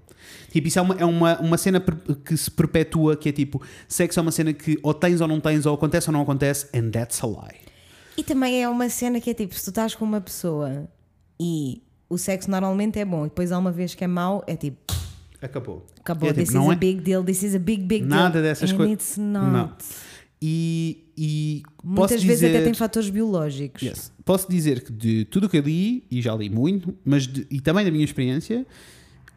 Speaker 2: Tipo, isso é uma, é uma, uma cena per- que se perpetua, que é tipo, sexo é uma cena que ou tens ou não tens, ou acontece ou não acontece, and that's a lie.
Speaker 1: E também é uma cena que é tipo: se tu estás com uma pessoa e o sexo normalmente é bom, e depois há uma vez que é mau, é tipo.
Speaker 2: Acabou.
Speaker 1: Acabou,
Speaker 2: É tipo,
Speaker 1: this
Speaker 2: não
Speaker 1: is
Speaker 2: é
Speaker 1: a big deal, this is a big, big deal.
Speaker 2: nada dessas
Speaker 1: And
Speaker 2: coisas.
Speaker 1: It's not.
Speaker 2: Não. E, e posso
Speaker 1: Muitas vezes
Speaker 2: dizer...
Speaker 1: até tem fatores biológicos.
Speaker 2: Yes. Posso dizer que de tudo o que eu li, e já li muito, mas de- e também da minha experiência,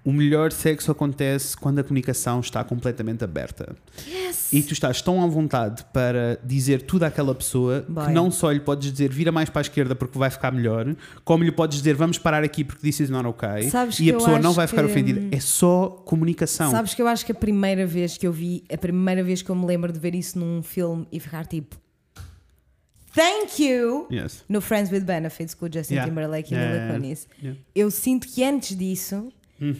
Speaker 2: o melhor sexo acontece quando a comunicação está completamente aberta.
Speaker 1: Yes.
Speaker 2: E tu estás tão à vontade para dizer tudo àquela pessoa que
Speaker 1: Bem.
Speaker 2: não só lhe podes dizer vira mais para a esquerda porque vai ficar melhor, como lhe podes dizer vamos parar aqui porque this is not okay.
Speaker 1: Sabes
Speaker 2: e
Speaker 1: que
Speaker 2: a
Speaker 1: eu
Speaker 2: pessoa não
Speaker 1: acho
Speaker 2: vai ficar
Speaker 1: que,
Speaker 2: ofendida. É só comunicação.
Speaker 1: Sabes que eu acho que a primeira vez que eu vi, a primeira vez que eu me lembro de ver isso num filme e ficar tipo Thank you!
Speaker 2: Yes.
Speaker 1: No Friends with Benefits com o Justin
Speaker 2: Yeah.
Speaker 1: Timberlake e
Speaker 2: Yeah,
Speaker 1: Mila
Speaker 2: yeah,
Speaker 1: Kunis.
Speaker 2: yeah. Uhum.
Speaker 1: Eu sinto que antes disso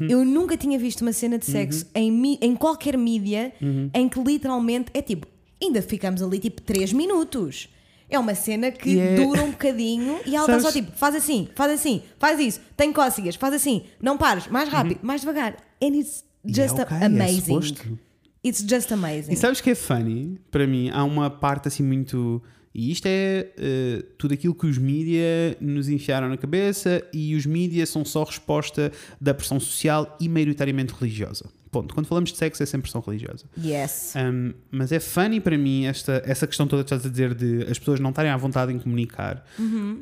Speaker 1: eu nunca tinha visto uma cena de sexo em, mi- em qualquer mídia
Speaker 2: Uhum.
Speaker 1: em que literalmente é tipo, ainda ficamos ali tipo 3 minutos. É uma cena que
Speaker 2: E é-
Speaker 1: dura um bocadinho e ela está só
Speaker 2: Sabes-
Speaker 1: tipo, faz assim, faz assim, faz isso, tem cócegas, faz assim, não pares, mais rápido, mais devagar. And it's
Speaker 2: Uhum. E
Speaker 1: just
Speaker 2: é ok, é
Speaker 1: amazing.
Speaker 2: suposto.
Speaker 1: it's just amazing.
Speaker 2: E sabes que é funny? Para mim, há uma parte assim muito. E isto é eh, tudo aquilo que os mídia nos enfiaram na cabeça e os mídia são só resposta da pressão social e maioritariamente religiosa. Ponto. Quando falamos de sexo é sempre pressão religiosa.
Speaker 1: Yes.
Speaker 2: Um, mas é funny para mim esta, essa questão toda que estás a dizer de as pessoas não estarem à vontade em comunicar,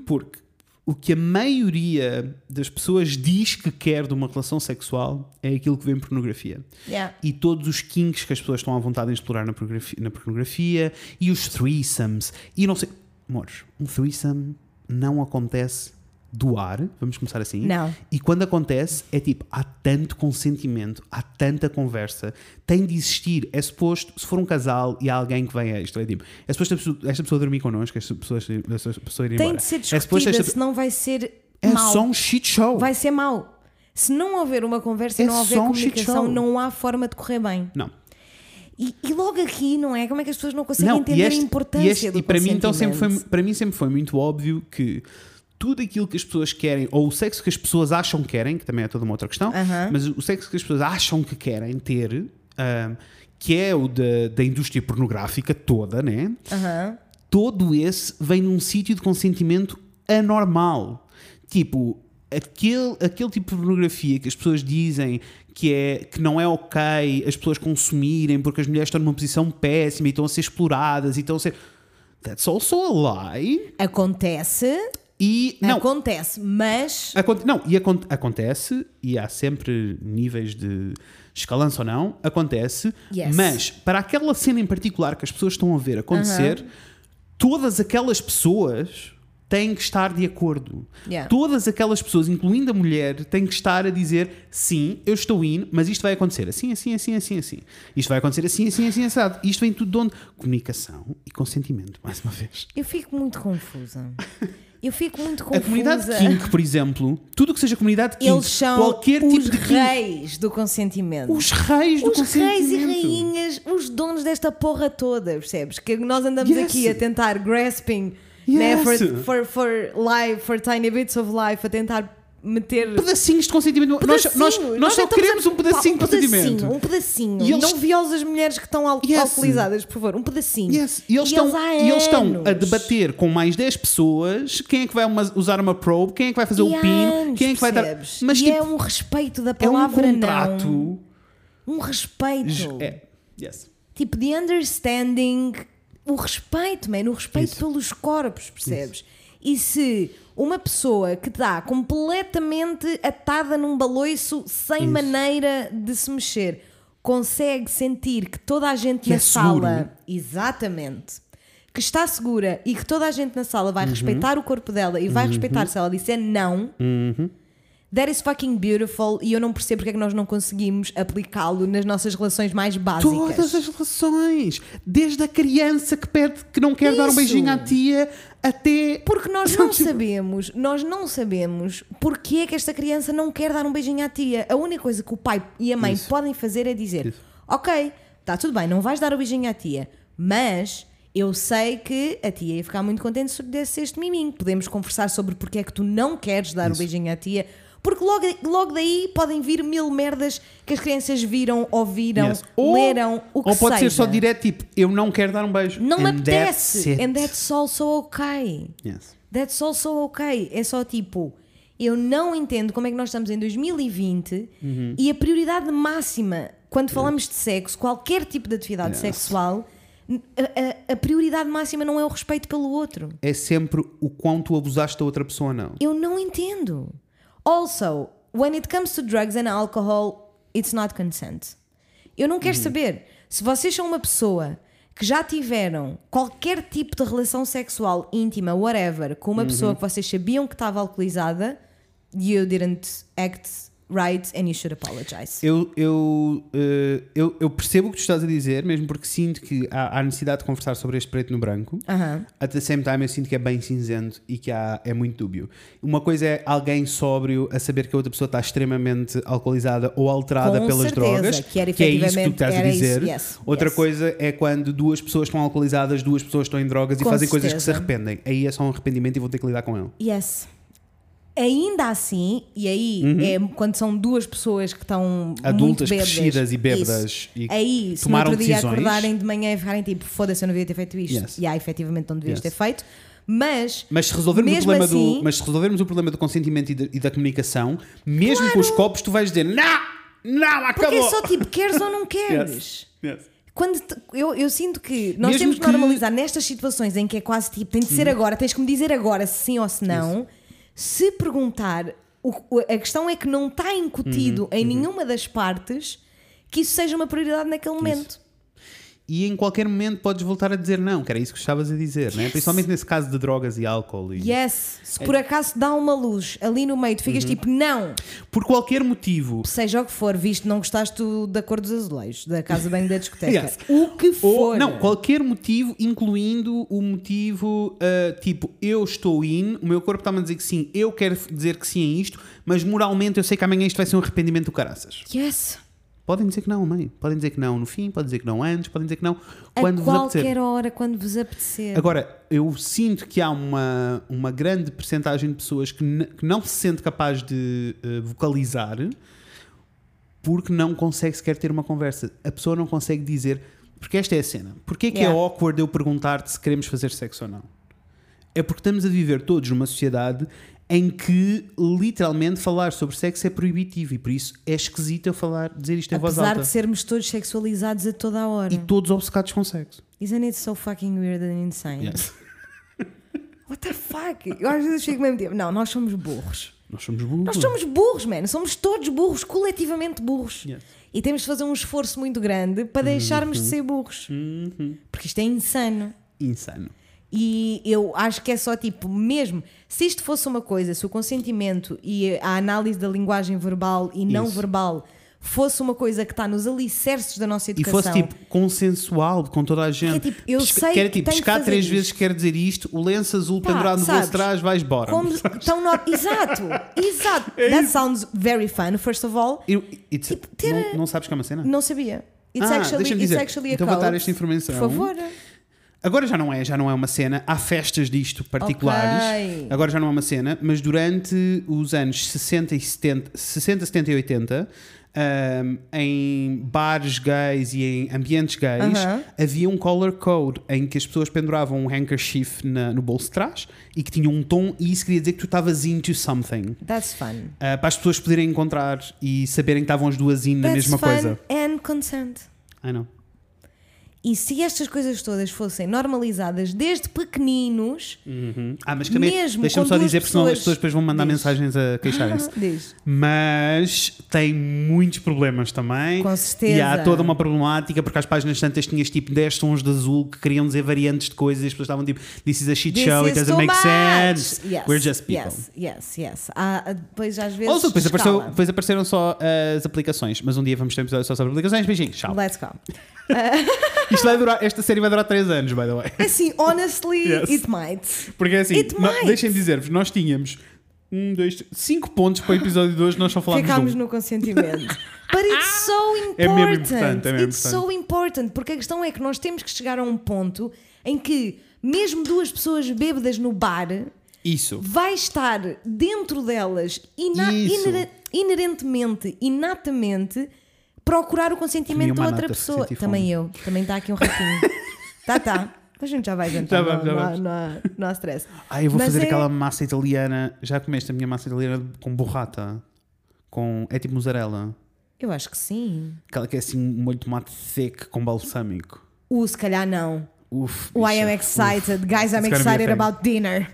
Speaker 2: porque o que a maioria das pessoas diz que quer de uma relação sexual é aquilo que vê em pornografia.
Speaker 1: Yeah.
Speaker 2: E todos os kinks que as pessoas estão à vontade em explorar na pornografia, na pornografia e os threesomes e não sei. Amores, um threesome não acontece do ar, vamos começar assim.
Speaker 1: Não.
Speaker 2: E quando acontece, é tipo, há tanto consentimento, há tanta conversa, tem de existir. É suposto, se for um casal e há alguém que vem a isto, é tipo, é suposto esta pessoa, esta pessoa dormir connosco, esta pessoa, esta pessoa ir embora.
Speaker 1: Tem de ser
Speaker 2: é suposto
Speaker 1: discutida,
Speaker 2: esta-
Speaker 1: senão vai ser
Speaker 2: É
Speaker 1: mau.
Speaker 2: só um shit show.
Speaker 1: Vai ser mau. Se não houver uma conversa e
Speaker 2: É
Speaker 1: não houver
Speaker 2: só um shit
Speaker 1: comunicação,
Speaker 2: show.
Speaker 1: não há forma de correr bem.
Speaker 2: Não.
Speaker 1: E, e logo aqui, não é? Como é que as pessoas não conseguem
Speaker 2: Não,
Speaker 1: entender
Speaker 2: este-
Speaker 1: a importância
Speaker 2: e este-
Speaker 1: do
Speaker 2: e para mim então sempre foi
Speaker 1: consentimento?
Speaker 2: para mim sempre foi muito óbvio que tudo aquilo que as pessoas querem ou o sexo que as pessoas acham que querem que também é toda uma outra questão
Speaker 1: Aham.
Speaker 2: mas o sexo que as pessoas acham que querem ter ahm, que é o da, da indústria pornográfica toda né
Speaker 1: Aham.
Speaker 2: todo esse vem num sítio de consentimento anormal. Tipo, aquele, aquele tipo de pornografia que as pessoas dizem que, é, que não é ok as pessoas consumirem porque as mulheres estão numa posição péssima e estão a ser exploradas e estão a ser. That's also a lie.
Speaker 1: Acontece,
Speaker 2: E
Speaker 1: É
Speaker 2: não,
Speaker 1: acontece, mas
Speaker 2: Aconte- não, e acon- acontece, e há sempre níveis de escalança ou não, acontece,
Speaker 1: Yes.
Speaker 2: mas para aquela cena em particular que as pessoas estão a ver acontecer, todas aquelas pessoas têm que estar de acordo.
Speaker 1: Yeah.
Speaker 2: Todas aquelas pessoas, incluindo a mulher, têm que estar a dizer sim, eu estou indo, mas isto vai acontecer assim, assim, assim, assim, assim. Isto vai acontecer assim, assim, assim, assado. Isto vem tudo de onde? Comunicação e consentimento, (laughs) mais uma vez.
Speaker 1: Eu fico muito confusa. Eu fico muito
Speaker 2: A
Speaker 1: confusa.
Speaker 2: comunidade kink, por exemplo, tudo o que seja comunidade kink,
Speaker 1: Eles são
Speaker 2: qualquer
Speaker 1: os
Speaker 2: tipo de kink,
Speaker 1: reis do consentimento.
Speaker 2: os reis do
Speaker 1: Os reis e
Speaker 2: consentimento.
Speaker 1: rainhas, os donos desta porra toda, percebes? Que nós andamos
Speaker 2: Yes.
Speaker 1: aqui a tentar grasping né,
Speaker 2: Yes.
Speaker 1: for, for, for life, for tiny bits of life, a tentar meter.
Speaker 2: Pedacinhos de consentimento. Nós-
Speaker 1: Pedacinho,
Speaker 2: nós, nós,
Speaker 1: é
Speaker 2: só
Speaker 1: estamos
Speaker 2: queremos
Speaker 1: a-
Speaker 2: um pedacinho
Speaker 1: pá,
Speaker 2: de consentimento.
Speaker 1: Um pedacinho.
Speaker 2: E eles-
Speaker 1: Não violes as mulheres que estão al-
Speaker 2: Yes.
Speaker 1: alcoolizadas, por favor. Um pedacinho.
Speaker 2: Yes. E, eles estão,
Speaker 1: há
Speaker 2: e eles estão a
Speaker 1: anos.
Speaker 2: debater com mais 10 pessoas quem é que vai uma- usar uma probe, quem é que vai fazer
Speaker 1: E
Speaker 2: o
Speaker 1: há
Speaker 2: pino,
Speaker 1: anos,
Speaker 2: quem é que vai dar.
Speaker 1: percebes?
Speaker 2: Mas
Speaker 1: e
Speaker 2: tipo,
Speaker 1: é um respeito da
Speaker 2: é um
Speaker 1: palavra
Speaker 2: contrato.
Speaker 1: não. Um respeito.
Speaker 2: Ju- É. Yes.
Speaker 1: Tipo, de understanding, o respeito, man, o respeito
Speaker 2: Isso.
Speaker 1: pelos corpos, percebes? E se uma pessoa que está completamente atada num baloiço, sem
Speaker 2: Isso.
Speaker 1: maneira de se mexer, consegue sentir que toda a gente
Speaker 2: Que
Speaker 1: na
Speaker 2: é seguro,
Speaker 1: sala.
Speaker 2: né?
Speaker 1: Exatamente. Que está segura e que toda a gente na sala
Speaker 2: Uhum.
Speaker 1: vai respeitar o corpo dela e vai respeitar se ela disser não.
Speaker 2: Uhum.
Speaker 1: That is fucking beautiful e eu não percebo porque é que nós não conseguimos aplicá-lo nas nossas relações mais básicas.
Speaker 2: Todas as relações. Desde a criança que pede que não quer dar um
Speaker 1: Isso.
Speaker 2: beijinho à tia até. tipo
Speaker 1: Porque
Speaker 2: (laughs)
Speaker 1: nós
Speaker 2: Então,
Speaker 1: não sabemos, nós não sabemos porque é que esta criança não quer dar um beijinho à tia. A única coisa que o pai e a mãe
Speaker 2: Isso.
Speaker 1: podem fazer é dizer:
Speaker 2: Isso.
Speaker 1: Ok, está tudo bem, não vais dar o beijinho à tia, mas eu sei que a tia ia ficar muito contente se eu desse este miminho. Podemos conversar sobre porque é que tu não queres dar o beijinho à tia. Porque logo, logo daí podem vir mil merdas que as crianças viram, ouviram,
Speaker 2: Yes. Ou,
Speaker 1: leram, o que
Speaker 2: ou pode ser só
Speaker 1: seja.
Speaker 2: direto tipo, eu não quero dar um beijo.
Speaker 1: Não me
Speaker 2: And that's
Speaker 1: apetece.
Speaker 2: it.
Speaker 1: And that's also okay.
Speaker 2: Yes.
Speaker 1: That's also ok. É só tipo, eu não entendo como é que nós estamos em 2020 e a prioridade máxima, quando falamos de sexo, qualquer tipo de atividade
Speaker 2: Yes.
Speaker 1: sexual, n- a, a- a prioridade máxima não é o respeito pelo outro.
Speaker 2: É sempre o quão tu abusaste da outra pessoa, não.
Speaker 1: Eu não entendo. Also, when it comes to drugs and alcohol, it's not consent. Eu não quero saber. Se vocês são uma pessoa que já tiveram qualquer tipo de relação sexual íntima, whatever, com uma pessoa que vocês sabiam que estava alcoolizada, you didn't act right and you should apologize.
Speaker 2: Eu, eu, eh, eu, eu percebo o que tu estás a dizer, mesmo porque sinto que há, há necessidade de conversar sobre este preto no branco.
Speaker 1: Aham.
Speaker 2: At the same time, eu sinto que é bem cinzento e que há, é muito dúbio. Uma coisa é alguém sóbrio a saber que a outra pessoa está extremamente alcoolizada ou alterada
Speaker 1: Com
Speaker 2: pelas
Speaker 1: certeza,
Speaker 2: drogas,
Speaker 1: que era
Speaker 2: é isso que tu
Speaker 1: efetivamente-
Speaker 2: estás a
Speaker 1: era isso,
Speaker 2: dizer.
Speaker 1: yes,
Speaker 2: outra
Speaker 1: yes.
Speaker 2: coisa é quando duas pessoas estão alcoolizadas, duas pessoas estão em drogas e
Speaker 1: Com
Speaker 2: fazem coisas que se
Speaker 1: certeza.
Speaker 2: arrependem. Aí é só um arrependimento e vão ter que lidar com ele.
Speaker 1: Yes. Ainda assim, e aí é quando são duas pessoas que estão
Speaker 2: Uhum.
Speaker 1: muito
Speaker 2: Adultas,
Speaker 1: bêbadas,
Speaker 2: crescidas e bêbadas
Speaker 1: isso.
Speaker 2: e
Speaker 1: aí, se no
Speaker 2: tomaram
Speaker 1: outro dia
Speaker 2: decisões.
Speaker 1: acordarem de manhã e ficarem tipo, foda-se, eu não devia ter feito isto.
Speaker 2: Yes.
Speaker 1: E aí, efetivamente, não devias
Speaker 2: Yes.
Speaker 1: ter feito. Mas,
Speaker 2: Mas se, resolvermos o
Speaker 1: Mesmo
Speaker 2: problema do,
Speaker 1: assim-
Speaker 2: mas se resolvermos o problema do consentimento e, da- e da comunicação, mesmo com os copos, tu vais dizer não, não,
Speaker 1: porque é
Speaker 2: acabou. (laughs)
Speaker 1: só tipo, queres ou não queres?
Speaker 2: Yes.
Speaker 1: Quando te- eu, eu sinto que nós
Speaker 2: Mesmo
Speaker 1: temos que,
Speaker 2: que-
Speaker 1: normalizar nestas situações em que é quase tipo, tem de ser agora, tens que me dizer agora se sim ou se não. Se perguntar, o- o- a questão é que não está incutido
Speaker 2: Uhum,
Speaker 1: em nenhuma das partes que isso seja uma prioridade naquele momento.
Speaker 2: E em qualquer momento podes voltar a dizer não, que era isso que estavas a dizer, né? principalmente nesse caso de drogas e álcool. E...
Speaker 1: Yes,
Speaker 2: É.
Speaker 1: se por acaso dá uma luz ali no meio, tu ficas
Speaker 2: Uhum.
Speaker 1: tipo, não,
Speaker 2: Por qualquer motivo.
Speaker 1: seja o que for, visto não gostaste do- da cor dos azulejos, da casa de banho da discoteca,
Speaker 2: (laughs) Yes.
Speaker 1: o que for.
Speaker 2: Ou, não, qualquer motivo, incluindo o motivo ah, tipo, eu estou in, o meu corpo está-me a dizer que sim, eu quero dizer que sim a isto, mas moralmente eu sei que amanhã isto vai ser um arrependimento do caraças.
Speaker 1: Yes,
Speaker 2: Podem dizer que não, mãe. Podem dizer que não no fim, podem dizer que não antes, podem dizer que não
Speaker 1: a
Speaker 2: quando vos
Speaker 1: qualquer
Speaker 2: apetecer.
Speaker 1: hora, quando vos apetecer.
Speaker 2: Agora, eu sinto que há uma, uma grande percentagem de pessoas que, n- que não se sente capaz de eh, vocalizar porque não consegue sequer ter uma conversa. A pessoa não consegue dizer. Porque esta é a cena. Porquê é que é
Speaker 1: Yeah.
Speaker 2: awkward eu perguntar-te se queremos fazer sexo ou não? É porque estamos a viver todos numa sociedade em que literalmente falar sobre sexo é proibitivo e por isso é esquisito eu falar, dizer isto em voz
Speaker 1: Apesar
Speaker 2: alta.
Speaker 1: de sermos todos sexualizados a toda a hora.
Speaker 2: E todos obcecados com sexo.
Speaker 1: Isn't it so fucking weird and insane? (laughs)
Speaker 2: Yes.
Speaker 1: What the fuck? Eu às vezes fico mesmo tipo, não, nós somos burros.
Speaker 2: Nós somos burros.
Speaker 1: Nós somos burros, man. Somos todos burros, coletivamente burros.
Speaker 2: Yes. Uhum.
Speaker 1: E temos de fazer um esforço muito grande para deixarmos de ser burros. Porque isto é insano.
Speaker 2: Insano.
Speaker 1: E eu acho que é só tipo, mesmo se isto fosse uma coisa, se o consentimento e a análise da linguagem verbal e não
Speaker 2: Isso.
Speaker 1: verbal fosse uma coisa que está nos alicerces da nossa
Speaker 2: E
Speaker 1: educação.
Speaker 2: fosse tipo consensual com toda a gente.
Speaker 1: tipo, eu
Speaker 2: Pesca-
Speaker 1: sei
Speaker 2: quer,
Speaker 1: que
Speaker 2: tipo,
Speaker 1: tenho que
Speaker 2: pescar
Speaker 1: fazer
Speaker 2: três
Speaker 1: isto.
Speaker 2: vezes quer dizer isto, o lenço azul
Speaker 1: Pá,
Speaker 2: pendurado no bolso
Speaker 1: sabes?
Speaker 2: de trás, vais embora.
Speaker 1: Como tão no...
Speaker 2: (laughs)
Speaker 1: Exato, exato.
Speaker 2: É
Speaker 1: That sounds very fun, first of all.
Speaker 2: Eu- it's-
Speaker 1: Tipo, ter-
Speaker 2: não, não sabes que é uma cena?
Speaker 1: Não sabia. It's
Speaker 2: Ah,
Speaker 1: actually,
Speaker 2: deixa-me
Speaker 1: it's
Speaker 2: dizer.
Speaker 1: actually a
Speaker 2: Então vou
Speaker 1: code.
Speaker 2: dar esta informação.
Speaker 1: Por favor.
Speaker 2: Agora já não é, já não é uma cena. Há festas disto particulares.
Speaker 1: Ok.
Speaker 2: Agora já não é uma cena, mas durante os anos 60, e 70, 60 70 e 80, ahm, em bares gays e em ambientes gays,
Speaker 1: Aham.
Speaker 2: havia um color code em que as pessoas penduravam um handkerchief na- no bolso de trás e que tinha um tom, e isso queria dizer que tu estavas into something.
Speaker 1: That's fun.
Speaker 2: ah, para as pessoas poderem encontrar e saberem que estavam as duas in na
Speaker 1: That's
Speaker 2: mesma
Speaker 1: fun
Speaker 2: coisa.
Speaker 1: And consent.
Speaker 2: I know.
Speaker 1: E se estas coisas todas fossem normalizadas desde pequeninos,
Speaker 2: Ah, mas também
Speaker 1: Mesmo
Speaker 2: deixa-me
Speaker 1: com
Speaker 2: só
Speaker 1: duas
Speaker 2: dizer, porque senão as
Speaker 1: pessoas-
Speaker 2: pessoas depois vão mandar
Speaker 1: Diz.
Speaker 2: mensagens a queixarem-se.
Speaker 1: diz.
Speaker 2: Mas tem muitos problemas também.
Speaker 1: Com certeza.
Speaker 2: E há toda uma problemática, porque as páginas santas tinhas tipo 10 tons de azul que queriam dizer variantes de coisas e as pessoas estavam tipo, This is a shit
Speaker 1: This
Speaker 2: show, it
Speaker 1: is
Speaker 2: doesn't
Speaker 1: too
Speaker 2: make
Speaker 1: much.
Speaker 2: sense.
Speaker 1: Yes,
Speaker 2: We're just people.
Speaker 1: Yes, yes, yes. Ah, depois às vezes.
Speaker 2: Also, depois, apareceu-
Speaker 1: escala.
Speaker 2: depois apareceram só as aplicações, mas um dia vamos ter um episódio só sobre aplicações. Beijinhos, tchau.
Speaker 1: Let's go.
Speaker 2: Isto vai durar, esta série vai durar 3 anos, by the way.
Speaker 1: Assim, honestly,
Speaker 2: Yes.
Speaker 1: it might.
Speaker 2: Porque é assim,
Speaker 1: It
Speaker 2: nó-
Speaker 1: might.
Speaker 2: deixem-me dizer-vos, nós tínhamos 1, 2, 5 pontos para o episódio de hoje, nós só falámos de um.
Speaker 1: Ficámos no
Speaker 2: (laughs)
Speaker 1: consentimento. But it's so important.
Speaker 2: É mesmo importante, é mesmo
Speaker 1: it's so important. Porque a questão é que nós temos que chegar a um ponto em que, mesmo duas pessoas bêbadas no bar,
Speaker 2: Isso.
Speaker 1: vai estar dentro delas ina-
Speaker 2: Isso.
Speaker 1: inere- inerentemente, inatamente, procurar o
Speaker 2: Comi
Speaker 1: consentimento
Speaker 2: uma
Speaker 1: da outra
Speaker 2: nata,
Speaker 1: pessoa.
Speaker 2: senti fome.
Speaker 1: Também eu, também está aqui um
Speaker 2: (laughs)
Speaker 1: ratinho. tá, tá. Mas a gente já vai jantar,
Speaker 2: Já vamos,
Speaker 1: não,
Speaker 2: já
Speaker 1: não há-
Speaker 2: vamos.
Speaker 1: não há- não há stress.
Speaker 2: Ah, eu vou
Speaker 1: Mas
Speaker 2: fazer
Speaker 1: é-
Speaker 2: aquela massa italiana. Já comeste a minha massa italiana com burrata? Com, é tipo mozzarella.
Speaker 1: Eu acho que sim.
Speaker 2: Aquela que é assim um molho de tomate seco com balsâmico.
Speaker 1: O se calhar não.
Speaker 2: Uf,
Speaker 1: O I
Speaker 2: bicha,
Speaker 1: am
Speaker 2: uf.
Speaker 1: excited. Guys, I'm
Speaker 2: It's gonna be a
Speaker 1: excited
Speaker 2: thing.
Speaker 1: about
Speaker 2: (laughs)
Speaker 1: dinner.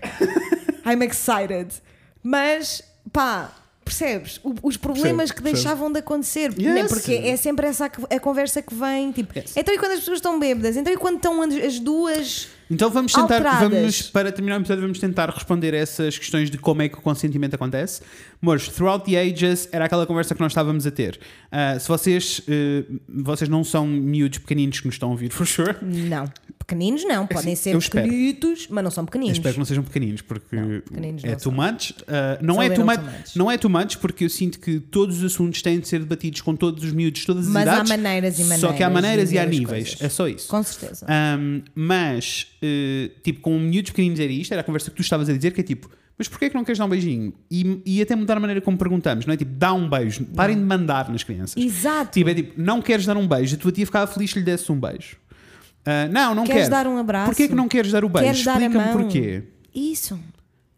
Speaker 1: I'm excited. Mas, pá, percebes? O- os problemas
Speaker 2: Percebo,
Speaker 1: que
Speaker 2: percebo.
Speaker 1: deixavam de acontecer.
Speaker 2: Yes.
Speaker 1: né? Porque é sempre essa a, que- a conversa que vem. Tipo,
Speaker 2: Yes.
Speaker 1: então e quando as pessoas estão bêbadas? Então e quando estão as, as duas.
Speaker 2: Então vamos tentar,
Speaker 1: Alteradas.
Speaker 2: vamos, para terminar o episódio, vamos tentar responder a essas questões de como é que o consentimento acontece. Mas, throughout the ages, era aquela conversa que nós estávamos a ter. Ah, se vocês, eh, vocês não são miúdos pequeninos que nos estão a ouvir, (laughs) for sure.
Speaker 1: Não. Pequeninos não. Podem
Speaker 2: assim, eu
Speaker 1: ser
Speaker 2: espero.
Speaker 1: pequenitos, mas não são
Speaker 2: Eu
Speaker 1: pequeninos.
Speaker 2: espero que não sejam pequeninos, porque
Speaker 1: pequeninos
Speaker 2: é
Speaker 1: não
Speaker 2: too
Speaker 1: são.
Speaker 2: much. Uh, não,
Speaker 1: São
Speaker 2: é
Speaker 1: little
Speaker 2: too much,
Speaker 1: too much.
Speaker 2: não é too much, porque eu sinto que todos os assuntos têm de ser debatidos com todos os miúdos, todas as
Speaker 1: Mas há
Speaker 2: idades.
Speaker 1: maneiras e
Speaker 2: Só que há
Speaker 1: maneiras de
Speaker 2: maneiras e há
Speaker 1: ver as
Speaker 2: níveis,
Speaker 1: coisas.
Speaker 2: é só isso.
Speaker 1: Com certeza.
Speaker 2: Um, mas, eh, tipo, com miúdos pequeninos era isto, era a conversa que tu estavas a dizer, que é tipo, mas porquê é que não queres dar um beijinho? E, e até mudar a maneira como perguntamos, não é? Tipo, dá um beijo, parem de mandar nas crianças.
Speaker 1: Exato.
Speaker 2: Tipo, é tipo, não queres dar um beijo, a tua tia ficava feliz se lhe desse um beijo. Ah, não, não
Speaker 1: Queres
Speaker 2: quero.
Speaker 1: dar um abraço?
Speaker 2: Porquê é que não queres dar o beijo?
Speaker 1: Queres dar a
Speaker 2: Explica-me
Speaker 1: mão?
Speaker 2: porquê.
Speaker 1: Isso.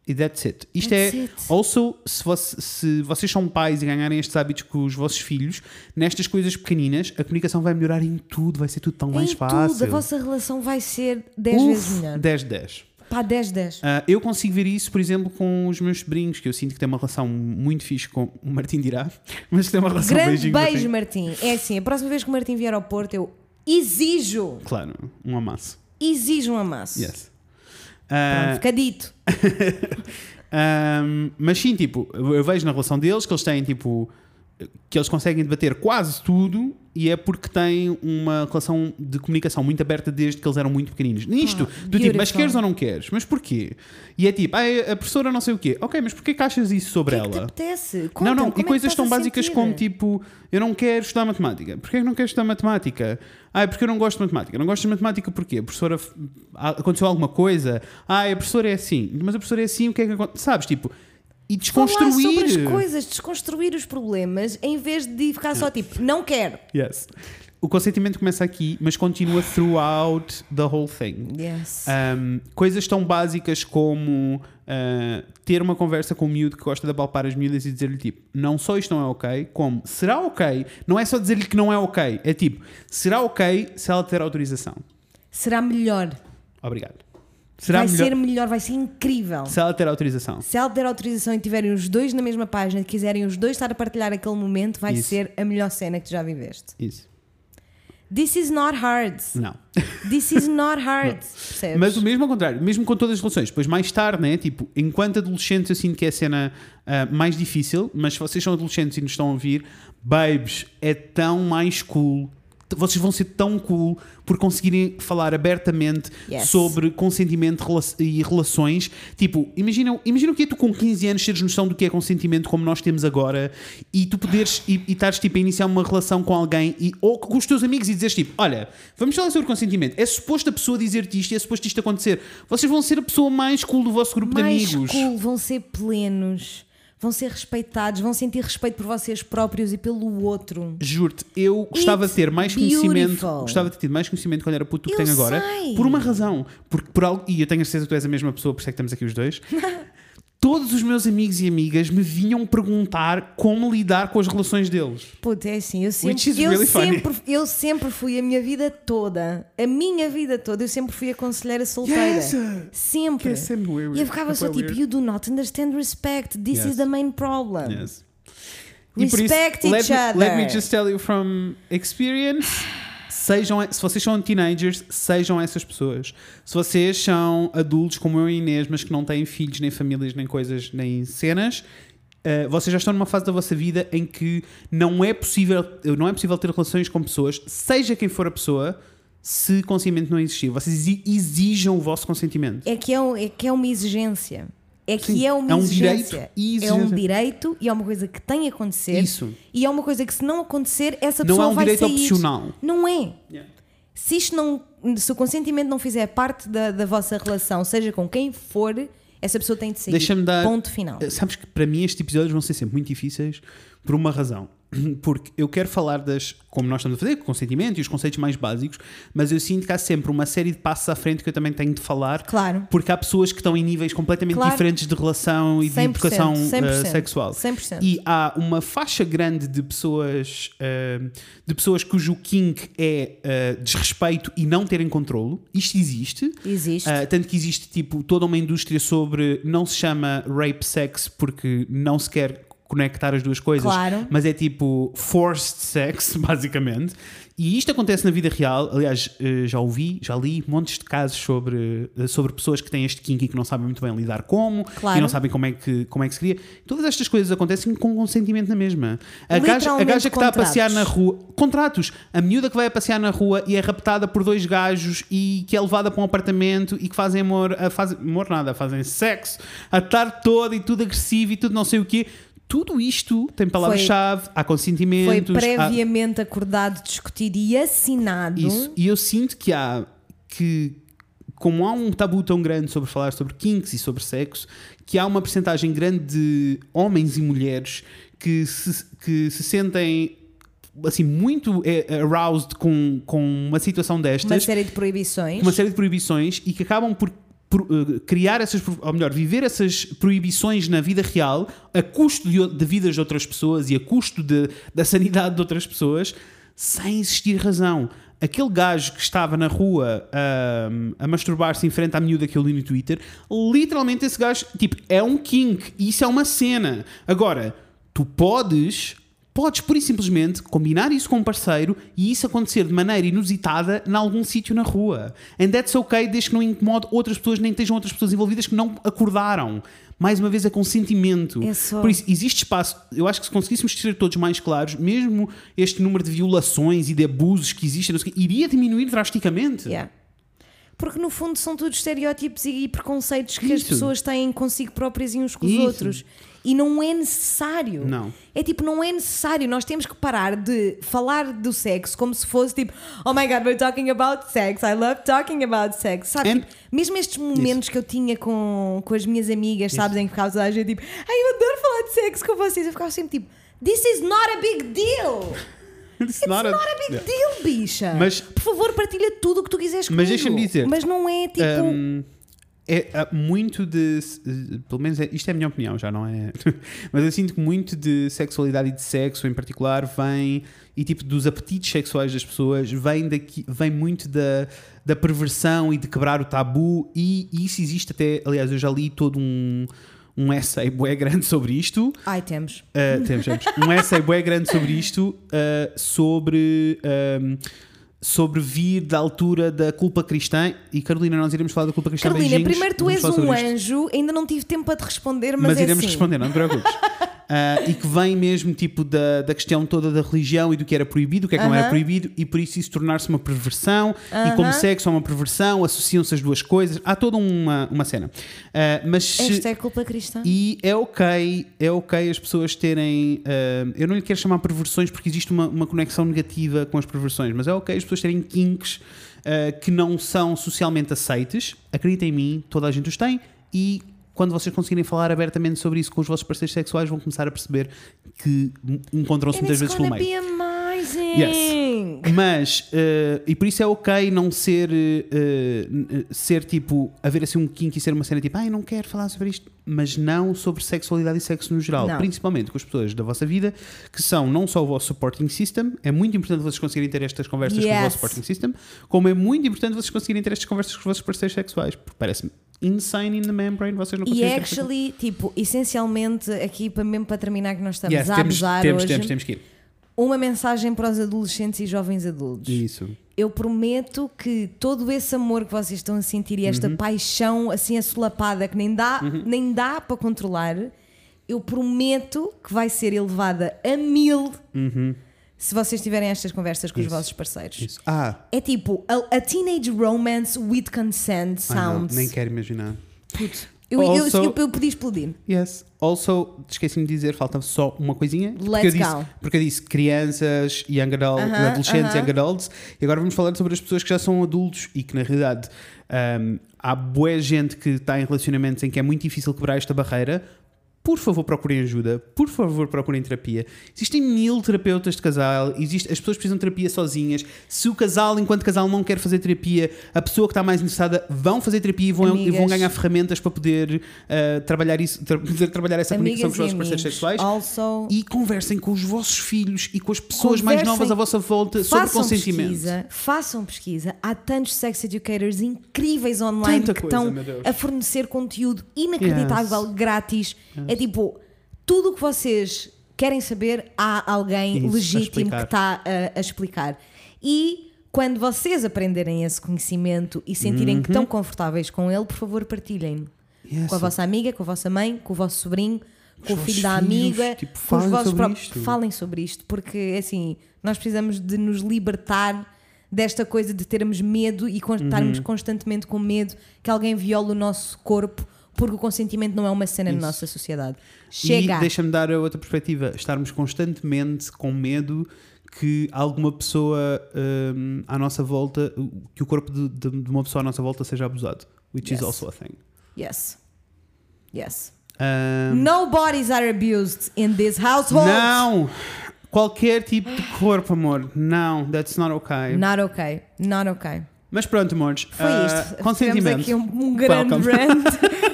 Speaker 2: E that's it. Isto
Speaker 1: That's
Speaker 2: é.
Speaker 1: it.
Speaker 2: Also, se, voce- se vocês são pais e ganharem estes hábitos com os vossos filhos, nestas coisas pequeninas, a comunicação vai melhorar em tudo, vai ser tudo tão mais
Speaker 1: em
Speaker 2: fácil.
Speaker 1: tudo, a vossa relação vai ser 10
Speaker 2: Uf,
Speaker 1: vezes melhor.
Speaker 2: 10, 10.
Speaker 1: Pá, 10, 10.
Speaker 2: Ah, eu consigo ver isso, por exemplo, com os meus sobrinhos, que eu sinto que tem uma relação muito fixe com o Martim dirá, (laughs) mas que tem uma relação
Speaker 1: Grande
Speaker 2: um beijinho,
Speaker 1: beijo,
Speaker 2: Martim.
Speaker 1: Martim. É assim, a próxima vez que o Martim vier ao Porto, eu exijo,
Speaker 2: Claro, um amasso.
Speaker 1: exijo um amasso.
Speaker 2: Yes. Ah,
Speaker 1: Pronto, fica dito.
Speaker 2: Ahm, mas sim, tipo, eu eu vejo na relação deles que eles têm, tipo, que eles conseguem debater quase tudo e é porque têm uma relação de comunicação muito aberta desde que eles eram muito pequeninos. Nisto, do tipo, mas
Speaker 1: Ah, beautiful.
Speaker 2: queres ou não queres? Mas porquê? E é tipo, ah, a professora não sei o quê. Ok, mas porquê que achas isso
Speaker 1: O que
Speaker 2: sobre
Speaker 1: é que te
Speaker 2: ela?
Speaker 1: apetece?
Speaker 2: não,
Speaker 1: Conta-me,
Speaker 2: não,
Speaker 1: como é
Speaker 2: e
Speaker 1: que
Speaker 2: coisas
Speaker 1: estás
Speaker 2: tão
Speaker 1: a
Speaker 2: básicas
Speaker 1: sentir?
Speaker 2: como tipo, eu não quero estudar matemática. Porquê é que não queres estudar matemática? Ah, é porque eu não gosto de matemática. Não gosto de matemática porquê? A professora f- ah, aconteceu alguma coisa? Ah, a professora é assim. Mas a professora é assim, o que é que acontece? Sabes, tipo, e
Speaker 1: Falar
Speaker 2: desconstruir.
Speaker 1: sobre as coisas, desconstruir os problemas, em vez de ficar só tipo, não quero.
Speaker 2: Yes. O consentimento começa aqui, mas continua throughout the whole thing.
Speaker 1: Yes.
Speaker 2: Um, coisas tão básicas como uh, ter uma conversa com um miúdo que gosta de apalpar as miúdas e dizer-lhe tipo, não só isto não é ok, como será ok? Não é só dizer-lhe que não é ok, é tipo, será ok se ela tiver autorização?
Speaker 1: Será melhor.
Speaker 2: Obrigado. Será
Speaker 1: vai
Speaker 2: melhor
Speaker 1: ser melhor, vai ser incrível.
Speaker 2: se ela ter autorização?
Speaker 1: Se ela der autorização e tiverem os dois na mesma página e quiserem os dois estar a partilhar aquele momento, vai
Speaker 2: Isso.
Speaker 1: ser a melhor cena que tu já viveste.
Speaker 2: Isso.
Speaker 1: This is not hard.
Speaker 2: Não.
Speaker 1: This is
Speaker 2: (laughs)
Speaker 1: not hard. Percebes?
Speaker 2: Mas o mesmo ao contrário, mesmo com todas as relações. Depois, mais tarde, né? Tipo, enquanto adolescentes, eu sinto que é a cena ah, mais difícil, mas se vocês são adolescentes e nos estão a ouvir, babes, é tão mais cool. T- Vocês vão ser tão cool por conseguirem falar abertamente
Speaker 1: Yes.
Speaker 2: sobre consentimento rela- e relações. Tipo, imaginam, imaginam que é tu com 15 anos teres noção do que é consentimento como nós temos agora e tu poderes e, e estares tipo, a iniciar uma relação com alguém e, ou com os teus amigos e dizeres tipo, olha, vamos falar sobre consentimento. É suposto a pessoa dizer-te isto, é suposto isto acontecer. Vocês vão ser a pessoa mais cool do vosso grupo
Speaker 1: mais
Speaker 2: de amigos.
Speaker 1: cool, vão ser plenos, vão ser respeitados, vão sentir respeito por vocês próprios e pelo outro.
Speaker 2: Juro-te, eu gostava de ter mais conhecimento.
Speaker 1: beautiful.
Speaker 2: Gostava de ter tido mais conhecimento quando era puto do que
Speaker 1: Eu
Speaker 2: tenho agora.
Speaker 1: sei.
Speaker 2: Por uma razão. Porque por algo, e eu tenho a certeza que tu és a mesma pessoa, por isso é que estamos aqui
Speaker 1: (laughs)
Speaker 2: os dois. Todos os meus amigos e amigas me vinham perguntar como lidar com as relações deles.
Speaker 1: Puta, é assim, eu
Speaker 2: Which is
Speaker 1: sempre, eu,
Speaker 2: really funny.
Speaker 1: sempre eu sempre fui a minha vida toda, a minha vida toda, eu sempre fui a conselheira solteira.
Speaker 2: Yes, uh,
Speaker 1: Sempre.
Speaker 2: que é sempre weird.
Speaker 1: E eu ficava
Speaker 2: É
Speaker 1: só
Speaker 2: bué
Speaker 1: tipo,
Speaker 2: weird.
Speaker 1: you do not understand respect. This
Speaker 2: Yes.
Speaker 1: is the main problem.
Speaker 2: Yes.
Speaker 1: Respect each
Speaker 2: let me, Let me
Speaker 1: other.
Speaker 2: just tell you from experience. Sejam, se vocês são teenagers, sejam essas pessoas. Se vocês são adultos como eu e Inês, mas que não têm filhos, nem famílias, nem coisas, nem cenas, eh, vocês já estão numa fase da vossa vida em que não é possível, não é possível ter relações com pessoas, seja quem for a pessoa, se consentimento não existir. Vocês exi- exijam o vosso consentimento.
Speaker 1: É, que é, um- é que é uma exigência. É que
Speaker 2: Sim,
Speaker 1: é uma
Speaker 2: é um direito
Speaker 1: exigência.
Speaker 2: e
Speaker 1: É um
Speaker 2: exigência.
Speaker 1: direito e é uma coisa que tem a acontecer.
Speaker 2: Isso.
Speaker 1: E é uma coisa que se não acontecer, essa
Speaker 2: Não
Speaker 1: pessoa
Speaker 2: é um
Speaker 1: vai
Speaker 2: direito
Speaker 1: sair.
Speaker 2: opcional.
Speaker 1: Não é.
Speaker 2: Yeah.
Speaker 1: Se isto não, se o consentimento não fizer parte da, da vossa relação, seja com quem for, essa pessoa tem de sair.
Speaker 2: Deixa-me dar.
Speaker 1: Ponto final.
Speaker 2: Eh, Sabes que para mim estes episódios vão ser sempre muito difíceis por uma razão. (clears throat) Porque eu quero falar das. Como nós estamos a fazer, com consentimento e os conceitos mais básicos, mas eu sinto que há sempre uma série de passos à frente que eu também tenho de falar.
Speaker 1: Claro.
Speaker 2: Porque há pessoas que estão em níveis completamente
Speaker 1: Claro.
Speaker 2: diferentes de relação e de
Speaker 1: 100%,
Speaker 2: educação eh,
Speaker 1: 100%,
Speaker 2: sexual.
Speaker 1: 100%.
Speaker 2: E há uma faixa grande de pessoas eh, de pessoas cujo kink é eh, desrespeito e não terem controlo. Isto existe.
Speaker 1: Existe.
Speaker 2: Ah, tanto que existe tipo toda uma indústria sobre não se chama rape sex porque não se quer conectar as duas coisas,
Speaker 1: Claro.
Speaker 2: mas é tipo forced sex, (laughs) basicamente. E isto acontece na vida real. Aliás, eh, já ouvi, já li montes de casos sobre, eh, sobre pessoas que têm este kink e que não sabem muito bem lidar como,
Speaker 1: Claro.
Speaker 2: e não sabem como é, que, como é que se cria. Todas estas coisas acontecem com consentimento na mesma. A gaja, a
Speaker 1: Literalmente
Speaker 2: gaja que está a passear na
Speaker 1: contratos.
Speaker 2: rua, contratos. A miúda que vai a passear na rua e é raptada por dois gajos e que é levada para um apartamento e que fazem amor, a faz, amor nada, fazem sexo a tarde toda e tudo agressivo e tudo não sei o quê. Tudo isto tem palavras-chave, há
Speaker 1: Foi
Speaker 2: consentimentos. há-
Speaker 1: previamente acordado, discutido e assinado.
Speaker 2: isso. E eu sinto que há que como há um tabu tão grande sobre falar sobre kinks e sobre sexo, que há uma percentagem grande de homens e mulheres que se, que se sentem assim muito eh, aroused com, com uma situação destas
Speaker 1: Uma série de proibições.
Speaker 2: uma série de proibições e que acabam por, por, eh, criar essas, pro- ou melhor, viver essas proibições na vida real a custo de, o- de vidas de outras pessoas e a custo de- da sanidade de outras pessoas sem existir razão. Aquele gajo que estava na rua ahm, a masturbar-se em frente à miúda que eu li no Twitter, literalmente esse gajo, tipo, é um kink, isso é uma cena. Agora, tu podes Podes, pura e simplesmente, combinar isso com um parceiro e isso acontecer de maneira inusitada em algum sítio na rua. And that's okay, desde que não incomode outras pessoas, nem estejam outras pessoas envolvidas que não acordaram. Mais uma vez, é consentimento.
Speaker 1: É só-
Speaker 2: Por isso, existe espaço. Eu acho que se conseguíssemos ser todos mais claros, mesmo este número de violações e de abusos que existem, não sei o quê, iria diminuir drasticamente.
Speaker 1: Yeah. Porque no fundo são tudo estereótipos e e preconceitos que as
Speaker 2: Isso.
Speaker 1: pessoas têm consigo próprias e uns com os
Speaker 2: Isso.
Speaker 1: outros. E não é necessário.
Speaker 2: Não.
Speaker 1: É tipo, não é necessário. Nós temos que parar de falar do sexo como se fosse tipo, oh my god, we're talking about sex, I love talking about sex. Sabe?
Speaker 2: And-
Speaker 1: Tipo, mesmo estes momentos que eu tinha com, com as minhas amigas, sabes, em que ficava toda a gente tipo, ai eu adoro falar de sexo com vocês. Eu ficava sempre tipo, this is not a big deal.
Speaker 2: (laughs) It's
Speaker 1: It's not a, big
Speaker 2: Yeah.
Speaker 1: deal, bicha.
Speaker 2: Mas-
Speaker 1: Por favor, partilha tudo o que tu quiseres comigo.
Speaker 2: Mas deixa-me dizer-te,
Speaker 1: Mas não é tipo.
Speaker 2: Hum, é, há muito de. eh, Pelo menos é- isto é a minha opinião, já não é. (laughs) Mas eu sinto que muito de sexualidade e de sexo em particular vem. E tipo dos apetites sexuais das pessoas vem, daqui, vem muito da, da perversão e de quebrar o tabu. E, e isso existe até. Aliás, eu já li todo um. Um essay bué grande sobre isto.
Speaker 1: Ai, temos.
Speaker 2: Eh, Uh, temos, temos. Um essay bué grande eh, sobre isto, uh, sobre um, sobrevir da altura da culpa cristã. E Carolina, nós iremos falar da culpa cristã.
Speaker 1: Carolina,
Speaker 2: Beijinhos,
Speaker 1: primeiro tu
Speaker 2: vamos
Speaker 1: és
Speaker 2: falar sobre
Speaker 1: um
Speaker 2: isto.
Speaker 1: anjo, ainda não tive tempo para te responder, mas,
Speaker 2: Mas,
Speaker 1: é
Speaker 2: iremos
Speaker 1: assim.
Speaker 2: responder, não te preocupes.
Speaker 1: (laughs)
Speaker 2: Ah, e que vem mesmo tipo da, da questão toda da religião e do que era proibido, o que é que não era
Speaker 1: Aham.
Speaker 2: proibido, e por isso isso tornar-se uma perversão, e como
Speaker 1: Aham.
Speaker 2: sexo é uma perversão, associam-se as duas coisas, há toda uma, uma cena. Ah, mas se-
Speaker 1: Esta é a culpa cristã.
Speaker 2: e é ok, é ok as pessoas terem. ah, eu não lhe quero chamar perversões porque existe uma, uma conexão negativa com as perversões, mas é ok as pessoas terem kinks ah, que não são socialmente aceites. Acreditem em mim, toda a gente os tem e. Quando vocês conseguirem falar abertamente sobre isso com os vossos parceiros sexuais, vão começar a perceber que encontram-se
Speaker 1: And it's
Speaker 2: muitas vezes pelo
Speaker 1: gonna
Speaker 2: meio.
Speaker 1: be amazing.
Speaker 2: Mas, eh, e por isso é ok não ser, eh, eh, n- eh, ser tipo, haver assim um kink e ser uma cena tipo, ai, não quero falar sobre isto, mas não sobre sexualidade e sexo no geral,
Speaker 1: Não.
Speaker 2: principalmente com as pessoas da vossa vida, que são não só o vosso supporting system, é muito importante vocês conseguirem ter estas conversas com o
Speaker 1: Yes.
Speaker 2: vosso supporting system, como é muito importante vocês conseguirem ter estas conversas com os vossos parceiros sexuais, porque parece-me insane in the membrane, vocês não
Speaker 1: E é
Speaker 2: conseguem ter estas
Speaker 1: actually, tipo, essencialmente, aqui para- mesmo para terminar, que nós estamos
Speaker 2: Yes,
Speaker 1: a
Speaker 2: temos,
Speaker 1: abusar
Speaker 2: temos,
Speaker 1: hoje,
Speaker 2: temos, temos que ir.
Speaker 1: uma mensagem para os adolescentes e jovens adultos.
Speaker 2: Isso.
Speaker 1: Eu prometo que todo esse amor que vocês estão a sentir e esta
Speaker 2: Uhum.
Speaker 1: paixão assim assolapada que nem dá, nem dá para controlar, eu prometo que vai ser elevada a mil se vocês tiverem estas conversas com os vossos parceiros.
Speaker 2: Uhum. Isso. Ah,
Speaker 1: É tipo a, a teenage romance with consent
Speaker 2: ai, não,
Speaker 1: sounds.
Speaker 2: nem quero imaginar.
Speaker 1: eu, eu,
Speaker 2: Also-
Speaker 1: eu- eu podia explodir.
Speaker 2: Yes. Also, esqueci-me de dizer, falta só uma coisinha.
Speaker 1: Let's
Speaker 2: eu disse,
Speaker 1: go.
Speaker 2: porque eu disse crianças, young adults,
Speaker 1: Aham,
Speaker 2: adolescentes,
Speaker 1: aham.
Speaker 2: young adults. E agora vamos falar sobre as pessoas que já são adultos e que, na realidade, hum, há boa gente que está em relacionamentos em que é muito difícil quebrar esta barreira. Por favor, procurem ajuda. Por favor, procurem terapia. Existem mil terapeutas de casal. Existe, as pessoas precisam de terapia sozinhas. Se o casal, enquanto casal, não quer fazer terapia, a pessoa que está mais interessada vão fazer terapia e vão, e vão
Speaker 1: Amigas.
Speaker 2: ganhar ferramentas para poder ah, trabalhar isso, tra- (laughs) poder trabalhar essa conexão
Speaker 1: Amigas
Speaker 2: com os
Speaker 1: e
Speaker 2: vossos parceiros
Speaker 1: amigos.
Speaker 2: sexuais.
Speaker 1: Also,
Speaker 2: E conversem com os vossos filhos e com as pessoas mais
Speaker 1: Conversem.
Speaker 2: novas à vossa volta sobre
Speaker 1: façam
Speaker 2: consentimento.
Speaker 1: pesquisa, façam pesquisa. Há tantos sex educators incríveis online
Speaker 2: Tanta
Speaker 1: que
Speaker 2: coisa,
Speaker 1: estão
Speaker 2: meu Deus.
Speaker 1: a fornecer conteúdo inacreditável, grátis. É tipo, tudo o que vocês querem saber, há alguém
Speaker 2: Isso, a
Speaker 1: legítimo
Speaker 2: explicar.
Speaker 1: que está eh, a, a explicar. E quando vocês aprenderem esse conhecimento e sentirem que
Speaker 2: Uhum.
Speaker 1: estão confortáveis com ele, por favor, partilhem-no.
Speaker 2: Yes.
Speaker 1: Com a vossa amiga, com a vossa mãe, com o vosso sobrinho, com o
Speaker 2: vossos
Speaker 1: filho da
Speaker 2: filhos,
Speaker 1: amiga,
Speaker 2: tipo,
Speaker 1: com os
Speaker 2: falem
Speaker 1: vossos
Speaker 2: sobre
Speaker 1: próprios.
Speaker 2: isto.
Speaker 1: Falem sobre isto, porque assim, nós precisamos de nos libertar desta coisa de termos medo e con-
Speaker 2: Uhum.
Speaker 1: estarmos constantemente com medo que alguém viole o nosso corpo, porque o consentimento não é uma cena na nossa sociedade. Chega!
Speaker 2: E deixa-me dar a outra perspectiva. Estarmos constantemente com medo que alguma pessoa hum, à nossa volta, que o corpo de, de- de uma pessoa à nossa volta seja abusado. Which is
Speaker 1: Yes.
Speaker 2: also a thing.
Speaker 1: Yes. Yes.
Speaker 2: Hum,
Speaker 1: No bodies are abused in this household.
Speaker 2: não! Qualquer tipo de corpo, amor. Não, that's not okay.
Speaker 1: Not okay. Not okay.
Speaker 2: Mas pronto, amores.
Speaker 1: Foi
Speaker 2: ah,
Speaker 1: isto. Tivemos
Speaker 2: consentimento.
Speaker 1: aqui um, um grande
Speaker 2: Welcome. (laughs)
Speaker 1: rant.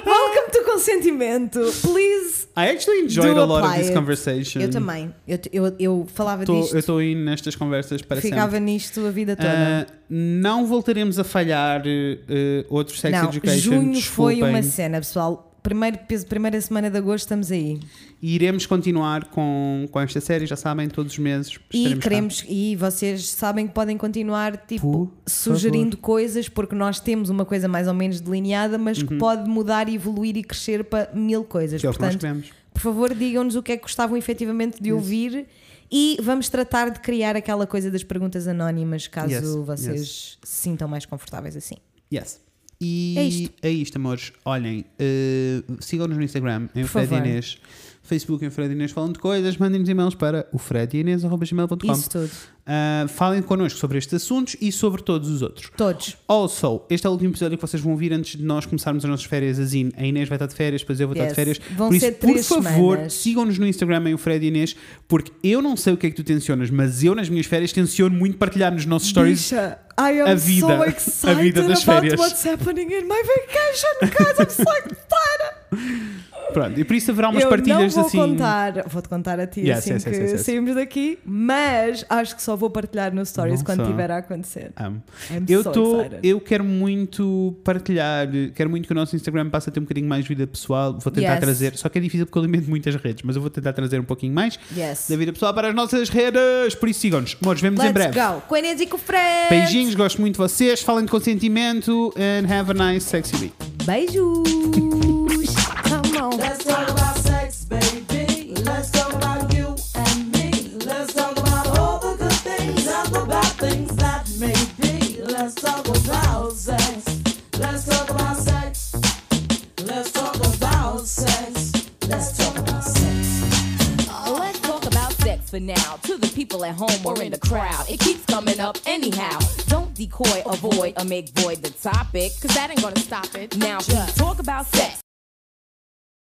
Speaker 1: Welcome to consentimento. Please.
Speaker 2: I actually enjoyed
Speaker 1: Do
Speaker 2: a lot of
Speaker 1: apply
Speaker 2: this
Speaker 1: it.
Speaker 2: conversation.
Speaker 1: Eu também. Eu, eu, eu falava
Speaker 2: Tô-
Speaker 1: disto.
Speaker 2: eu estou indo nestas conversas para
Speaker 1: Ficava
Speaker 2: sempre.
Speaker 1: nisto a vida toda.
Speaker 2: Ah, não voltaremos a falhar eh, outros Sex
Speaker 1: não,
Speaker 2: Education.
Speaker 1: junho foi
Speaker 2: desculpem.
Speaker 1: uma cena, pessoal. Primeiro, peso- primeira semana de agosto estamos aí.
Speaker 2: E iremos continuar com, com esta série, já sabem, todos os meses.
Speaker 1: E
Speaker 2: estaremos cá.
Speaker 1: queremos, e vocês sabem que podem continuar tipo,
Speaker 2: Por
Speaker 1: sugerindo coisas, porque nós temos uma coisa mais ou menos delineada, mas que pode mudar, evoluir e crescer para mil coisas.
Speaker 2: Uhum. Que é o que nós
Speaker 1: Portanto,
Speaker 2: queremos.
Speaker 1: por favor, digam-nos o que é que gostavam efetivamente de ouvir e vamos tratar de criar aquela coisa das perguntas anónimas, caso
Speaker 2: Yes,
Speaker 1: vocês
Speaker 2: yes.
Speaker 1: se sintam mais confortáveis assim.
Speaker 2: Yes. E
Speaker 1: É isto.
Speaker 2: é isto, amores. Olhem, eh, sigam-nos no Instagram, em
Speaker 1: Por
Speaker 2: Fred
Speaker 1: favor.
Speaker 2: e Inês. Facebook em Fred e Inês falam de coisas, mandem-nos e-mails para o fredinês.gmail.com.
Speaker 1: Isso tudo.
Speaker 2: Ah, falem connosco sobre estes assuntos e sobre todos os outros.
Speaker 1: Todos.
Speaker 2: Also, este é o último episódio que vocês vão ouvir antes de nós começarmos as nossas férias. A Zin, a Inês vai estar de férias, depois eu vou estar de
Speaker 1: Yes.
Speaker 2: férias.
Speaker 1: Vão
Speaker 2: Por isso,
Speaker 1: ser
Speaker 2: por
Speaker 1: três
Speaker 2: favor,
Speaker 1: semanas.
Speaker 2: sigam-nos no Instagram em o Fred e Inês, porque eu não sei o que é que tu tensionas, mas eu nas minhas férias tenciono muito partilhar nos nossos stories.
Speaker 1: Bicha, I am
Speaker 2: a vida-
Speaker 1: so
Speaker 2: a
Speaker 1: excited
Speaker 2: vida das
Speaker 1: about
Speaker 2: férias. (laughs)
Speaker 1: what's happening in my vacation, guys. I'm so excited.
Speaker 2: Pronto, e por isso haverá umas
Speaker 1: eu
Speaker 2: partilhas
Speaker 1: não vou
Speaker 2: assim.
Speaker 1: contar, vou-te contar a ti
Speaker 2: Yes,
Speaker 1: assim
Speaker 2: yes,
Speaker 1: que
Speaker 2: yes, yes, yes.
Speaker 1: saímos daqui, mas acho que só vou partilhar no Stories
Speaker 2: Não
Speaker 1: quando
Speaker 2: só.
Speaker 1: estiver a acontecer.
Speaker 2: Amo.
Speaker 1: I'm
Speaker 2: Eu,
Speaker 1: so
Speaker 2: tô,
Speaker 1: excited.
Speaker 2: eu quero muito partilhar, quero muito que o nosso Instagram passe a ter um bocadinho mais vida pessoal. Vou tentar
Speaker 1: Yes.
Speaker 2: trazer, só que é difícil porque eu alimento muitas redes, mas eu vou tentar trazer um pouquinho mais
Speaker 1: Yes.
Speaker 2: da vida pessoal para as nossas redes. Por isso sigam-nos. Amores, vemos em breve.
Speaker 1: Let's go. Coenês e com Fred.
Speaker 2: Beijinhos, gosto muito de vocês. Falem de consentimento and have a nice sexy week.
Speaker 1: Beijos. Come on.
Speaker 4: Let's talk about sex, baby. Let's talk about you and me. Let's talk about all the good things, talk about things that may be. Let's talk about sex. Let's talk about sex. Let's talk about sex. Let's talk about sex.
Speaker 5: Let's talk about sex for now. To the people at home or in the crowd, it keeps coming up anyhow. Don't decoy, avoid, or make void the topic, cause that ain't gonna stop it. Now, we talk about sex.